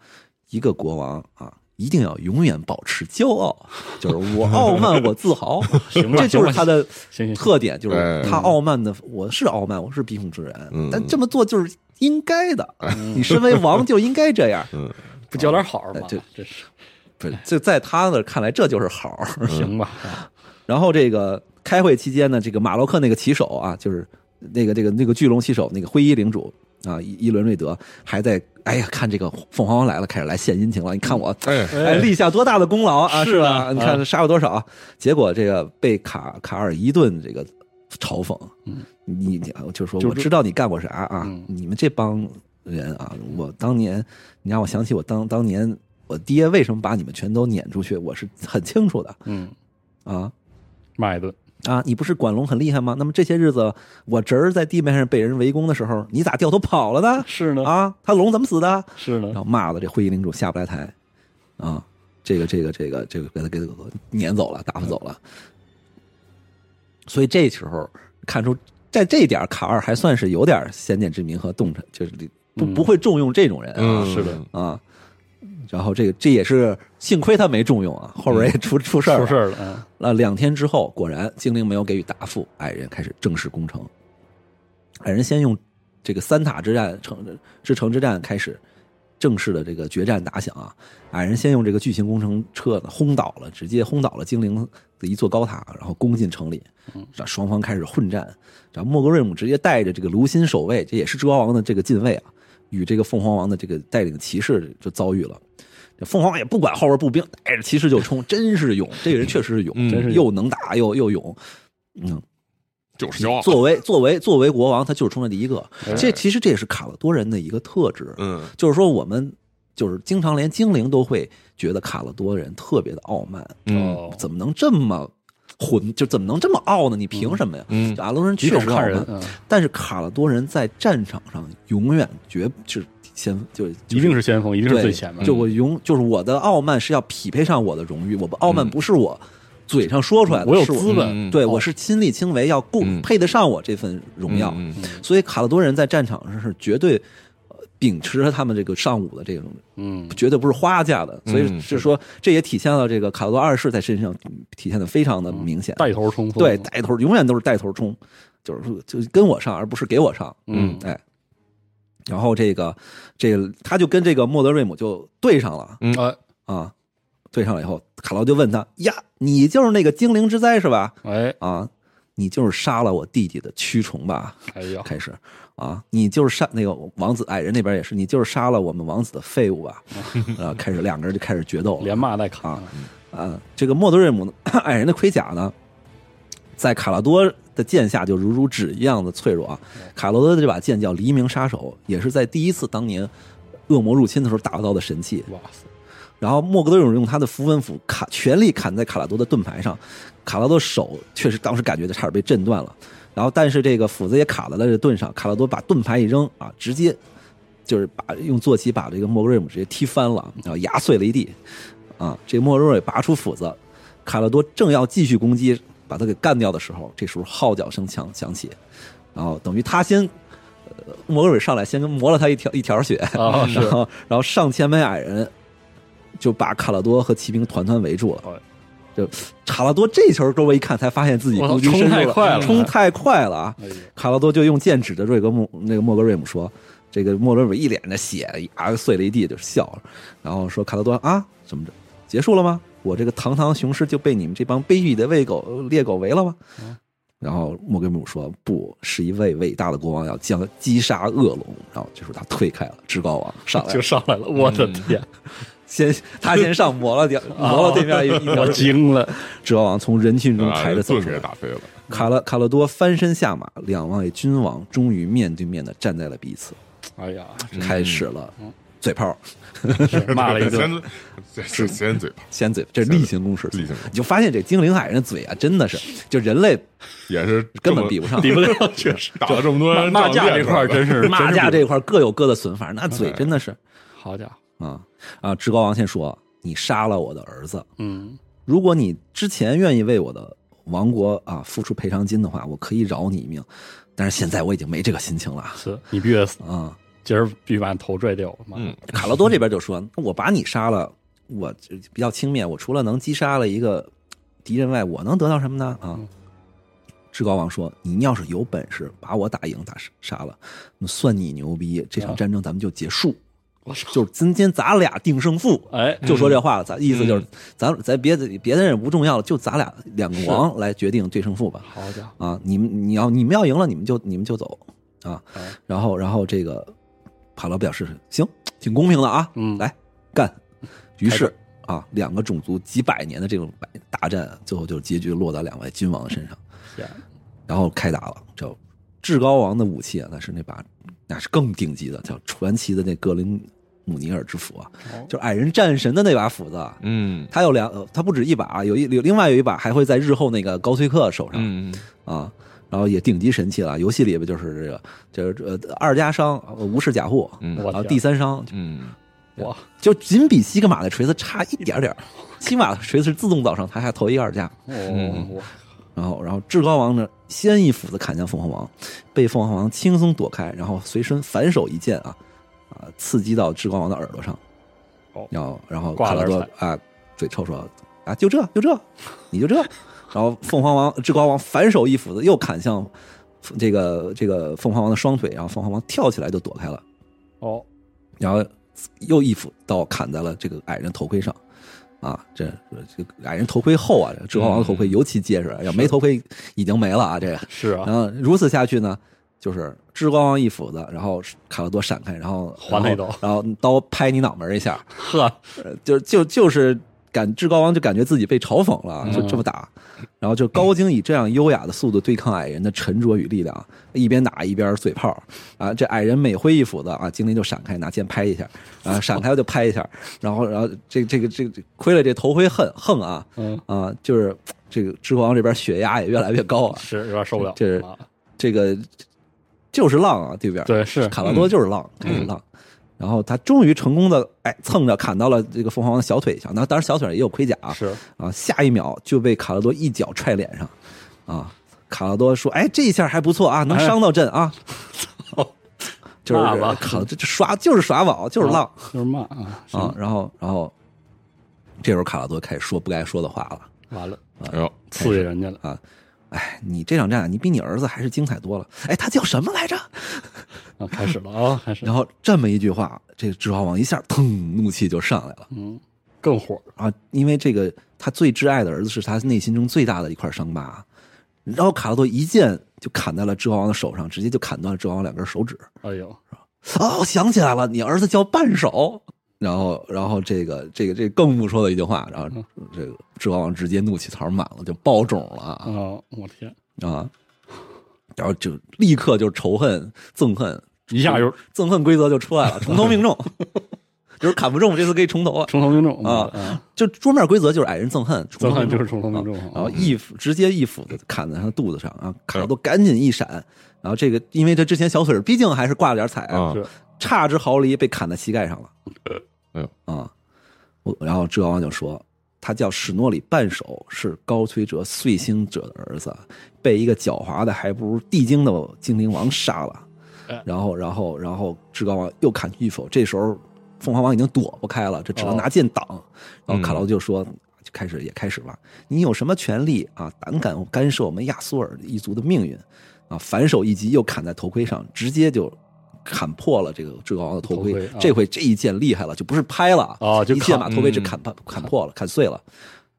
一个国王啊。一定要永远保持骄傲，就是我傲慢，我自豪，
行吧
这
行
就是
吧
他的
行 行行
特点，就是
哎
他傲慢的，我是傲慢，我是鼻孔之人，
嗯哎
但这么做就是应该的， 你身为王就应 该这样。
不交点好
哎
吗？
这
这是
不是，就在他那看来，这就是好 儿。
行吧？
嗯
啊
然后这个开会期间呢，这个马洛克那个骑手啊，就是那个这个那个巨龙骑手那个灰衣领主啊，伊伊伦瑞德还在哎呀，看这个凤凰王来了，开始来献殷勤了。你看我
哎，
哎立下多大的功劳啊，
是
是吧？
啊
你看
啊
杀了多少？结果这个被卡卡尔一顿这个嘲讽，你你啊就说
嗯就
我知道你干过啥啊
嗯，
你们这帮人啊，我当年你让我想起我当当年我爹为什么把你们全都撵出去，我是很清楚的
嗯，
啊。
骂一顿，
啊，你不是管龙很厉害吗？那么这些日子，我侄儿在地面上被人围攻的时候，你咋掉头跑了呢？
是呢，
啊，他龙怎么死的？
是
然
呢，
后骂的这灰衣领主下不来台，啊，这个这个这个这个给他给他撵走了，打发走了。所以这时候看出，在这一点，卡二还算是有点先见之明和洞察，就是不
嗯
不会重用这种人啊。
嗯，
是的，
啊然后这个这也是幸亏他没重用啊，后边也出出事儿了
出事儿了，嗯
那两天之后，果然精灵没有给予答复，矮人开始正式攻城。矮人先用这个三塔之战城之城之战开始正式的这个决战打响啊！矮人先用这个巨型工程车呢轰倒了，直接轰倒了精灵的一座高塔，然后攻进城里。
嗯
这双方开始混战，然后莫格瑞姆直接带着这个卢辛守卫，这也是至高王的这个禁卫啊，与这个凤凰王的这个带领骑士就遭遇了。这凤凰也不管后边步兵，带着骑士就冲，真是勇，这个人确实是勇，
嗯
真是勇
又能打又又勇。嗯，
就是骄傲，
作为作为作为国王，他就是冲在第一个
哦哎。
这其实这也是卡勒多人的一个特质，
嗯
就是说我们就是经常连精灵都会觉得卡勒多人特别的傲慢，
嗯
哦
怎么能这么混？就怎么能这么傲呢？你凭什么呀？
嗯
就阿伦人
你
确
总
实傲
看人
慢，，
嗯
但是卡勒多人在战场上永远绝是先就
一定是先锋，一定是
对，
最前面的。
就我永就是我的傲慢是要匹配上我的荣誉，我不傲慢
嗯
不是我嘴上说出来的，
我有
是
资本
嗯
对
哦
我是亲力亲为，要够
嗯
配得上我这份荣耀。
嗯嗯
所以卡勒多人在战场上是绝对呃秉持着他们这个尚武的这种，
嗯
绝对不是花架的。所以
嗯
就是说，这也体现了这个卡勒多二世在身上嗯体现的非常的明显。
哦带头冲锋，
对，带头永远都是带头冲，就是说就跟我上，而不是给我上。
嗯
哎，然后这个这个他就跟这个莫德瑞姆就对上了
哎
啊，对上了以后，卡劳就问他呀，你就是那个精灵之灾是吧？
哎
啊，你就是杀了我弟弟的蛆虫吧？
哎呀，
开始啊，你就是杀那个王子矮人那边也是，你就是杀了我们王子的废物吧？啊，开始两个人就开始决斗了
连骂带砍
啊，啊，这个莫德瑞姆呢 矮人的盔甲呢，在卡拉多的剑下就如如指一样的脆弱啊。卡罗多的这把剑叫黎明杀手，也是在第一次当年恶魔入侵的时候打到的神器。
哇塞，
然后莫格德勇用他的符文斧砍，全力砍在卡拉多的盾牌上，卡拉多手确实当时感觉就差点被震断了。然后，但是这个斧子也卡在了这盾上，卡拉多把盾牌一扔啊，直接就是把用坐骑把这个莫格瑞姆直接踢翻了，然后压碎了一地。啊，这个莫格瑞姆也拔出斧子，卡拉多正要继续攻击，把他给干掉的时候，这时候号角声响响起，然后等于他先，呃，莫格瑞姆上来先磨了他一条 一条血，
啊是
然后然后上前门矮人就把卡拉多和骑兵团团围住
哎
了。就卡拉多这球周围一看，才发现自己
我操
攻击
冲
深入
太快了
冲太快了啊！
哎呀
卡拉多就用剑指着瑞格莫那个莫格瑞姆说：“这个莫格瑞姆一脸的血，牙碎了一地，就笑，然后说卡拉多啊，怎么着，结束了吗？我这个堂堂雄狮就被你们这帮卑鄙的喂狗猎狗围了吗？”
嗯
然后莫格瑞姆说：“不是一位伟大的国王要将击杀恶龙。”然后这时候他退开了，至高王上来
就
了，
上来了，我的天，
先他先上磨了点磨了对面一一条
我
街
惊了，
至高王从人群中
把
抬着走
盾
出来
给，打飞了，
卡勒卡勒多翻身下马，两位君王终于面对面的站在了彼此，
哎呀，
开始了嘴炮，
是骂了一顿，
先这是先嘴巴，
先嘴，这是例行公事。
例行公事
你就发现这精灵矮人的嘴啊，真的是就人类
也是
根本比不上。
比 不了，确 实。
打了这么多
骂
人
骂架这块儿真是
骂
真是
架
比
这块儿各有各的损法，那嘴真的是
好家伙，
啊啊！至高王先说：“你杀了我的儿子，
嗯，
如果你之前愿意为我的王国啊付出赔偿金的话，我可以饶你一命。但是现在我已经没这个心情了
是你必须得死，
啊。”
今儿必须把你头拽掉，妈的
嗯
卡洛多这边就说：“我把你杀了，我这比较轻蔑，我除了能击杀了一个敌人外，我能得到什么呢？”啊，至高王说：“你要是有本事把我打赢、打杀杀了，那算你牛逼，这场战争咱们就结束。
我操，
就是今天咱俩定胜负。”
哎，
就说这话了，咱意思
嗯
就是，咱咱别的别的人不重要了，就咱俩两个王来决定对胜负吧。
嗯好家伙，
啊，你们你要你们要赢了，你们就你们就走啊
哎。
然后然后这个帕劳表示行，挺公平的啊，
嗯
来干。于
开
是啊，两个种族几百年的这种百大战，最后就结局落到两位君王的身上，
天
然后开打了。叫至高王的武器啊，那是那把那是更顶级的，叫传奇的那格林姆尼尔之斧啊，
哦
就是矮人战神的那把斧子啊。
嗯
它有两，呃它不止一把啊，有一有另外有一把还会在日后那个高崔克手上，
嗯
啊，然后也顶级神器了。游戏里边就是这个，就是呃二加伤呃无视甲护，
嗯
我
然后
天
第三伤
嗯
哇，
就仅比西格玛的锤子差一点点儿，西格玛的锤子是自动导上，他还投一个二加。
哦，我
然后，然后至高王呢，先一斧子砍向凤凰王，被凤凰王轻松躲开，然后随身反手一剑啊啊，刺击到至高王的耳朵上
哦，
然后然后
挂
卡
了
拉多
耳
啊嘴臭说啊就这就这你就这， 然后凤凰王至高王反手一斧子又砍向这个这个凤凰王的双腿，然后凤凰王跳起来就躲开了，
哦，
然后又一斧刀砍在了这个矮人头盔上。啊，这这个矮人头盔厚啊，这至高王的头盔
嗯
尤其结实，要没头盔已经没了啊，这个。
是啊
然，后如此下去呢，就是至高王一斧子，然后卡勒多闪开，然后
还他一刀
然后然后刀拍你脑门一下，
呵，
呃就就就是感至高王就感觉自己被嘲讽了，就这么打。然后就高精以这样优雅的速度对抗矮人的沉着与力量，一边打一边嘴炮啊！这矮人每挥一斧子啊，精灵就闪开，拿剑拍一下啊，闪开就拍一下，然后然后这这个这个这个亏了这头回横横啊
嗯，
啊，就是这个知火王这边血压也越来越高啊，
是有点受不了，
这是
啊
这个就是浪啊，对边
对是嗯
卡拉多就是浪，开始浪。然后他终于成功的，哎，蹭着砍到了这个凤凰王的小腿上。那当然，小腿上也有盔甲啊。
是，
啊，下一秒就被卡拉多一脚踹脸上，啊，卡拉多说：“哎，这一下还不错啊，能伤到朕 啊。就是
骂哎哦吧
卡拉这这耍就是耍宝，就是浪
啊就是骂啊，是
啊。然后，然后这时候卡拉多开始说不该说的话了
完了，
哎呦，
刺激人家了，
啊！哎，你这场战你比你儿子还是精彩多了。哎，他叫什么来着？
啊，开始了啊，开始，
然后这么一句话，这个智化王一下腾怒气就上来了
嗯，更火了，
啊！因为这个他最挚爱的儿子是他内心中最大的一块伤疤，然后卡拉多一剑就砍在了智化王的手上，直接就砍断了智化王两根手指。
哎呦，
啊，我想起来了，你儿子叫半手。然后，然后这个这个这个更不说的一句话，然后这个智化王直接怒气槽满了，就爆种了啊！
啊，我天，
啊，然后就立刻就仇恨、憎恨，
一下就
憎恨规则就 出来了，重头命中， 就是砍不中，这次可以重头啊。
重头命中
啊
啊，
就桌面规则就是矮人憎恨，重
咱
头
俩
命
就
中
是重头命中
然
啊
后，一斧直接一斧子砍在他肚子上啊，卡都赶紧一闪，然后这个因为他之前小腿儿毕竟还是挂了点彩啊，
啊
是
差之毫厘被砍在膝盖上了。
哎呦
啊，我然后智王就说，他叫史诺里半手，是高推者碎星者的儿子，被一个狡猾的还不如地精的精灵王杀了
哎。
然后，然后，然后至高王又砍去一否，这时候凤凰王已经躲不开了，这只能
哦
拿剑挡。然
嗯
后卡劳就说。就开始也开始了，你有什么权利啊？胆敢干涉我们亚苏尔一族的命运啊！反手一击又砍在头盔上，直接就砍破了这个至高王的头盔。
头盔啊
这回这一剑厉害了，就不是拍了
啊就
一剑
砍
把头盔只
嗯
砍破、砍破了，砍碎了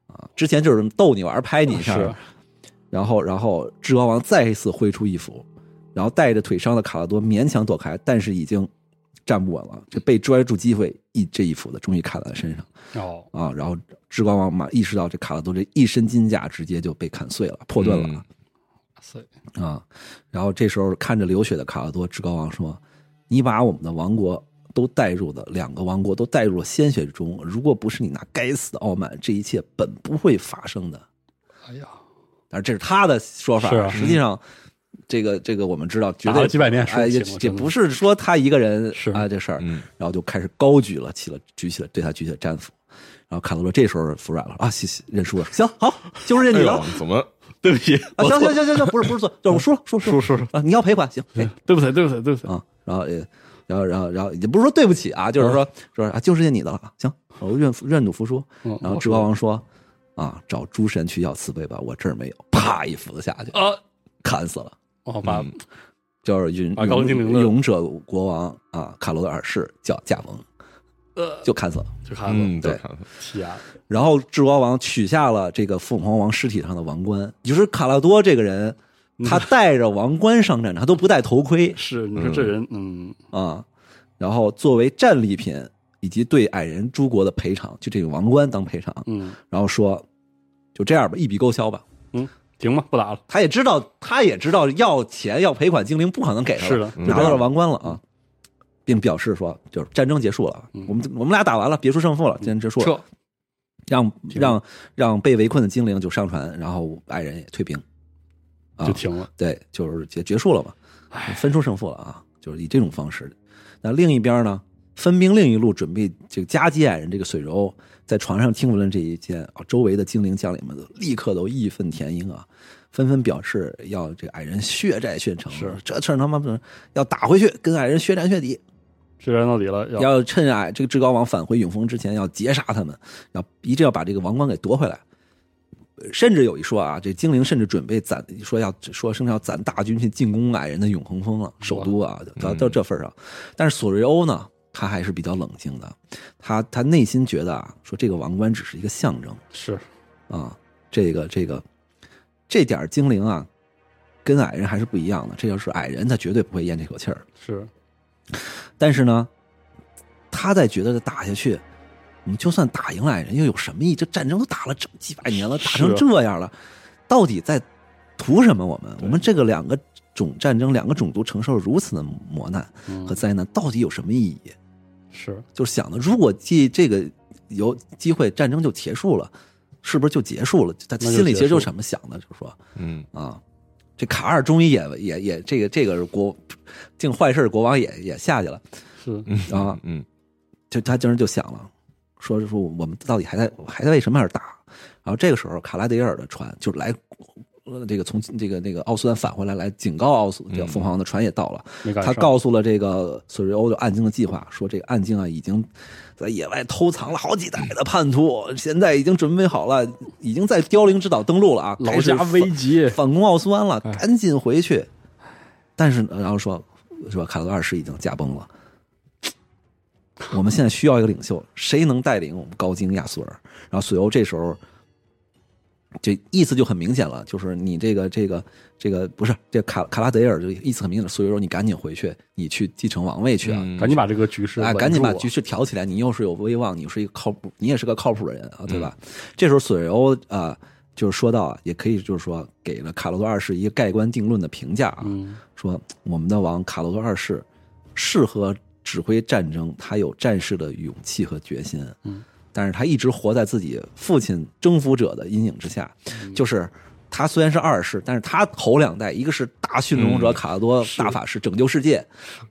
啊！之前就是逗你玩儿，拍你一下，
是
然后然后至高王再一次挥出一斧，然后带着腿伤的卡拉多勉强躲开，但是已经站不稳了，这被抓住机会一这一斧子终于砍在了身上。
哦，
啊，然后至高王马意识到这卡拉多这一身金甲直接就被砍碎了，破盾
嗯
了、
塞
啊。然后这时候看着流血的卡拉多，至高王说：“你把我们的王国都带入了，两个王国都带入了鲜血之中。如果不是你那该死的傲慢，这一切本不会发生的。
哎呀，”
但是这是他的说法，
是啊
实际上。这个这个我们知道，绝
打
对
了几百年
哎，
事
也
情了
也
真的
不是说他一个人
是
啊这事儿，
嗯
然后就开始高举了起了举起了对他举起了战斧，然后卡罗罗这时候服软了啊，行行认输了，行好就是认
哎
你
呦
了，，
怎么
对不起，
啊，行行行行行，不是不是错，就我输了输了输了
输了
啊，你要赔款行赔
对不起，对不起，对不起，
啊，然后也然后然后然后也不是说对不起啊，就是说说啊就是认你的了，行，我愿服认赌服输，
嗯
然后至高王说啊找诸神去要慈悲吧，我这儿没有，啪一斧子下去
啊，
砍死了。
哦，把
嗯
就是勇
把高精灵的
勇勇者国王啊，卡罗尔二世叫驾崩，
呃，
就砍死了。
就看了，
嗯，
对
再看看
天啊，
然后智国王取下了这个凤凰王尸体上的王冠，就是卡拉多这个人，他
嗯
戴着王冠上战场，他都不戴头盔
是你说这人，嗯，
啊。然后作为战利品以及对矮人诸国的赔偿，就这个王冠当赔偿。
嗯，
然后说，就这样吧，一笔勾销吧。
行吧，不打了，
他也知道，他也知道要钱要赔款，精灵不可能给他了
是的，
拿到了王冠了啊，并表示说，就是战争结束了，啊
嗯
我们我们俩打完了，别出胜负了，战争结束了
撤，
让让让被围困的精灵就上船，然后矮人也退兵，啊
就，停了，
对，就是结结束了嘛，分出胜负了啊，就是以这种方式。那另一边呢，分兵另一路准备这个夹击矮人这个水柔，在船上听闻了这一件啊，周围的精灵将领们都立刻都义愤填膺啊，纷纷表示要这矮人血债血偿，
是
这事儿他妈不能要打回去，跟矮人血战血底，
血战到底了，要
要趁矮这个至高王返回永丰之前，要截杀他们，要一定要把这个王冠给夺回来。呃甚至有一说啊，这精灵甚至准备攒，说要说甚至要攒大军去进攻矮人的永恒峰了，首都啊，到到这份儿上。但是索瑞欧呢，他还是比较冷静的，他他内心觉得啊，说这个王冠只是一个象征
是
啊，这个这个这点儿精灵啊，跟矮人还是不一样的，这要是矮人，他绝对不会咽这口气儿。
是，
但是呢，他在觉得打下去，我们就算打赢了矮人，又有什么意义？这战争都打了这么几百年了，打
是啊
成这样了，到底在图什么？我们我们这个两个种战争，两个种族承受如此的磨难
嗯
和灾难，到底有什么意义？
是
就是想的，如果既这个有机会，战争就结束了，是不是就结束了？他
那就
心里其实
结束
就
了
什么想的，就是说
嗯，
啊，这卡尔终于也也也这个这个国净坏事儿国王也也下去了，
是，
嗯
啊
嗯
就他竟然就想了，说说我们到底还在还在为什么而打？然后这个时候，卡拉迪尔的船就来。呃这个从这个那个奥苏丹返回来，来警告奥苏，这个凤凰的船也到了，
没嗯赶
他
上
告诉了这个索瑞欧的暗鲸的计划，说这个暗鲸啊已经在野外偷藏了好几代的叛徒，现在已经准备好了，已经在凋零之岛登陆了啊，
劳
开始
驾危急
反，反攻奥苏安了，赶紧回去。但是呢然后说说卡罗二世已经驾崩了，我们现在需要一个领袖，谁能带领我们高金亚速尔？然后索欧这时候。这意思就很明显了，就是你这个这个这个不是这卡卡拉德尔，就意思很明显了。所以说你赶紧回去，你去继承王位去啊！
嗯
赶紧把这个局势
啊，
稳
赶紧
住
把
啊
局势调起来。你又是有威望，你是一个靠谱，你也是个靠谱的人啊，对
嗯
吧？这时候索瑞欧啊，就是说到啊，也可以就是说给了卡罗多二世一个盖棺定论的评价啊，
嗯
说我们的王卡罗多二世适合指挥战争，他有战士的勇气和决心，啊
嗯，
但是他一直活在自己父亲征服者的阴影之下，就是。他虽然是二世，但是他头两代，一个是大驯龙者
嗯
卡拉多大法师拯救世界，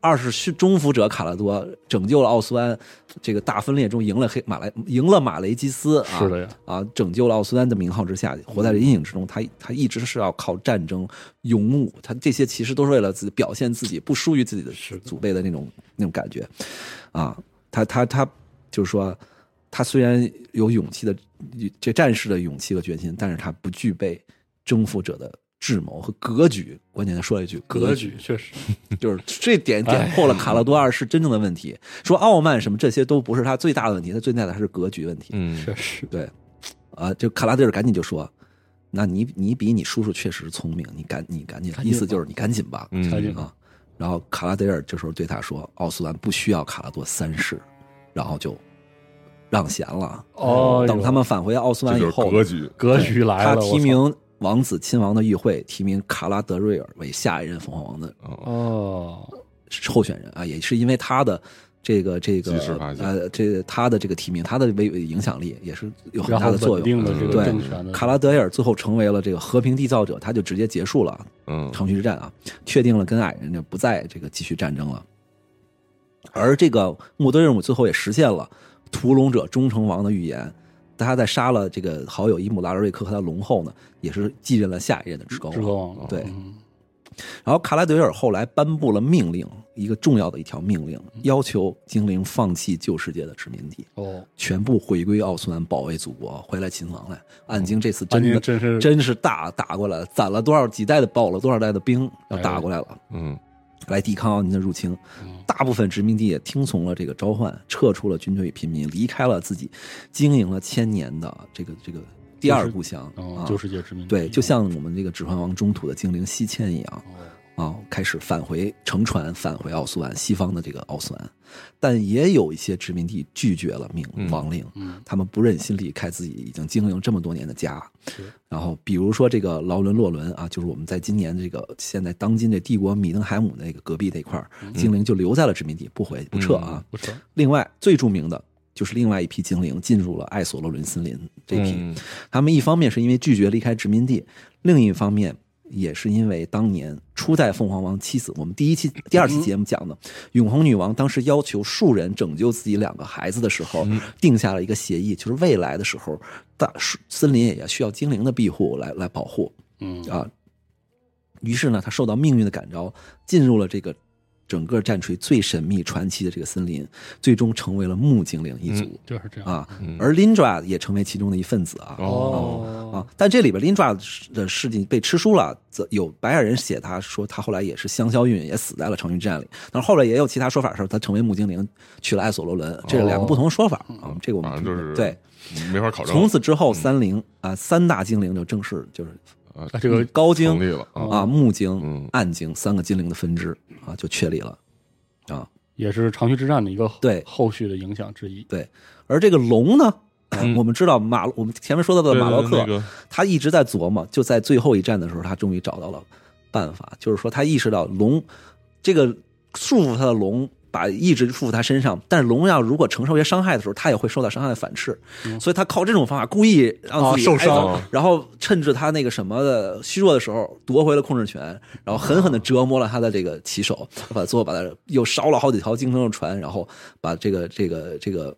二是驯征服者卡拉多拯救了奥斯湾这个大分裂中赢了黑马来赢了马雷基斯啊，
是的呀
啊，拯救了奥斯湾的名号之下，活在这阴影之中，他他一直是要靠战争勇武，他这些其实都是为了自己表现自己不输于自己的祖辈的那种那种感觉啊，他他他就是说。他虽然有勇气的这战士的勇气和决心，但是他不具备征服者的智谋和格局。关键他说了一句
格局哎确实
就是这点点破了卡拉多二世真正的问题。说傲慢什么这些都不是他最大的问题，他最大的还是格局问题。
嗯
确实
对，啊，就卡拉德尔赶紧就说：“那你你比你叔叔确实聪明，你赶你赶紧，
赶紧
意
吧
思就是你赶紧吧。
嗯
赶紧吧
啊，然后卡拉德尔这时候对他说：“奥斯兰不需要卡拉多三世。”然后就让贤了。
哦
等
哟
他们返回奥斯
这
兰以
就是
后，
格局，
格局来
他
了，
提
我操
名王子亲王的议会提名卡拉德瑞尔为下一任凤凰王的
哦，
候选人啊，也是因为他的这个这个
及时发现
呃，这他的这个提名，他的威影响力也是有很
然
大
后
的作
稳
用。嗯
定的这
对
个政权的
卡拉德耶尔最后成为了这个和平缔造者，他就直接结束了
嗯
长驱之战啊，确定了跟矮人就不再这个继续战争了。而这个穆德任务最后也实现了屠龙者忠诚王的预言，他在杀了这个好友伊姆拉瑞克和他龙后呢，也是继任了下一任的至高
至高王了
对
嗯
然后卡拉德瑞尔后来颁布了命令，一个重要的一条命令，
嗯
要求精灵放弃旧世界的殖民地，
哦，
全部回归奥苏兰，保卫祖国，回来秦王来。暗京这次真
暗京
的
真是
真是大打过来了，攒了多少几代的保了多少代的兵，要
哎
打过来了，
嗯
来抵抗奥尼的入侵。大部分殖民地也听从了这个召唤，撤出了军队与平民，离开了自己经营了千年的这个这个第二故乡
哦
啊，
旧世界殖民地
对，就像我们这个《指环王》中土的精灵西迁一样，
哦
啊，开始返回乘船返回奥斯湾，西方的这个奥斯湾，但也有一些殖民地拒绝了命
嗯
亡令，
嗯
他们不忍心离开自己已经经营这么多年的家
是。
然后，比如说这个劳伦洛伦啊，就是我们在今年这个现在当今这帝国米登海姆那个隔壁那块儿，
嗯
精灵就留在了殖民地，不回不撤啊。
不撤
另外，最著名的就是另外一批精灵进入了艾索洛伦森林这批。
嗯
他们一方面是因为拒绝离开殖民地，另一方面也是因为当年初代凤凰王妻子，我们第一期、
嗯
第二期节目讲的永恒女王，当时要求树人拯救自己两个孩子的时候，
嗯
定下了一个协议，就是未来的时候，大树森林也要需要精灵的庇护来来保护
嗯
啊。于是呢，他受到命运的感召，进入了这个。整个战锤最神秘传奇的这个森林，最终成为了木精灵一族、
就是这样
啊
嗯，
而 Lindra 也成为其中的一份子啊。啊
哦，
但这里边 Lindra 的事情被吃书了，则有白矮人写他说他后来也是香消玉殒，也死在了长驱之战里。但是后来也有其他说法说他成为木精灵，去了艾索罗伦，这是两个不同的说法、啊。这个我们
反正哦就是
对。
没法考证嗯
从此之后，三灵啊、三大精灵就正式就是
啊
那这个
高精
成立了啊，
啊、木精
嗯、
暗精三个精灵的分支啊就确立了啊。
也是长驱之战的一个
对
后续的影响之一。
对，而这个龙呢，啊
嗯
我们知道马洛，我们前面说到的
对
马洛克，
那个
他一直在琢磨，就在最后一战的时候，他终于找到了办法，就是说他意识到龙这个束缚他的龙。把一直束缚他身上，但是龙要如果承受一些伤害的时候，他也会受到伤害的反噬，所以他靠这种方法故意让自
嗯啊
己
受
挨揍
伤
然后趁着他那个什么的虚弱的时候夺回了控制权，然后狠狠的折磨了他的这个骑手，把最后把他又烧了好几条金刚的船，然后把这个这个这个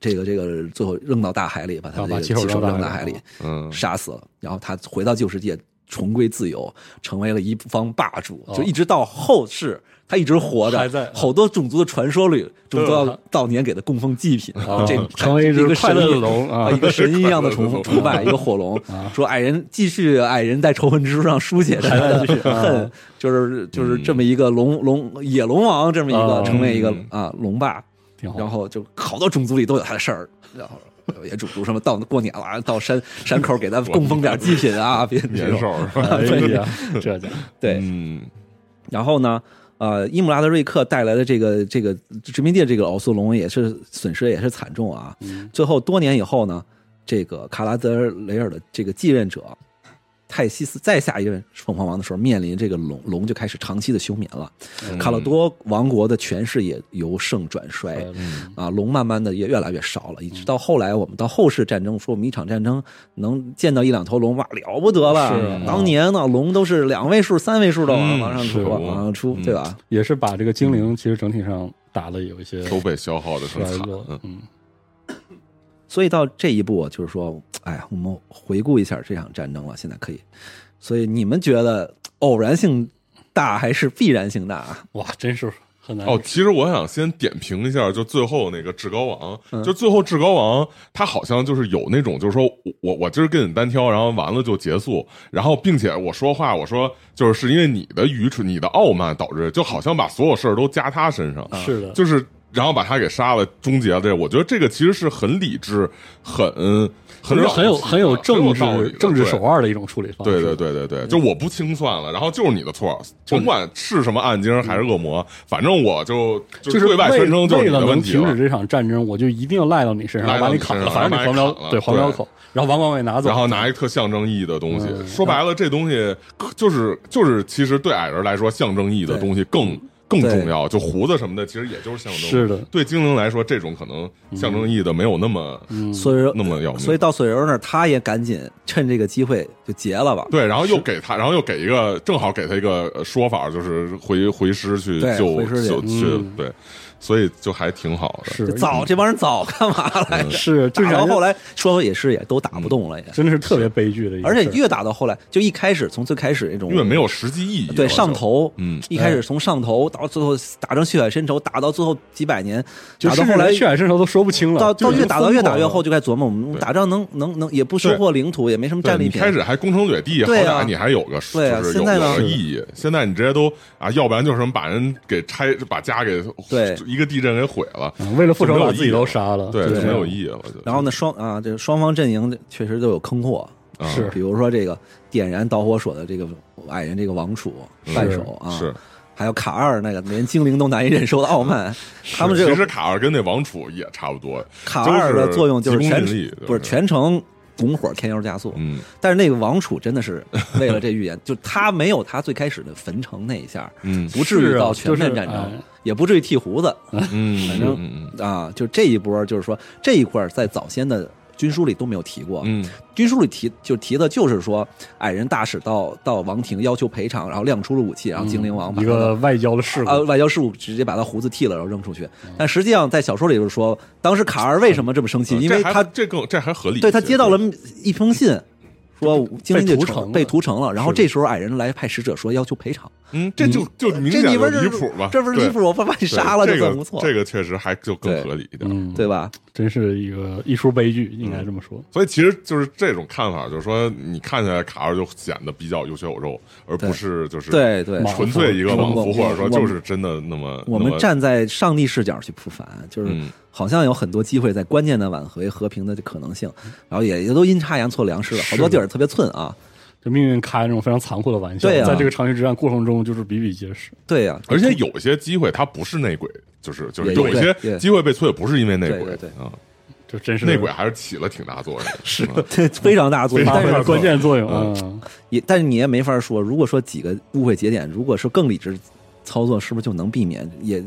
这个这个最后扔到大海里，把他
啊
的
把
这
骑
个
手
骑手
扔
扔
到
大
海
海
里
里，
嗯，
杀死了，然后他回到旧世界，重归自由，成为了一方霸主，
哦
就一直到后世，他一直活着，
还在
好多种族的传说里，种族
都有
要悼年给他供奉祭品，
啊
这
成为一只
个
快
神
乐的
一
龙啊
一个神一样的崇
哦 快乐的龙
崇拜，一个火龙，说矮人继续矮人在仇恨之书上 书写着他的
啊
恨，就是就是这么一个龙龙野龙王这么一个
嗯
成为一个
嗯
啊龙霸，
挺好。
然后就好多种族里都有他的事儿，然后呃有些种族什么到过年了啊，到山山口给他供奉点祭品啊，别 这
年
种
兽是吧？
哎呀，这家
对。
嗯，
然后呢，呃，伊姆拉德瑞克带来的这个这个殖民地这个奥苏龙也是损失也是惨重啊。
嗯
最后多年以后呢，这个卡拉德雷尔的这个继任者泰西斯再下一任凤凰王的时候，面临这个龙龙就开始长期的休眠了。
嗯
卡洛多王国的权势也由盛转衰。啊，龙慢慢的也越来越少了，一直到后来我们到后世战争，说我们一场战争能见到一两头龙，哇，了不得了！
是啊
当年呢，龙都是两位数、三位数的往
嗯
往上
是
出，往上出，对吧？
也是把这个精灵其实整体上打的有一些
都被消耗的很
衰
惨，
落
嗯，
嗯，
所以到这一步，就是说，哎呀，我们回顾一下这场战争了，现在可以。所以你们觉得偶然性大还是必然性大啊？
哇，真是很难
哦，其实我想先点评一下，就最后那个至高王，
嗯
就最后至高王，他好像就是有那种，就是说我我我今儿跟你单挑，然后完了就结束，然后并且我说话，我说就是是因为你的愚蠢、你的傲慢导致，就好像把所有事儿都加他身上，
是的，
就是然后把他给杀了，终结了这个。我觉得这个其实是很理智、很很
是
了不起的
很有很有政
很有道
治
理的
政治
对
手腕的一种处理方式。嗯
对对对对对，就我不清算了，然后就是你的错，甭管是什么暗精还是恶魔，反正我就就
就是
对外
为
宣称就是
为
你
了
的
能
问题
停
了
止。这场战争，我就一定要赖到你身上，
赖到
把
你
砍
身
了，
上
反正你
把
黄
你
标
砍了
对黄标口，然后王广伟拿走，
然后拿一特象征意义的东西，
嗯
说白了，这东西就是就是，其实对矮人来说，象征意义的东西更更
对
重要。就胡子什么的，其实也就是象征。
嗯是的
对精灵来说，这种可能象征意义的没有那么
嗯
所以说
嗯那么要命。
所以到索柔那儿，他也赶紧趁这个机会就结了吧。
对，然后又给他，然后又给一个，正好给他一个呃说法，就是回回师去
对
救
回师去
救去
嗯，
对，所以就还挺好的。
是嗯
这早这帮人早干嘛来着？
是就
打
感
到
觉
后来说也是也都打不动了也，
真的是特别悲剧的一个
而
事儿，
且越打到后来就一开始从最开始那种
因为没有实际意义了。
对
就
上头，
嗯
一开始从上头到最后打成血海深仇，打到最后几百年，
就
打到
甚至
后来
连血海深仇都说不清了，
到
就
到
已
越
经
打到
疯
越打
狂
越
了
后，就该琢磨我们
对
打仗能能能也不收获领土，也没什么
对
战利
你
品，
开始还攻城掠地，好
对啊
歹你还有个
对啊
就是有
现在呢
有个意义。现在你直接都啊，要不然就是什么把人给拆，把家给
对嗯
一个地震给毁了，
嗯为了复仇
就没有
把自己都
意义
杀了，
对，
就
就
这
没
样
有意义了。就
然后呢双啊这双方阵营确实都有坑货，
啊
是
比如说这个点燃导火索的这个矮人这个王储半手啊，
是，
还有卡二那个连精灵都难以忍受的傲慢，他们这
其
个
实卡尔跟那王储也差不多，
卡二的作用就是
急功
全
近利对
不是全程拱火添油加速，
嗯，
但是那个王楚真的是为了这预言， 就他没有他最开始的焚城那一下，
嗯
不至
是
于
啊
到全面
就是
战争，
哎
也不至于剃胡子
嗯，
反正
嗯
啊。就这一波，就是说这一块儿在早先的军书里都没有提过，
嗯
军书里提就提的就是说矮人大使到到王庭要求赔偿，然后亮出了武器，然后精灵王把
嗯一
他的
个外交的事
啊，
故，
外交事务直接把他胡子剃了，然后扔出去。但实际上，在小说里就是说，当时卡尔为什么这么生气？
嗯，
因为
这还
他
这更这还合理一些，
对他接到了一封信，说精灵
被
界
屠城
城
了
被屠城了。然后
是的
这时候矮人来派使者说要求赔偿，
嗯，这就就明显
这你
就
不是
离谱吧？
这不是离谱？我把
对，
你杀了就
这个
算不错，
这个确实还就更合理一点。
嗯，
对吧？
真是一个一出悲剧，应该这么说，
所以其实就是这种看法，就是说你看起来卡尔就显得比较有血有肉，而不是就是
对对，
莽
纯粹一个莽
我
夫，
们
或者说
我们
就是真的那么
我
那
们
么
站在上帝视角去普凡，就是
嗯
好像有很多机会在关键的挽回和平的可能性，然后也也都阴差阳错粮食了，好多地儿特别寸啊。
就命运开那种非常残酷的玩笑，
对啊
在这个长期之战过程中就是比比皆是，
对呀，
而且有些机会它不是内鬼，就是就是
也
有一
对
些
也
机会被摧毁不是因为内
对
鬼
对对
啊，
就真是
内鬼还是起了挺大作用。 是，
这非常大的作用。
发
但
挥
是
了关键作用啊
嗯！
也，但是你也没法说，如果说几个误会节点，如果是更理智操作，是不是就能避免？也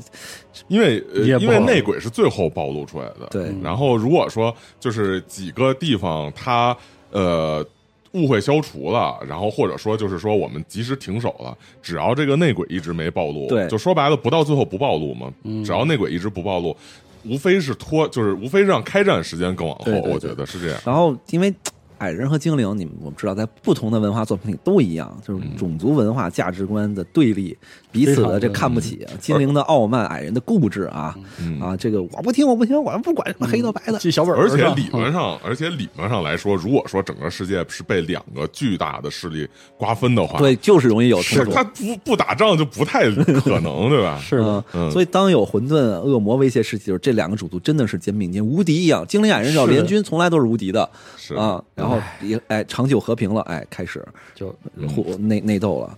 因为、呃
也不
因为
好
内鬼是最后暴露出来的。
对
然后如果说就是几个地方它呃误会消除了，然后或者说就是说我们及时停手了，只要这个内鬼一直没暴露，
对
就说白了不到最后不暴露嘛，
嗯
只要内鬼一直不暴露。无非是拖，就是无非让开战时间更往后，
对对对
我觉得是这样。
然后因为矮人和精灵，你们我们知道，在不同的文化作品里都一样，就是种族文化价值观的对立，彼此的这看不起，
嗯
精灵的傲慢，矮人的固执啊啊，这个我不听，我不听，我不管什么黑的白
嗯
的，
记小本
而
本
且
上
理
嗯
论上，而且理论上来说，如果说整个世界是被两个巨大的势力瓜分的话，
对，就是容易有
是
冲突。
他不不打仗就不太可 能，对吧？
是的，
嗯，所以当有混沌、恶魔威胁世界，就是这两个种族真的是肩并肩，无敌一样。精灵、矮人只要
是的
联军，从来都是无敌的
是
啊。然后也哎，长久和平了，哎，开始
就
互内内斗了。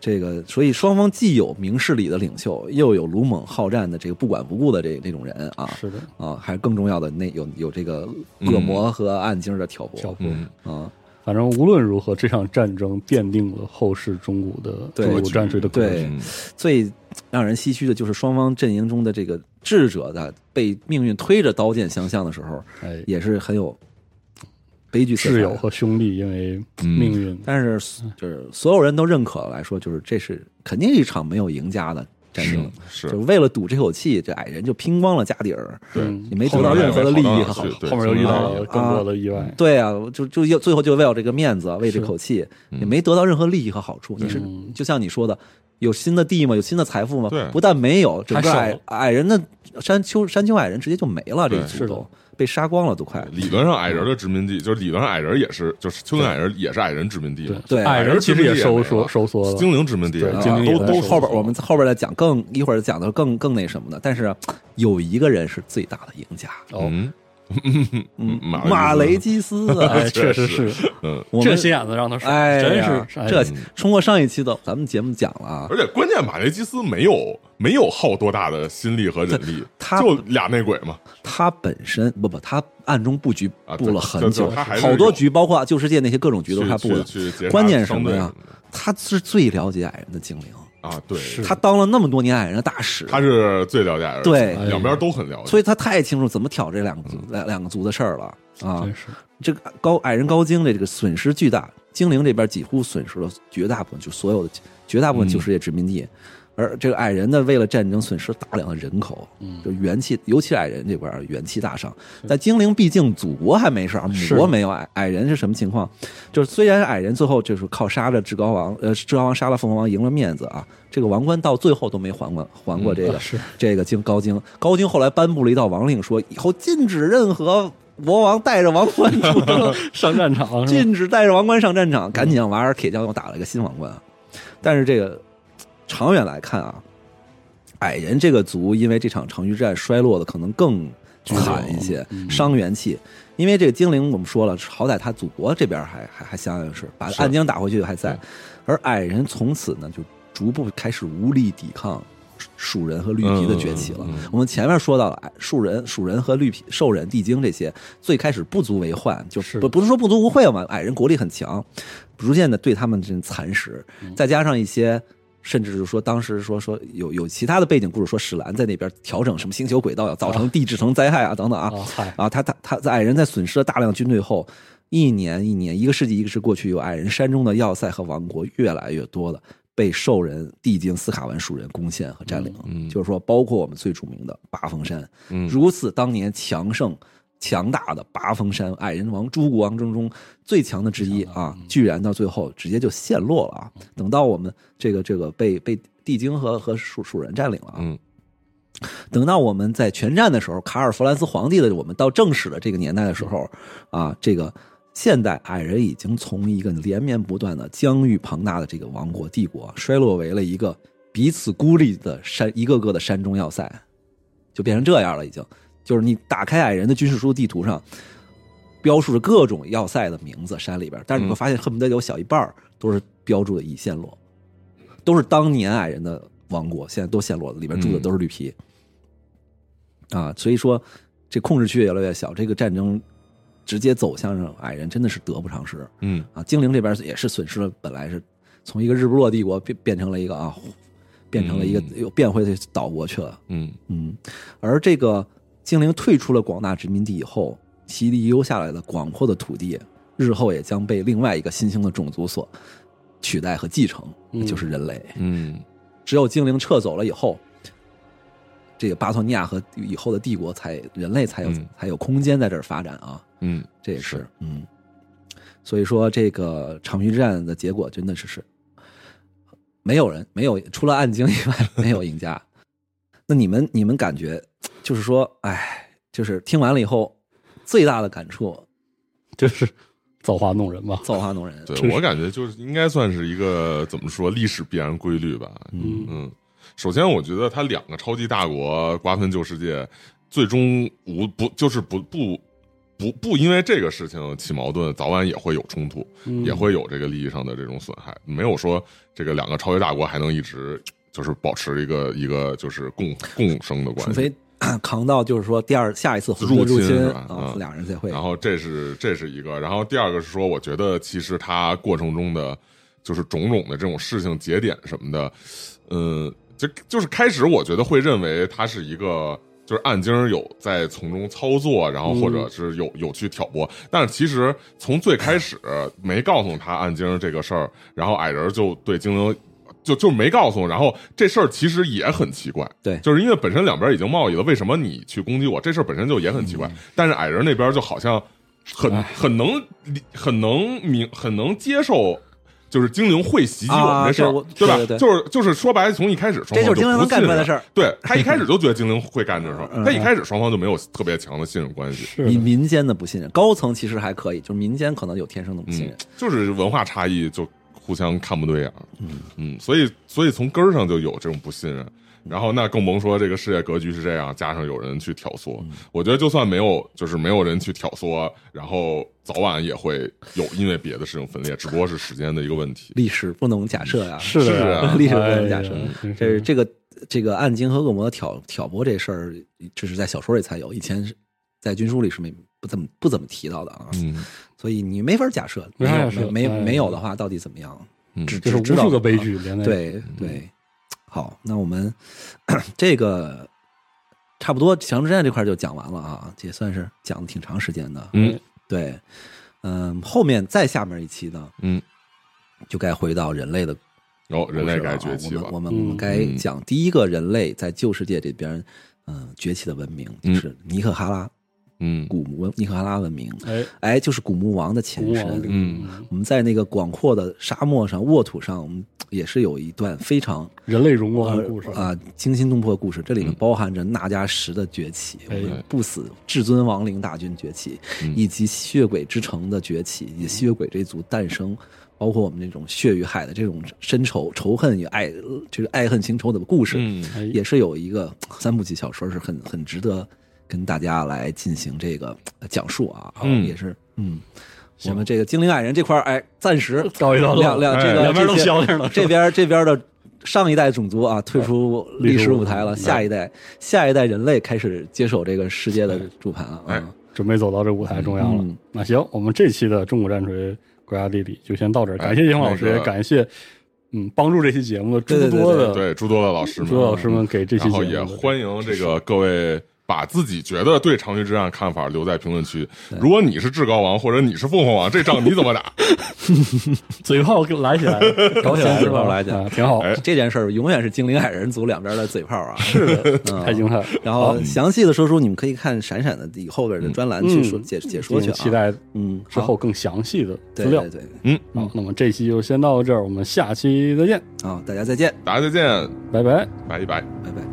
这个，所以双方既有明事理的领袖，又有鲁莽好战的这个不管不顾的这这种人啊
是的，
啊，还更重要的那有有这个恶魔和暗精的挑
小
拨
本。
嗯
啊，
反正无论如何，这场战争奠定了后世中国的
对
中国战士的格
对
局。
最让人唏嘘的就是双方阵营中的这个智者的被命运推着刀剑相向的时候，
哎，
也是很有悲剧色彩
挚
的
友和兄弟因为
嗯
命运，
但是就是所有人都认可来说，就是这是肯定一场没有赢家的战争，
是
就是为了赌这口气，这矮人就拼光了家底儿，
对
嗯
你没得到任何的利益和好
后面还有
处。
对
后面又遇到了更多的意外。
对嗯啊，就就要最后就为了这个面子，为这口气，
嗯
也没得到任何利益和好处。你是就像你说的，有新的地吗？有新的财富吗
对？
不但没有，整个
还少
矮
了
矮人的山丘山丘矮人直接就没了，这
对
一
是
族
的
都被杀光了，都快。
理论上矮人的殖民地，就是理论上矮人也是，就是丘陵矮人也是矮人殖民地嘛。
对
矮人其实也收缩收缩了，
精灵殖民地
对
啊
精灵也
都
在
都
收
后边我们后边再讲更一会儿讲的更更那什么的，但是有一个人是最大的赢家，
哦，
嗯
嗯，
马
马雷
雷
基斯啊，
哎，确实
确实
是，
嗯，
我
这
们
心眼子让他爽，
哎
真
呀
是哎
这通过上一期的咱们节目讲了啊，
而且关键马雷基斯没有没有耗多大的心力和人力，
他
就俩内鬼嘛，
他本身不不，他暗中布局
啊
布了很
就
久，
就他还是
好多
有
局，包括旧世界那些各种局都是他布的
去去去截。
关键是
杀
什么呀
商队？
他是最了解矮人的精灵，
啊，对，
他当了那么多年矮人的大使，
他是最了解矮人，
对
两边都很了解，
所以他太清楚怎么挑这两个族
嗯
两两个族的事儿了啊
真！是
这个高矮人高精的这个损失巨大，精灵这边几乎损失了绝大部分，就所有的绝大部分旧世界殖民地。而这个矮人呢，为了战争损失大量的人口，就元气，尤其矮人这边儿元气大伤。但精灵毕竟祖国还没事儿，母国没有矮矮人是什么情况？就是虽然矮人最后就是靠杀了至高王，呃，至高王杀了凤凰王赢了面子啊，这个王冠到最后都没还过还过这个、
啊是
这个经高经高经后来颁布了一道王令说，以后禁止任何国王带着王冠 出征，
上战场是吧
禁止带着王冠上战场，赶紧让瓦尔铁匠又打了个新王冠。啊但是这个长远来看啊，矮人这个族因为这场长驱战衰落的可能更惨一些，伤元气。因为这个精灵我们说了，好歹他祖国这边还还还相当于是把暗江打回去还在，而矮人从此呢就逐步开始无力抵抗。鼠人和绿皮的崛起了。我们前面说到了，哎，树人、鼠人和绿皮、兽人、地精这些，最开始不足为患，就是不不是说不足无愧嘛，矮人国力很强，逐渐的对他们这蚕食，再加上一些。甚至是说，当时说说有有其他的背景故事，说史兰在那边调整什么星球轨道，要造成地质层灾害啊，等等啊
啊嗨，
啊，他他他在矮人在损失了大量军队后，一年一年，一个世纪一个世纪过去，有矮人山中的要塞和王国越来越多的被兽人、地精、斯卡文属人攻陷和占领，就是说，包括我们最著名的八峰山，如此当年强盛。强大的八峰山矮人王诸国王中中最强的之一啊，居然到最后直接就陷落了啊！等到我们这个这个被被地精和和蜀蜀人占领了啊，
嗯
等到我们在全战的时候，卡尔弗兰斯皇帝的我们到正史的这个年代的时候，啊，这个现代矮人已经从一个连绵不断的疆域庞大的这个王国帝国，衰落为了一个彼此孤立的山，一个个的山中要塞，就变成这样了。已经，就是你打开矮人的军事书地图上，标注着各种要塞的名字，山里边，但是你会发现，恨不得有小一半儿都是标注的已陷落，都是当年矮人的王国，现在都陷落了，里边住的都是绿皮。啊，所以说这控制区越来越小，这个战争直接走向让矮人真的是得不偿失
嗯
啊！精灵这边也是损失了，本来是从一个日不落帝国变变成了一个啊，变成了一个
嗯
又变回去岛国去了。
嗯
嗯，而这个精灵退出了广大殖民地以后，其遗留下来的广阔的土地，日后也将被另外一个新兴的种族所取代和继承，
嗯
就是人类。
嗯
只有精灵撤走了以后，这个巴托尼亚和以后的帝国才人类才有、
嗯
才有空间在这儿发展啊，
嗯
这也是
是
嗯。所以说，这个场域战的结果真的是是没有人没有除了暗精以外没有赢家。 那你们你们感觉就是说，哎，就是听完了以后最大的感触，
就是造化弄人吧。
造化弄人。嗯
对我感觉就是应该算是一个怎么说历史必然规律吧。
嗯
嗯，首先我觉得它两个超级大国瓜分旧世界，最终无不就是不不不不因为这个事情起矛盾，早晚也会有冲突，
嗯
也会有这个利益上的这种损害。没有说这个两个超级大国还能一直就是保持一个一个就是共共生的关
除
系。
非 扛到就是说第二下一次红色
入
入
侵
侵
是吧
啊，
嗯
俩人才会
然后这是这是一个，然后第二个是说，我觉得其实它过程中的就是种种的这种事情节点什么的，嗯，就就是开始我觉得会认为它是一个。就是暗经儿有在从中操作，然后或者是有有去挑拨，但是其实从最开始没告诉他暗经儿这个事儿，然后矮人就对精灵就就没告诉，然后这事儿其实也很奇怪，
对
就是因为本身两边已经贸易了，为什么你去攻击我？这事儿本身就也很奇怪，
嗯
但是矮人那边就好像很
哎
很能理很能明很能接受。就是精灵会袭击我们这事儿、
啊对我
吧？
对对对
就是就是说白，了，从一开始双
这
方
就是精灵能干出来的事
儿。
儿。
对他一开始就觉得精灵会干这事儿，
嗯嗯
他一开始双方就没有特别强的信任关系。
是
民
的
民间的不信任，高层其实还可以，就是民间可能有天生的不信
嗯
任。，
就是文化差异就互相看不对眼儿。嗯所以所以从根儿上就有这种不信任。然后那更甭说这个世界格局是这样，加上有人去挑唆，我觉得就算没有，就是没有人去挑唆，然后早晚也会有因为别的事情分裂，只不过是时间的一个问题。
历史不能假设呀、
是
是
的
啊嗯
呀，
历史不
哎
能
呀
假设。
真
这
是
这个这个暗精和恶魔挑挑拨这事儿，只是在小说里才有，以前是在军书里是没不怎么不怎么提到的啊。
嗯
所以你没法假设，
没法
没
假
有
设
没
哎
没没有的话，到底怎么样？
嗯，
只
这是
只知
无
道啊
数个悲剧嗯连在
对对，好，那我们 这个差不多强制战这块就讲完了啊，这也算是讲的挺长时间的。
嗯
对，嗯，后面再下面一期呢，
嗯，
就该回到人类的
然后哦人类
故事了
该
啊
崛起了
我。们我们我
嗯
们该讲第一个人类在旧世界这边，嗯，崛起的文明就
嗯
是尼克哈拉
嗯
古墓文尼克哈拉文明，
哎，
哎，就是古墓王的前
国王
身
这个，。
嗯
我们在那个广阔的沙漠上、沃土上，我们也是有一段非常
人类荣光的故事
啊、惊心动魄的故事，这里面
嗯
包含着纳迦石的崛起，
哎
我们不死至尊亡灵大军崛起，
嗯
以及吸血鬼之城的崛起，以及吸血鬼这一族诞生，包括我们这种血与海的这种深仇、仇恨与爱，呃就是爱恨情仇的故事，
嗯
哎
也是有一个三部曲小说是很很值得跟大家来进行这个呃讲述啊，
嗯
也是嗯。
行
我们这个精灵矮人这块儿，哎，暂时
告一段落
两两这
哎
个
两边都
这些
消停了，哎
这边这边的上一代种族啊退出历史舞台了，
历史舞台
下一代下一代人类开始接手这个世界的主盘了
哎
啊。
准备走到这舞台中央了。
嗯
那行，我们这期的中国战锤国家地理就先到这儿，感谢
哎
杨老师，
那个
也感谢嗯帮助这期节目的诸
对对对
多的
对，诸多的老师们，
诸多老师们给这期
然
节
后
目
也
的
欢迎这个各位把自己觉得对长驱之战看法留在评论区。如果你是至高王或者你是凤凰王，这仗你怎么打？
嘴炮给来起来了， 搞起来
先
是
嘴炮
吧？
来起来
啊挺好，
哎
这件事儿永远是精灵矮人族两边的嘴炮啊。
是的， 太精彩了。
然后详细的说书，你们可以看闪闪的以后边的专栏去说
嗯
解解说去
期
啊。
待
嗯，
之
好
后更详细的
对
资料
对。嗯对，
好，那么这期就先到这儿，我们下期再见，
好，大家再见，
大家再见，
拜拜。
拜拜。
拜拜。